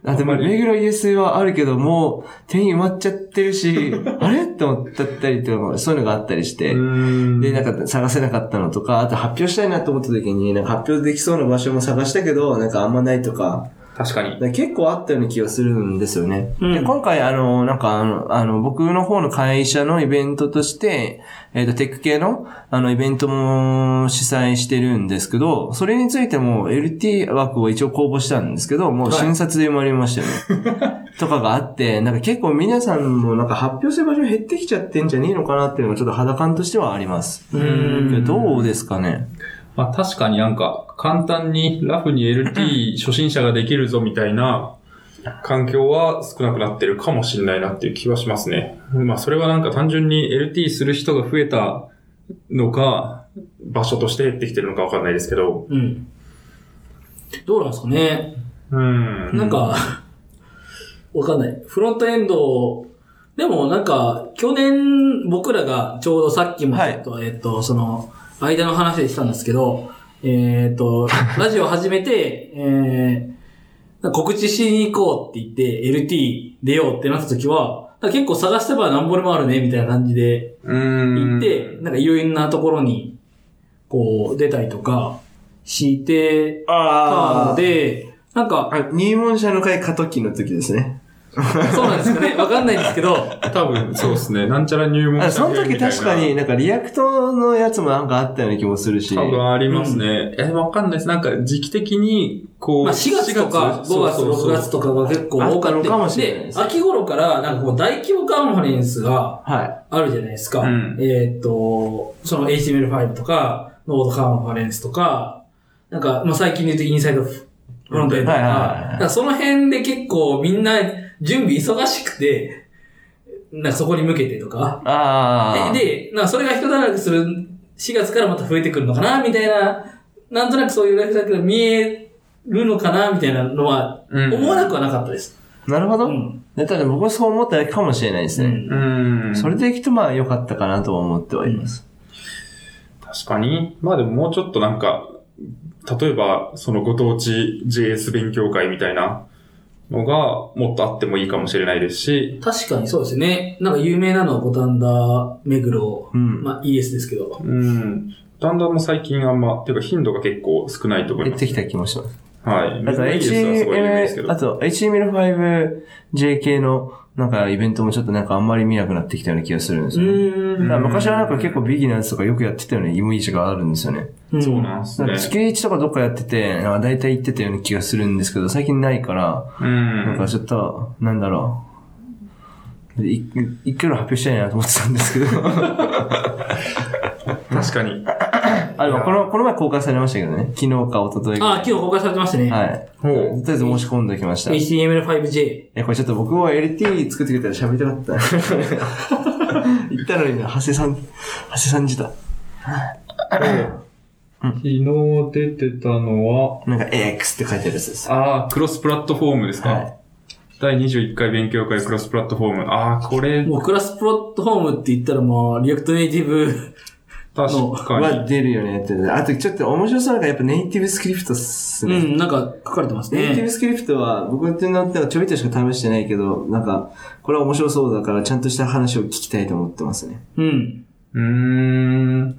Speaker 3: あでも、目黒 ES はあるけど、もう、店員埋まっちゃってるし、あれと思ったったりとか、そういうのがあったりして、
Speaker 2: うん
Speaker 3: で、なんか探せなかったのとか、あと発表したいなと思った時に、なんか発表できそうな場所も探したけど、なんかあんまないとか、
Speaker 2: 確か
Speaker 3: だ
Speaker 2: に。
Speaker 3: から結構あったような気がするんですよね。
Speaker 1: うん
Speaker 3: で、今回、あの、なんかあの、あの、僕の方の会社のイベントとして、えっ、と、テック系の、あの、イベントも主催してるんですけど、それについても LT 枠を一応公募したんですけど、もう診察で埋まりましたよね。とかがあって、なんか結構皆さんもなんか発表する場所減ってきちゃってんじゃねえのかなっていうのがちょっと肌感としてはあります。
Speaker 2: うん
Speaker 3: どうですかね
Speaker 2: まあ確かになんか、簡単にラフに LT 初心者ができるぞみたいな環境は少なくなってるかもしれないなっていう気はしますね。まあそれはなんか単純に LT する人が増えたのか、場所として減ってきてるのかわかんないですけど。
Speaker 1: うん。どうなんですかね。
Speaker 2: うん。
Speaker 1: なんか、 *laughs* わかんない。フロントエンド、でもなんか、去年僕らがちょうどさっきもちょっと、えっと、その、間の話でしたんですけど、えっと、 *laughs* ラジオ始めて、えーなんか告知しに行こうって言って、LT 出ようってなった時は、なんか結構探してば何ぼでもあるね、みたいな感じで
Speaker 2: うん、
Speaker 1: 行って、なんかいろんなところに、こう、出たりとか、してた
Speaker 3: あ
Speaker 1: ので、なんか、
Speaker 3: あ。入門者の会過渡期の時ですね。
Speaker 1: そうなんですかね。わかんないんですけど。
Speaker 2: 多分そうですね。なんちゃら入門
Speaker 3: あその
Speaker 2: 者
Speaker 3: 時
Speaker 2: みたいな
Speaker 3: 確かになんかリアクトのやつもなんかあったような気もするし。
Speaker 2: 多分ありますね。え、わかんないです。なんか時期的に、こう。
Speaker 1: まあ4月とか5月、6月とかが結構多か
Speaker 3: あ
Speaker 1: っ
Speaker 3: った
Speaker 1: て。
Speaker 3: のかもしれない
Speaker 1: で
Speaker 3: で、す
Speaker 1: 秋頃からなんかこう大規模カンファレンスが
Speaker 3: は
Speaker 1: あるじゃないですか。
Speaker 2: うん
Speaker 1: えーっと、その HTML5 とか、ノードカンファレンスとか、なんか、まあ、最近で言うとインサイドフロントエンドとか、
Speaker 3: はいはいはいはい
Speaker 1: なんかその辺で結構みんな準備忙しくて、なんかそこに向けてとか。
Speaker 3: い。ああ。
Speaker 1: で、でなんかそれが人だらけする4月からまた増えてくるのかな、みたいな、なんとなくそういうライフサイクルが見えるのかな、みたいなのは、
Speaker 2: うん
Speaker 1: 思わなくはなかったです。
Speaker 3: なるほど。
Speaker 1: うん
Speaker 3: だから僕はそう思っただけかもしれないですね。
Speaker 1: うん
Speaker 2: うん。
Speaker 3: それでいくとまあ良かったかなとは思ってはいます。
Speaker 2: 確かに。まあでももうちょっとなんか、例えば、そのご当地 JS 勉強会みたいなのが、もっとあってもいいかもしれないですし、
Speaker 1: 確かにそうですね。なんか有名なのは五反田、目黒、
Speaker 3: うん。
Speaker 1: まあ ES ですけど。
Speaker 2: うん。だんだんもう最近あんま、ていうか頻度が結構少ないと思い
Speaker 3: 減
Speaker 2: ま
Speaker 3: っ
Speaker 2: す。
Speaker 3: てきた気もします。
Speaker 2: はい。
Speaker 3: あと
Speaker 2: ビジネスはすごい有名ですけ
Speaker 3: HTML、
Speaker 2: ど
Speaker 3: あ。と HTML5JK のなんかイベントもちょっとなんかあんまり見なくなってきたような気がするんですよね。
Speaker 1: ー
Speaker 3: だ
Speaker 1: ん
Speaker 3: から昔はなんか結構ビギナーズとかよくやってたようなイメージがあるんですよね。
Speaker 2: そうなんです
Speaker 3: なん
Speaker 2: ね
Speaker 3: か。月1とかどっかやってて、なんか大体行ってたような気がするんですけど、最近ないから、
Speaker 2: う
Speaker 3: なん
Speaker 2: ん
Speaker 3: か。ちょっと、なんだろう。い一挙の発表したいなと思ってたんですけど。
Speaker 1: *laughs*
Speaker 2: 確かに。
Speaker 3: あ、でもこの、この前公開されましたけどね。昨日か一昨日
Speaker 1: あ、今日公開されてましたね。
Speaker 3: はい。
Speaker 2: ほう。
Speaker 3: とりあえず申し込んでおきました。い
Speaker 1: HTML5J。
Speaker 3: や、これちょっと僕も LT 作ってくれたら喋りたかった。
Speaker 1: *laughs*
Speaker 3: 言ったのにな、長谷さん、長谷さんじだ。
Speaker 2: 昨日出てたのは、
Speaker 3: なんか AX って書いてあるやつです。
Speaker 2: ああ、クロスプラットフォームですか、
Speaker 3: はい。
Speaker 2: 第21回勉強会クロスプラットフォーム。ああ、これ、
Speaker 1: もうクラスプロットフォームって言ったらもう、リアクトネイティブ、
Speaker 2: 確か
Speaker 3: は
Speaker 2: に。
Speaker 3: 出るよねって。あとちょっと面白そうなのがやっぱネイティブスクリプトっす
Speaker 1: う
Speaker 3: ね。
Speaker 1: ん、なんか書かれてます
Speaker 3: ネイティブ
Speaker 1: ね。
Speaker 3: スクリプトは僕ってなってはちょびっとしか試してないけど、なんか、これは面白そうだからちゃんとした話を聞きたいと思ってますね。
Speaker 1: うん。
Speaker 2: うーん。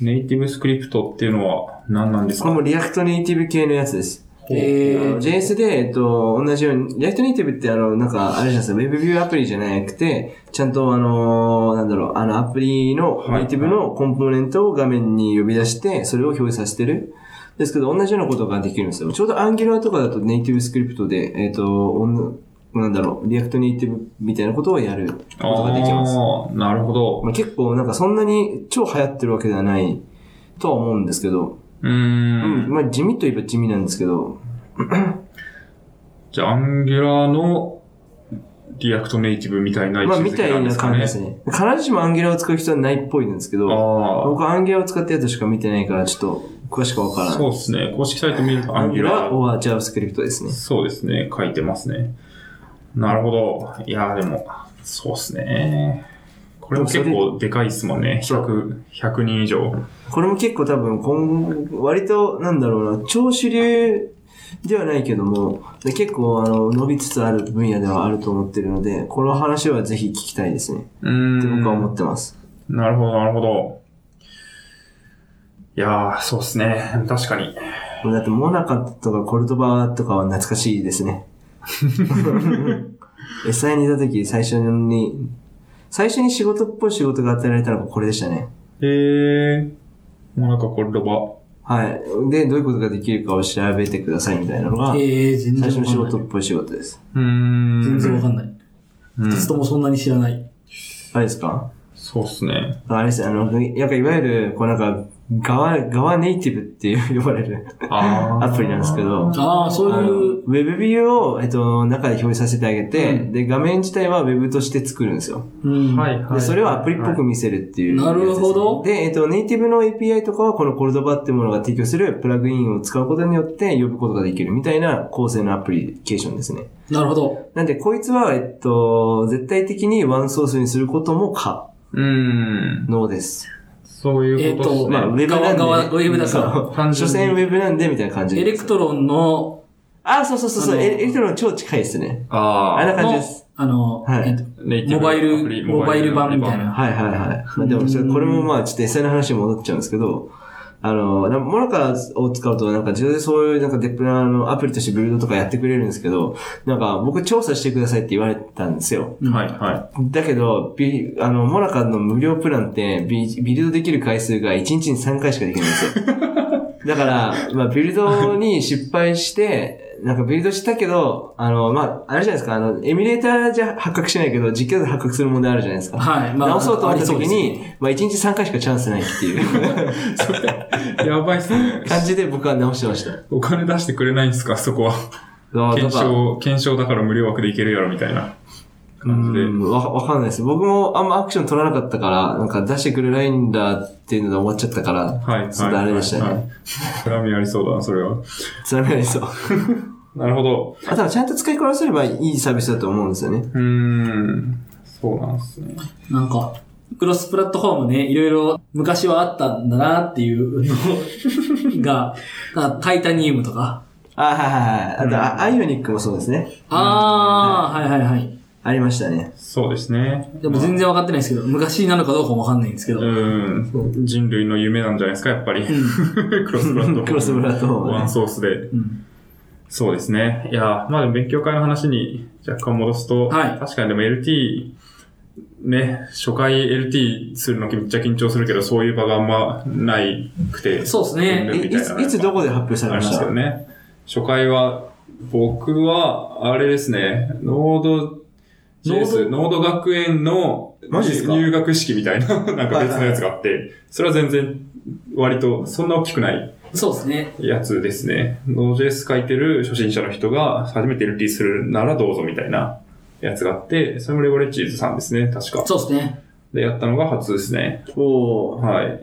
Speaker 2: ネイティブスクリプトっていうのは何なんです
Speaker 3: こ
Speaker 2: か
Speaker 3: れもリアクトネイティブ系のやつです。
Speaker 1: え
Speaker 3: あ
Speaker 1: ー、
Speaker 3: の JS で、えっと、同じように、リアクトネイティブってあの、なんか、あれじゃないですか、ウェブビューアプリじゃなくて、ちゃんとあの、なんだろう、あの、アプリの、
Speaker 2: はい
Speaker 3: ネイティブのコンポーネントを画面に呼び出して、それを表示させてる。ですけど、同じようなことができるんですよ。ちょうど Angular とかだとネイティブスクリプトで、えっと、おんなんだろう、リアクトネイティブみたいなことをやることができます。
Speaker 2: ああ、なるほど。
Speaker 3: まあ、結構なんかそんなに超流行ってるわけではないとは思うんですけど、
Speaker 2: うーん
Speaker 3: うん、
Speaker 2: ん。
Speaker 3: まあ地味といえば地味なんですけど、
Speaker 2: じゃあ、アンギュラーのリアクトネイティブみたいな位
Speaker 3: まあ、
Speaker 2: 置
Speaker 3: み
Speaker 2: づ
Speaker 3: た
Speaker 2: けないんで
Speaker 3: な
Speaker 2: すか
Speaker 3: 感じ
Speaker 2: ね
Speaker 3: で。すね。必ずしもアンギュラを使う人はないっぽいんですけど、
Speaker 2: あ
Speaker 3: 僕はアンギュラを使ったやつしか見てないから、ちょっと詳しくわから
Speaker 2: あ、
Speaker 3: ない。
Speaker 2: そうですね。公式サイト見ると
Speaker 3: ア
Speaker 2: アン
Speaker 3: ンギ
Speaker 2: ギ
Speaker 3: ュ
Speaker 2: ュ
Speaker 3: ラ
Speaker 2: ラー。
Speaker 3: は JavaScript ですね。
Speaker 2: そうですね。書いてますね。なるほど。いやーでも、そうですね。これも結構でかいですもんね。100、100人以上。
Speaker 3: これも結構多分今後、割と、なんだろうな、超主流ではないけども、で結構、あの、伸びつつある分野ではあると思ってるので、この話はぜひ聞きたいですね。
Speaker 2: うー
Speaker 3: って
Speaker 2: ん。
Speaker 3: 僕は思ってます。
Speaker 2: なるほど、なるほど。いやー、そうですね。確かに。
Speaker 3: だって、モナカとかコルドバとかは懐かしいです
Speaker 1: *laughs*
Speaker 3: ね。SI にいた時、最初に、最初に仕事っぽい仕事が与えられたのがこれでしたね。
Speaker 2: えー、もうなんかこれロバ。
Speaker 3: はい。で、どういうことができるかを調べてくださいみたいなのが、
Speaker 1: えー、全
Speaker 3: 最初
Speaker 1: 然
Speaker 3: の仕
Speaker 1: わか
Speaker 3: 事
Speaker 1: ん
Speaker 3: っ
Speaker 1: ない。
Speaker 3: ぽい仕事です。
Speaker 2: うーん。
Speaker 1: 全然わかんない。
Speaker 2: うん
Speaker 1: 二つともそんなに知らない。
Speaker 3: あれですか
Speaker 2: そうですね。
Speaker 3: あれですね、あの、なんかいわゆる、こうなんか、側、側ネイティブっていう呼ばれる
Speaker 2: あ
Speaker 3: アプリなんですけど、
Speaker 1: ああ、そういう、
Speaker 3: ウェブビューを、えっと、中で表示させてあげて、
Speaker 1: うん
Speaker 3: で、画面自体はウェブとして作るんですよ。
Speaker 1: うん。
Speaker 2: はいはい。
Speaker 3: で、それをアプリっぽく見せるっていう、
Speaker 1: はいなるほど
Speaker 3: で、えっと、ネイティブの API とかはこのコルドバっていうものが提供するプラグインを使うことによって呼ぶことができるみたいな構成のアプリケーションですね。
Speaker 1: なるほど。
Speaker 3: なんで、こいつは、えっと、絶対的にワンソースにすることも可
Speaker 2: うん。
Speaker 3: 能です。
Speaker 2: そういうことですね。
Speaker 3: まあ、ウェブなんで、
Speaker 1: 側側ウェブだから
Speaker 3: そう
Speaker 2: 単
Speaker 3: 所
Speaker 2: 純に
Speaker 3: 詮ウェブなんでみたいな感じ
Speaker 1: エ
Speaker 3: で
Speaker 1: レ
Speaker 3: す
Speaker 1: ク。トロンの、
Speaker 3: あ、そうそうそうそ
Speaker 1: あ
Speaker 3: う、
Speaker 1: の
Speaker 3: エレエレクトロン超近いですね。
Speaker 2: あ
Speaker 3: あんな感じで
Speaker 1: の
Speaker 3: す。、
Speaker 1: あの、
Speaker 3: はい
Speaker 1: えっと
Speaker 2: ネイティ
Speaker 1: モ
Speaker 2: ブ
Speaker 1: バイ
Speaker 2: アプリ
Speaker 1: ル、モバイル版みたい。な。
Speaker 3: はいはいはい。まあ、でもちょっと、これもまあ、ちょっと SI の話に戻っちゃうんですけど、あの、なモナカを使うと、なんか自動でそういうなんかデプラーのアプリとしてビルドとかやってくれるんですけど、なんか僕調査してくださいって言われたんですよ。
Speaker 2: はいは
Speaker 3: だけど、ビあの、モナカの無料プランってビ、ビルドできる回数が1日に3回しかできないんですよ。だから、まあ、ビルドに失敗して、なんかビルドしたけど、あの、まあ、あれじゃないですか、あの、エミュレーターじゃ発覚しないけど、実況で発覚する問題あるじゃないですか。
Speaker 1: はい。まあ、
Speaker 3: 直そうと思った時
Speaker 1: ありそう
Speaker 3: に、まあ、1日3回しかチャンスないっていう
Speaker 2: い。 *laughs* やばいっす
Speaker 3: *laughs*
Speaker 2: ね。
Speaker 3: 感じで僕は直してました。
Speaker 2: お金出してくれないんですか、そこは。検証、検証だから無料枠でいけるやろ、みたいな感じ
Speaker 3: う
Speaker 2: で。
Speaker 3: んわわかんないです。僕もあんまアクション取らなかったから、なんか出してくれないんだっていうので終わっちゃったから、
Speaker 2: はい、はい。
Speaker 3: ちょっとあれでしたね。
Speaker 2: はい。絡みありそうだな、それは。
Speaker 3: つまみないそう。
Speaker 2: なるほど。
Speaker 3: あ、多分ちゃんと使いこなせればいいサービスだと思うんですよね。
Speaker 2: うーん。そうなんですね。
Speaker 1: ですねなんか、クロスプラットフォームね、いろいろ昔はあったんだなっていう *laughs* のが、なんかタイタニウムとか。
Speaker 3: あ、はいはいはい。あと、あアイオニックもそうですね。
Speaker 1: ああ、はいはいはい。
Speaker 3: ありましたね。
Speaker 2: そうですね。
Speaker 1: でも全然わかってないですけど、昔なのかどうかもわかんないんですけど。うん。
Speaker 2: うん。人類の夢なんじゃないですか、やっぱり。 *laughs* クロスブラッド。
Speaker 3: *laughs* クロスブラッドフォームね
Speaker 2: ワンソースで。
Speaker 1: うん
Speaker 2: そうですね。いやー、まあでも勉強会の話に若干戻すと、
Speaker 1: はい
Speaker 2: 確かにでも LT、ね、初回 LT するのめっちゃ緊張するけど、そういう場があんまないくて。
Speaker 1: そうですね
Speaker 3: え、
Speaker 2: うん
Speaker 3: い
Speaker 2: みたいな
Speaker 3: つ、いつどこで発表さ
Speaker 2: あ
Speaker 3: れ
Speaker 2: り
Speaker 3: ま
Speaker 2: ま
Speaker 3: し
Speaker 2: す
Speaker 3: た
Speaker 2: よね。初回は、僕は、あれですね、ノード、JS、ノード学園の
Speaker 3: マジっすか
Speaker 2: 入学式みたいな、なんか別のやつがあって、それは全然、割と、そんな大きくない
Speaker 1: そうですね。
Speaker 2: やつですね。ノード JS 書いてる初心者の人が初めて LT するならどうぞみたいなやつがあって、それもレゴレッジーズさんですね、確か。
Speaker 1: そうですね。
Speaker 2: で、やったのが初ですね。
Speaker 3: おー。
Speaker 2: はい。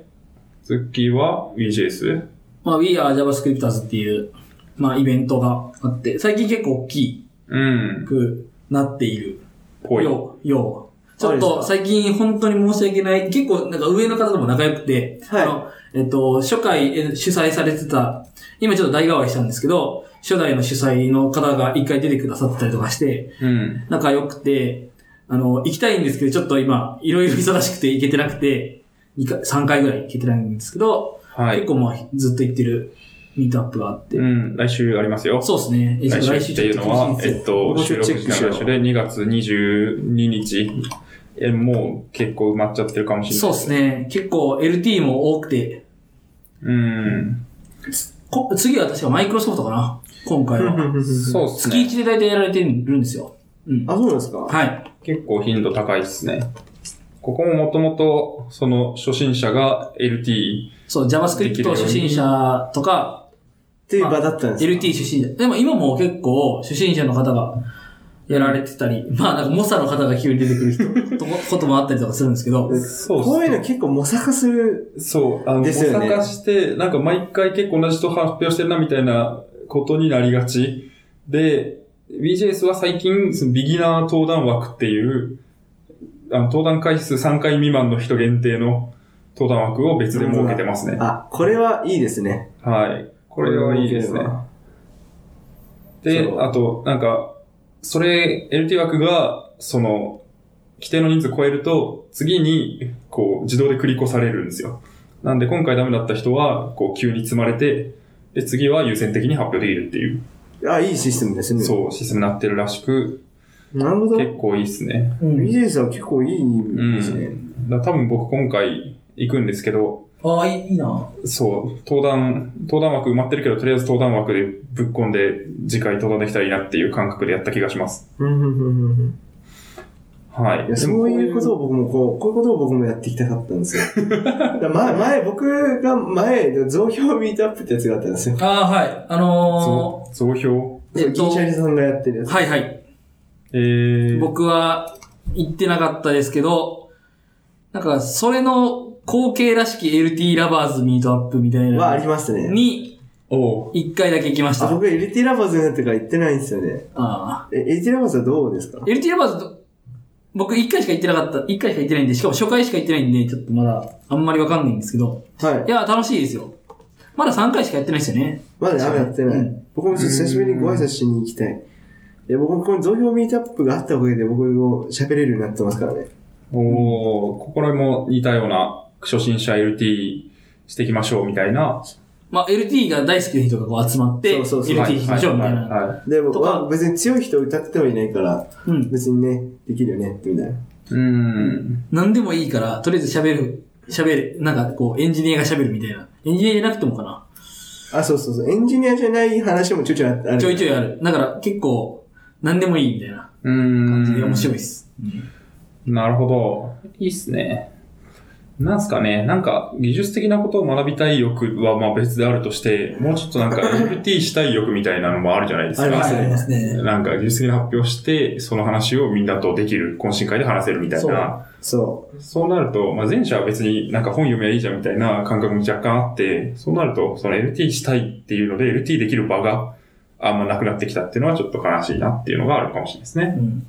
Speaker 2: ズッキーは VJS?
Speaker 1: まあ、We are JavaScripters っていう、まあ、イベントがあって、最近結構大き
Speaker 2: うん。
Speaker 1: くなっている。
Speaker 2: ぽい。
Speaker 1: よう、よう。ち
Speaker 3: あ
Speaker 1: ょ
Speaker 3: れ
Speaker 1: っ
Speaker 3: ですか
Speaker 1: と最近本当に申し訳ない。結構なんか上の方とも仲良くて、
Speaker 3: はい *laughs*
Speaker 1: あの、えっと、初回え主催されてた、今ちょっと代替わりしたんですけど、初代の主催の方が一回出てくださってたりとかして、
Speaker 2: うん。
Speaker 1: 仲良くて、あの、行きたいんですけど、ちょっと今、いろいろ忙しくて行けてなくて、二回3回ぐらい行けてないんですけど、
Speaker 2: はい
Speaker 1: 結。構まあずっと行ってるミートアップがあって。
Speaker 2: うん、来週ありますよ。
Speaker 1: そうですね。え
Speaker 2: 来週っていうのは、
Speaker 1: ちょ
Speaker 2: えっ
Speaker 1: と
Speaker 2: と、
Speaker 3: もうち
Speaker 2: 収
Speaker 3: ょっ
Speaker 2: 録
Speaker 3: とチェッ
Speaker 2: 時
Speaker 3: クし
Speaker 2: 間
Speaker 3: よう
Speaker 2: 来週で2月22日。え、もう結構埋まっちゃってるかもしれ
Speaker 1: そ
Speaker 2: な
Speaker 1: う
Speaker 2: い。
Speaker 1: です。ね。結構 LT も多くて、
Speaker 2: うん。
Speaker 1: こ次は確かマイクロソフトかな今回は。
Speaker 2: そうで
Speaker 1: 月
Speaker 2: すね。
Speaker 1: 1で大体やられてるんですよ。うん。
Speaker 3: あ、そうなんですか
Speaker 1: はい。
Speaker 2: 結構頻度高いですね。ここももともと、その、初心者が LT。
Speaker 1: そう、JavaScript 初心者とか、
Speaker 3: っていう場だったんですか
Speaker 1: LT 初心者。でも今も結構初心者の方がやられてたり、まあなんか猛者の方が急に出てくる
Speaker 2: *laughs*
Speaker 1: 人とこともあったりとかするんですけど、
Speaker 2: そ
Speaker 3: こういうの結構模索する。
Speaker 2: そう、あの、
Speaker 3: ですよね
Speaker 2: お探して、なんか毎回結構同じ人発表してるなみたいなことになりがち。で、BJS は最近、そのビギナー登壇枠っていう、あの、登壇回数3回未満の人限定の登壇枠を別で設けてますね。
Speaker 3: あ、これはいいですね。
Speaker 2: はい。これはいいですね。で
Speaker 3: そ、う
Speaker 2: あと、なんか、それ、LT 枠が、その、規定の人数超えると、次に、こう、自動で繰り越されるんですよ。なんで、今回ダメだった人は、こう、急に積まれて、で、次は優先的に発表できるっていう、
Speaker 3: あ、いいシステムですね。
Speaker 2: そう、システムになってるらしく、
Speaker 3: う。なるほど。
Speaker 2: 結構いいっすね。
Speaker 1: うん
Speaker 3: ビジネスは結構いいですね。
Speaker 2: だから多分僕今回行くんですけど、
Speaker 1: ああ、いいな
Speaker 2: そう、登壇、登壇枠埋まってるけど、とりあえず登壇枠でぶっ込んで、次回登壇できたらいいなっていう感覚でやった気がします。
Speaker 3: うんうんうんうん
Speaker 2: はい
Speaker 3: いや。そういうことを僕もこう、こういうことを僕もやっていきたかった
Speaker 1: *laughs*
Speaker 3: んですよ。だ前、前、僕が前、増票ミートアップってやつがあったんですよ。
Speaker 4: ああ、はい。あの
Speaker 2: 増増票
Speaker 1: えっと
Speaker 3: 銀シャリさんがやってるやつ。
Speaker 1: はいはい。
Speaker 2: えー、
Speaker 1: 僕は行ってなかったですけど、なんか、それの後継らしき LT ラバーズミートアップみたい
Speaker 3: はあ
Speaker 1: な
Speaker 3: ります
Speaker 1: の
Speaker 3: ね。
Speaker 1: に、
Speaker 2: おう
Speaker 1: 一回だけ行きまし
Speaker 3: あ
Speaker 1: た。あ
Speaker 3: 僕、LT ラバーズになってから行ってないんですよね。
Speaker 1: あ
Speaker 3: え、LT ラバーズはどうですか
Speaker 1: LT ラバーズと、僕一回しか行ってなかった、一回しか行ってないんで、しかも初回しか行ってないんで、ちょっとまだあんまりわかんないんですけど、
Speaker 3: はい
Speaker 1: い。や、楽しいですよ。まだ3回しかやってないですよね。
Speaker 3: まだ雨やってな
Speaker 1: う
Speaker 3: い。僕もちょっと久しぶりにご挨拶しに行きたい。いや、僕もこの増票ミートアップがあったおかげで僕も喋れるようになってますからね。
Speaker 2: おーここら辺も似たような初心者 LT していきましょうみたいな。
Speaker 1: まあ、LT が大好きな人がこう集まって、
Speaker 3: そうそうそう
Speaker 2: はい
Speaker 1: LT しましょうみたい
Speaker 2: は
Speaker 1: な。
Speaker 2: ははい
Speaker 3: でも、
Speaker 1: とか
Speaker 3: まあ別に強い人を歌ってはいないから、
Speaker 1: うん。
Speaker 3: 別にね、できるよね、みたいな。
Speaker 2: うん。
Speaker 1: 何でもいいから、とりあえず喋る、喋る、なんかこう、エンジニアが喋るみたいな。エンジニアじゃなくてもかな。
Speaker 3: あ、そうそうそう。エンジニアじゃない話もちょいちょいある。
Speaker 1: ちょいちょ
Speaker 3: い。
Speaker 1: いある。だから結構、何でもいいみたいな
Speaker 2: うん。
Speaker 1: 感じで面白いです。
Speaker 2: なるほど。いいっすね。なんすかね、なんか技術的なことを学びたい欲はまあ別であるとして、もうちょっとなんか LT したい欲みたいなのもあるじゃないです
Speaker 3: あり
Speaker 4: ー、
Speaker 3: ま
Speaker 2: か
Speaker 3: す。
Speaker 4: はい、ありますね。
Speaker 2: なんか技術的な発表して、その話をみんなとできる、懇親会で話せるみたいな。
Speaker 3: そ
Speaker 2: そうなると、まあ、前者は別になんか本読めばいいじゃんみたいな感覚も若干あって、そうなると、その LT したいっていうので、LT できる場があんまなくなってきたっていうのはちょっと悲しいなっていうのがあるかもしれないですね。
Speaker 1: うん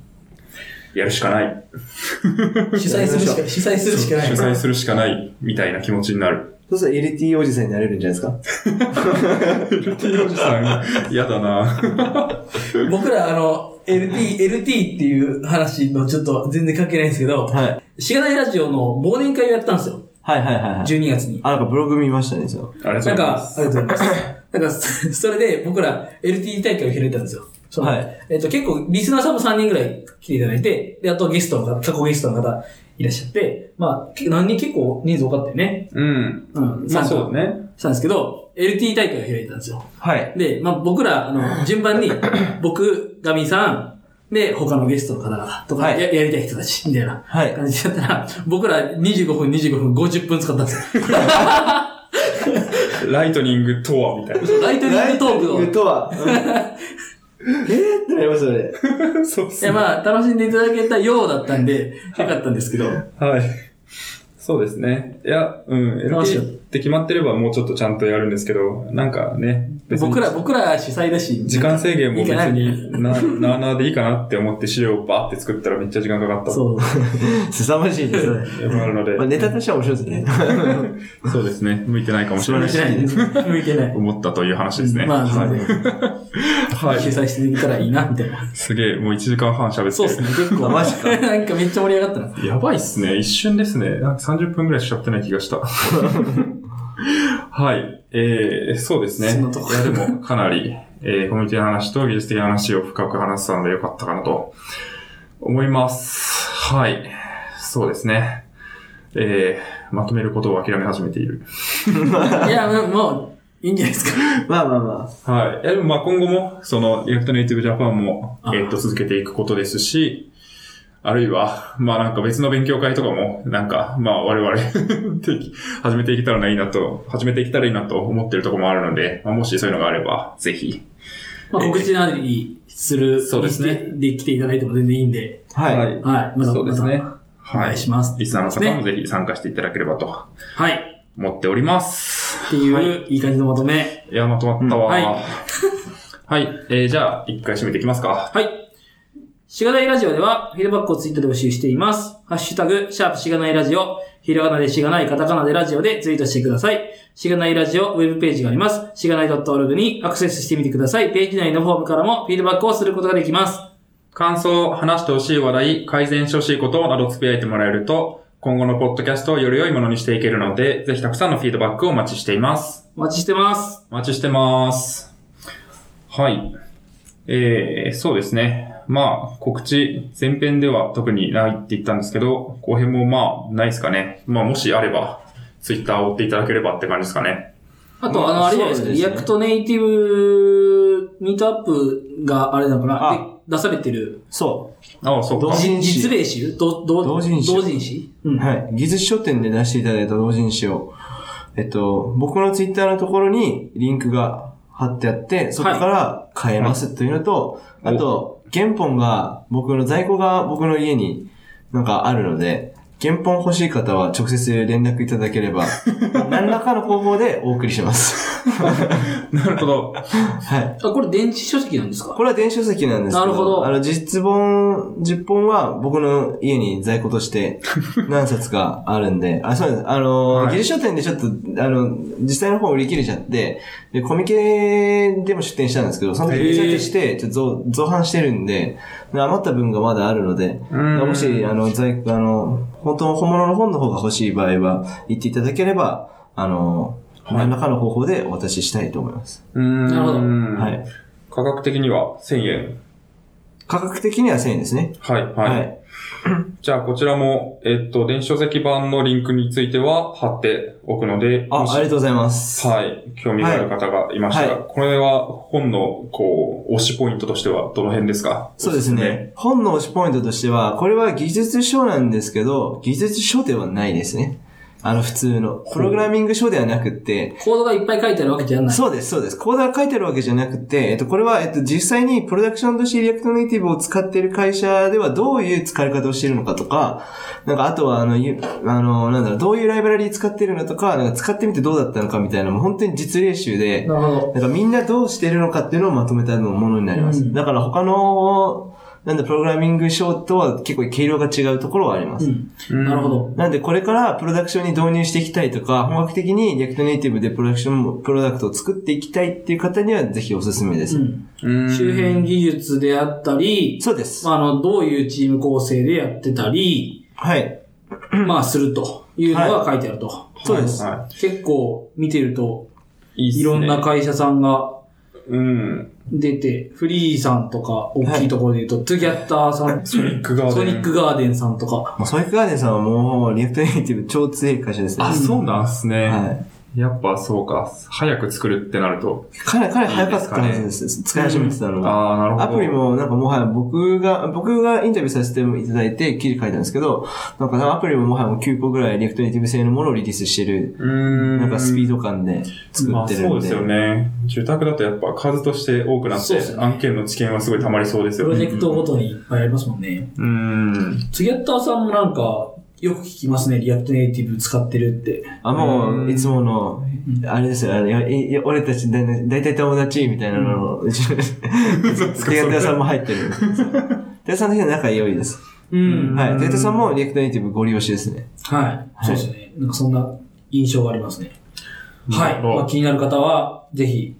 Speaker 2: やるしかない。
Speaker 4: 主催するしか、主催するしかない。
Speaker 2: 主催するしかないみたいな気持ちになる。 *laughs*
Speaker 3: う。そうすると LT おじさんになれるんじゃないですか
Speaker 2: LT おじさん、嫌だな
Speaker 4: 僕ら、あの、LT、LT っていう話のちょっと全然関係ないんですけど、
Speaker 3: はい。
Speaker 1: しがないラジオの忘年会をやったんですよ。
Speaker 3: はいはいはいはい。
Speaker 1: 12月に。
Speaker 3: あ、なんかブログ見ましたね、そう。
Speaker 2: あれ
Speaker 1: な
Speaker 2: そ
Speaker 1: ん
Speaker 2: う
Speaker 1: か、
Speaker 2: ます
Speaker 1: ありがとうございます。なんか、 *laughs* そそれで僕ら LT 大会を開いたんですよ。その
Speaker 3: はい
Speaker 1: えっと、結構リスナーさんも3人ぐらい来ていただいて、で、あとゲストの方、過去ゲストの方いらっしゃって、まあ、結構何人結構人数多かったよね。
Speaker 2: うん。
Speaker 1: うん。
Speaker 2: まあ
Speaker 1: 参加
Speaker 2: そうだね。
Speaker 1: したんですけど、LT 大会を開いたんですよ。
Speaker 3: はい。
Speaker 1: で、まあ僕ら、あ *laughs* の、順番に、僕、ガミさん、で、他のゲストの方々とか、
Speaker 3: はい
Speaker 1: ややりたい人たち、みたいな
Speaker 3: はい
Speaker 1: 感じだったら、僕ら25分、25分、50分使ったんですよ。
Speaker 2: ライトニングとはみたいな。
Speaker 1: ライトニングトークを。
Speaker 3: とは。うん *laughs* えーってなりますよね。
Speaker 2: そうっす
Speaker 1: いや、まあ、楽しんでいただけたようだったんで、よかったんですけど。
Speaker 2: *laughs* はい。そうですね。いや、うん、
Speaker 1: 楽しい
Speaker 2: LT って決まってればもうちょっとちゃんとやるんですけど、なんかね、別に
Speaker 1: 僕ら、僕ら主催だし。
Speaker 2: 時間制限も別
Speaker 1: いい
Speaker 2: にな、なあなあでいいかなって思って資料をバーって作ったらめっちゃ時間かかった。う。
Speaker 1: そう。
Speaker 3: 凄まじいですね。
Speaker 2: あるので
Speaker 3: *laughs* まあ、、ネタとしては面白い *laughs* ですね。
Speaker 2: そうですね。向いてないかもしれない
Speaker 1: 向いてないです。向いてない。
Speaker 2: 思ったという話ですね。
Speaker 1: まあ、
Speaker 2: はい
Speaker 1: 全然
Speaker 2: はい
Speaker 1: 主。催していけたらいいな、みたいな。
Speaker 2: すげえ、もう1時間半喋ってる。
Speaker 1: そうですね、結構。
Speaker 3: あマジか
Speaker 1: なんかめっちゃ盛り上がったな。
Speaker 2: やばいっすね。一瞬ですね。なんか30分くらいしちゃってない気がした。 *laughs* はい。えー、そうですね。
Speaker 1: そんなとこ
Speaker 2: いや、でも、かなり、えー、コミュニティの話と技術的な話を深く話せたのでよかったかなと、思います。はい。そうですね。えー、まとめることを諦め始めている。
Speaker 1: いや、もうもう、いいんじゃないですか。
Speaker 3: まあまあま
Speaker 2: はい。いや、でもまあ今後も、その、リアクトネイティブジャパンも
Speaker 1: あ、
Speaker 2: えっと、続けていくことですし、あるいは、まあなんか別の勉強会とかも、なんか、まあ我々 *laughs* でき、始めていけたらいいなと、始めていけたらいいなと思ってるところもあるので、まあ、もしそういうのがあれば、ぜひ。
Speaker 1: まあ、告知なりする、
Speaker 2: そうですね
Speaker 1: で来ていただいても全然いいんで、
Speaker 3: あ。はい。
Speaker 2: はい
Speaker 1: はい。まだ
Speaker 2: そうですね。
Speaker 1: お
Speaker 2: は
Speaker 1: 願いします
Speaker 2: リスナーの方も
Speaker 1: ね
Speaker 2: ぜひ参加していただければと
Speaker 1: はい。
Speaker 2: 思っております。
Speaker 1: っていう、いい感じのまとめ。
Speaker 2: いや、まとまったわ。
Speaker 1: うんはい
Speaker 2: はい。えー、じゃあ、一回締めていきますか。
Speaker 1: はい。しがないラジオでは、フィードバックをツイートで募集しています。ハッシュタグ、シャープしがないラジオ、ひらがなでしがない、カタカナでラジオでツイートしてください。しがないラジオ、ウェブページがあります。しがない .org にアクセスしてみてください。ページ内のフォームからもフィードバックをすることができます。
Speaker 2: 感想、話してほしい話題、改善してほしいことなどつぶやいてもらえると、今後のポッドキャストをより良いものにしていけるので、ぜひたくさんのフィードバックをお待ちしています。
Speaker 1: お待ちしてます。
Speaker 2: お待ちしてます。はい。えー、そうですね。まあ、告知、前編では特にないって言ったんですけど、後編もまあ、ないですかね。まあ、もしあれば、ツイッターを追っていただければって感じですかね。
Speaker 1: あと、あ
Speaker 3: ま
Speaker 1: の、
Speaker 3: あ
Speaker 1: あれじゃないですか、
Speaker 3: そうです
Speaker 1: リ
Speaker 3: ね
Speaker 1: アクトネイティブミートアップがあれなのかな
Speaker 3: あ
Speaker 1: で出されてる
Speaker 3: そ
Speaker 2: ああ、そう
Speaker 3: ど
Speaker 2: か
Speaker 3: 同う。人誌
Speaker 1: 実例集同同
Speaker 3: 同人誌
Speaker 1: 同人誌う
Speaker 3: う。
Speaker 1: ん。
Speaker 3: はい。技術書店で出していただいた同人誌を、えっと、僕のツイッターのところにリンクが貼ってあって、そこから買えますというのと、
Speaker 2: はい
Speaker 3: あと、原本が、僕の在庫が僕の家になんかあるので、原本欲しい方は直接連絡いただければ、何らかの方法でお送りします。
Speaker 2: なるほど。
Speaker 3: はい。
Speaker 1: あ、これ電子書籍なんですか
Speaker 3: これは電子書籍なんですけど。
Speaker 1: なるほど
Speaker 3: あの、実本、10本は僕の家に在庫として
Speaker 2: *laughs*
Speaker 3: 何冊かあるんで。あ、そうです。あの、
Speaker 2: はい
Speaker 3: 技術書店でちょっと、あの、実際の方売り切れちゃって、で、コミケでも出店したんですけど、その時
Speaker 1: へー
Speaker 3: 印刷して、ちょっと増増版してるんで、余った分がまだあるので、
Speaker 2: うん
Speaker 3: もし、あの、在庫、あの、本当の本物の本の方が欲しい場合は、言っていただければ、あの、
Speaker 2: はい
Speaker 3: 何らかの方法でお渡ししたいと思います。
Speaker 2: うん。
Speaker 1: なるほど
Speaker 3: は
Speaker 2: はい。
Speaker 3: い。
Speaker 2: 価格的には1000円。
Speaker 3: 価格的には1000円ですね。
Speaker 2: はい、はい。
Speaker 3: はい
Speaker 2: じゃあ、こちらも、えっと、電子書籍版のリンクについては貼っておくので、
Speaker 3: あ、あ
Speaker 2: もし
Speaker 3: りがとうございます。
Speaker 2: はい、興味がある方がいましたら、
Speaker 3: は
Speaker 2: これは本の、こう、推しポイントとしてはどの辺ですか
Speaker 3: そうですね。本の推しポイントとしては、これは技術書なんですけど、技術書ではないですね。あの普通の。プログラミング書ではなくって、
Speaker 1: コードがいっぱい書いてあるわけじゃない。
Speaker 3: そうです、そうです。コードが書いてあるわけじゃなくて、えっと、これは、えっと、実際にプロダクションとしてリアクトネイティブを使っている会社ではどういう使い方をしているのかとか、なんか、あとは、あの、ゆあの、なんだろう、どういうライブラリ使っているのとか、なんか使ってみてどうだったのかみたいな、もう本当に実例集で、
Speaker 1: なるほど。
Speaker 3: なんかみんなどうしてるのかっていうのをまとめたものになります。
Speaker 1: うん
Speaker 3: だから他の、なんだ、プログラミング書とは結構軽量が違うところはあります。
Speaker 1: うん。
Speaker 2: うん
Speaker 1: なるほ。ど。
Speaker 3: なんで、これからプロダクションに導入していきたいとか、本格的にリアクトネイティブでプロダクションも、プロダクトを作っていきたいっていう方にはぜひおすすめです。
Speaker 1: うん。
Speaker 2: うん
Speaker 1: 周辺技術であったり、
Speaker 3: そうです。
Speaker 1: まあ、あの、どういうチーム構成でやってたり、
Speaker 3: はい。
Speaker 1: まあ、するというのが書いてあると。
Speaker 3: そうです。
Speaker 2: は
Speaker 1: 結構見てると、
Speaker 2: い。いいっすね
Speaker 1: いろんな会社さんが
Speaker 2: うん。
Speaker 1: 出て、フリーさんとか、大きいところで言うと、トゥギャッターさん、
Speaker 2: ソニックガーデン。
Speaker 1: ソニックガーデンさんとか、
Speaker 3: もうソイクガーデンさんはもう、リアクトネイティブ超強い会社ですね。
Speaker 2: あ、そうなんすね。
Speaker 3: はい。
Speaker 2: やっぱそうか。早く作るってなると。
Speaker 3: かなり、かなり早かったはずです。使い始めてたのが。
Speaker 2: ああ、なるほど。
Speaker 3: アプリ。も、なんかもはや僕が、僕がインタビューさせていただいて記事書いたんですけど、なんかアプリももはやもう9個ぐらいリアクトネイティブ製のものをリリースしてる、
Speaker 2: うん。
Speaker 3: なんかスピード感で作
Speaker 2: ま
Speaker 3: っ
Speaker 2: あ
Speaker 3: てるんで。
Speaker 2: そうですよね。住宅だとやっぱ数として多くなっ
Speaker 1: そうで
Speaker 2: て、
Speaker 1: すよね
Speaker 2: 案件の知見はすごい溜まりそうです
Speaker 1: プ
Speaker 2: よ
Speaker 1: ロジ
Speaker 2: ね。
Speaker 1: ェクトごとにいっぱいありますもんね。
Speaker 2: うん。
Speaker 1: トゥギャッターさんもなんか、よく聞きますね、リアクトネイティブ使ってるって。
Speaker 3: あ、も
Speaker 2: う
Speaker 3: う、
Speaker 2: ん
Speaker 3: いつもの、あれですよ、あの、いい俺たちだ、だいたい友達みたいなのを、うちの、
Speaker 2: か
Speaker 3: テアテアさんも入ってる。テアさんの人は仲良いです。
Speaker 1: う
Speaker 2: うん
Speaker 3: はい。テアテアさんもリアクトネイティブご利用しですね。
Speaker 1: はい。そうですね。なんかそんな印象がありますね。は。
Speaker 2: ないるほど
Speaker 1: まあ、気になる方は、ぜひ、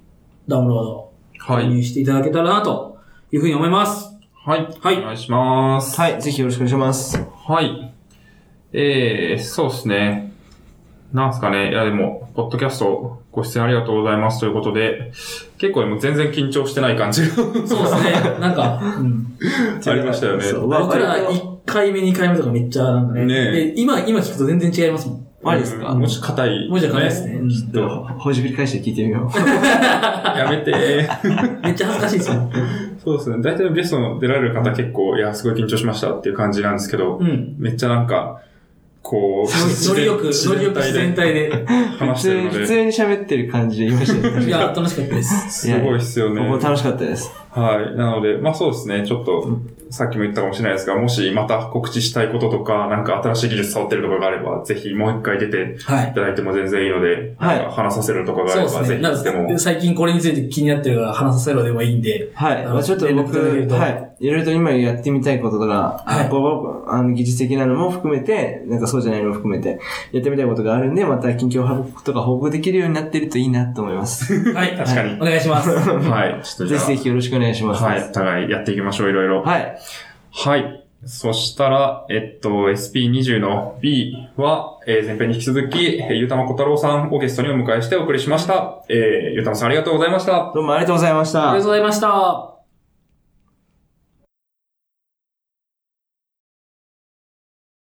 Speaker 1: ダウンロード、
Speaker 2: は
Speaker 1: 購
Speaker 2: い。
Speaker 1: 入していただけたらな、というふうに思います。
Speaker 2: はい。
Speaker 1: はい
Speaker 2: お願いします。
Speaker 3: はい。ぜひよろしくお願いします。
Speaker 2: はい。えー、そうですね。なんすかね。いや、でも、ポッドキャストご出演ありがとうございますということで、結構でも全然緊張してない感じが *laughs*
Speaker 1: そうですね。 *laughs* なんか、うん
Speaker 2: ありましたよね。
Speaker 3: そう
Speaker 1: 僕ら1回目、2回目とかめっちゃ、なんかね。
Speaker 2: ねえ
Speaker 1: で今、今聞くと全然違いますもん。
Speaker 3: マジですか
Speaker 2: うんもし硬い。
Speaker 1: もうじゃないですね。うん
Speaker 3: ちょっと、ほじくり返して聞いてみよう。
Speaker 2: やめて。 *laughs*
Speaker 1: めっちゃ恥ずかしいですよ。
Speaker 2: そうですね。大体のゲストの出られる方結構、いや、すごい緊張しましたっていう感じなんですけど、
Speaker 1: うん。
Speaker 2: めっちゃなんか、こう、
Speaker 1: ノリよく、ノリよく自然体で。
Speaker 2: 話
Speaker 3: 普
Speaker 2: してる
Speaker 3: 通
Speaker 2: の
Speaker 3: に、普
Speaker 2: で、
Speaker 3: 通に喋ってる感じで言いました
Speaker 2: *laughs*
Speaker 3: ね。
Speaker 1: いや、楽しかったです。
Speaker 2: すごいっすよね。
Speaker 3: 僕も楽しかったです。
Speaker 2: はい。なので、まあそうですね。ちょっと、さっきも言ったかもしれないですが、もしまた告知したいこととか、なんか新しい技術触ってるとかがあれば、ぜひもう一回出て
Speaker 1: はいい。
Speaker 2: ただいても全然いいので、
Speaker 3: はい
Speaker 2: なんか話させるとかがあ
Speaker 1: そ
Speaker 2: れ
Speaker 1: う
Speaker 2: ば、
Speaker 1: です
Speaker 2: ぜ
Speaker 1: ね。
Speaker 2: ひ
Speaker 1: なん
Speaker 2: で
Speaker 1: か
Speaker 2: も。
Speaker 1: 最近これについて気になってるから話させろでもいいんで。
Speaker 3: はい。まあちょっと
Speaker 1: 連絡い
Speaker 3: 僕、
Speaker 1: ただけると
Speaker 3: はい。いろいろと今やってみたいこととか、
Speaker 1: はい
Speaker 3: こうあの、技術的なのも含めて、なんかそうじゃないのも含めて、やってみたいことがあるんで、また近況報告とか報告できるようになってるといいなと思います。
Speaker 1: はい。
Speaker 2: 確かに
Speaker 1: お願いします。
Speaker 2: はい。ちょっとじ
Speaker 3: ぜ
Speaker 2: ゃ
Speaker 3: ひぜひよろしくお願いし
Speaker 2: あ、
Speaker 3: ます。
Speaker 2: はい。お互いやっていきましょう、いろいろ。
Speaker 3: はい。
Speaker 2: はい。そしたら、えっと、SP20 の B は、えー前編に引き続き、えーゆうたまこたろうさんをゲストにお迎えしてお送りしました。えー、ゆうたまさんありがとうございました。
Speaker 3: どうもありがとうございました。
Speaker 1: ありがとうございました。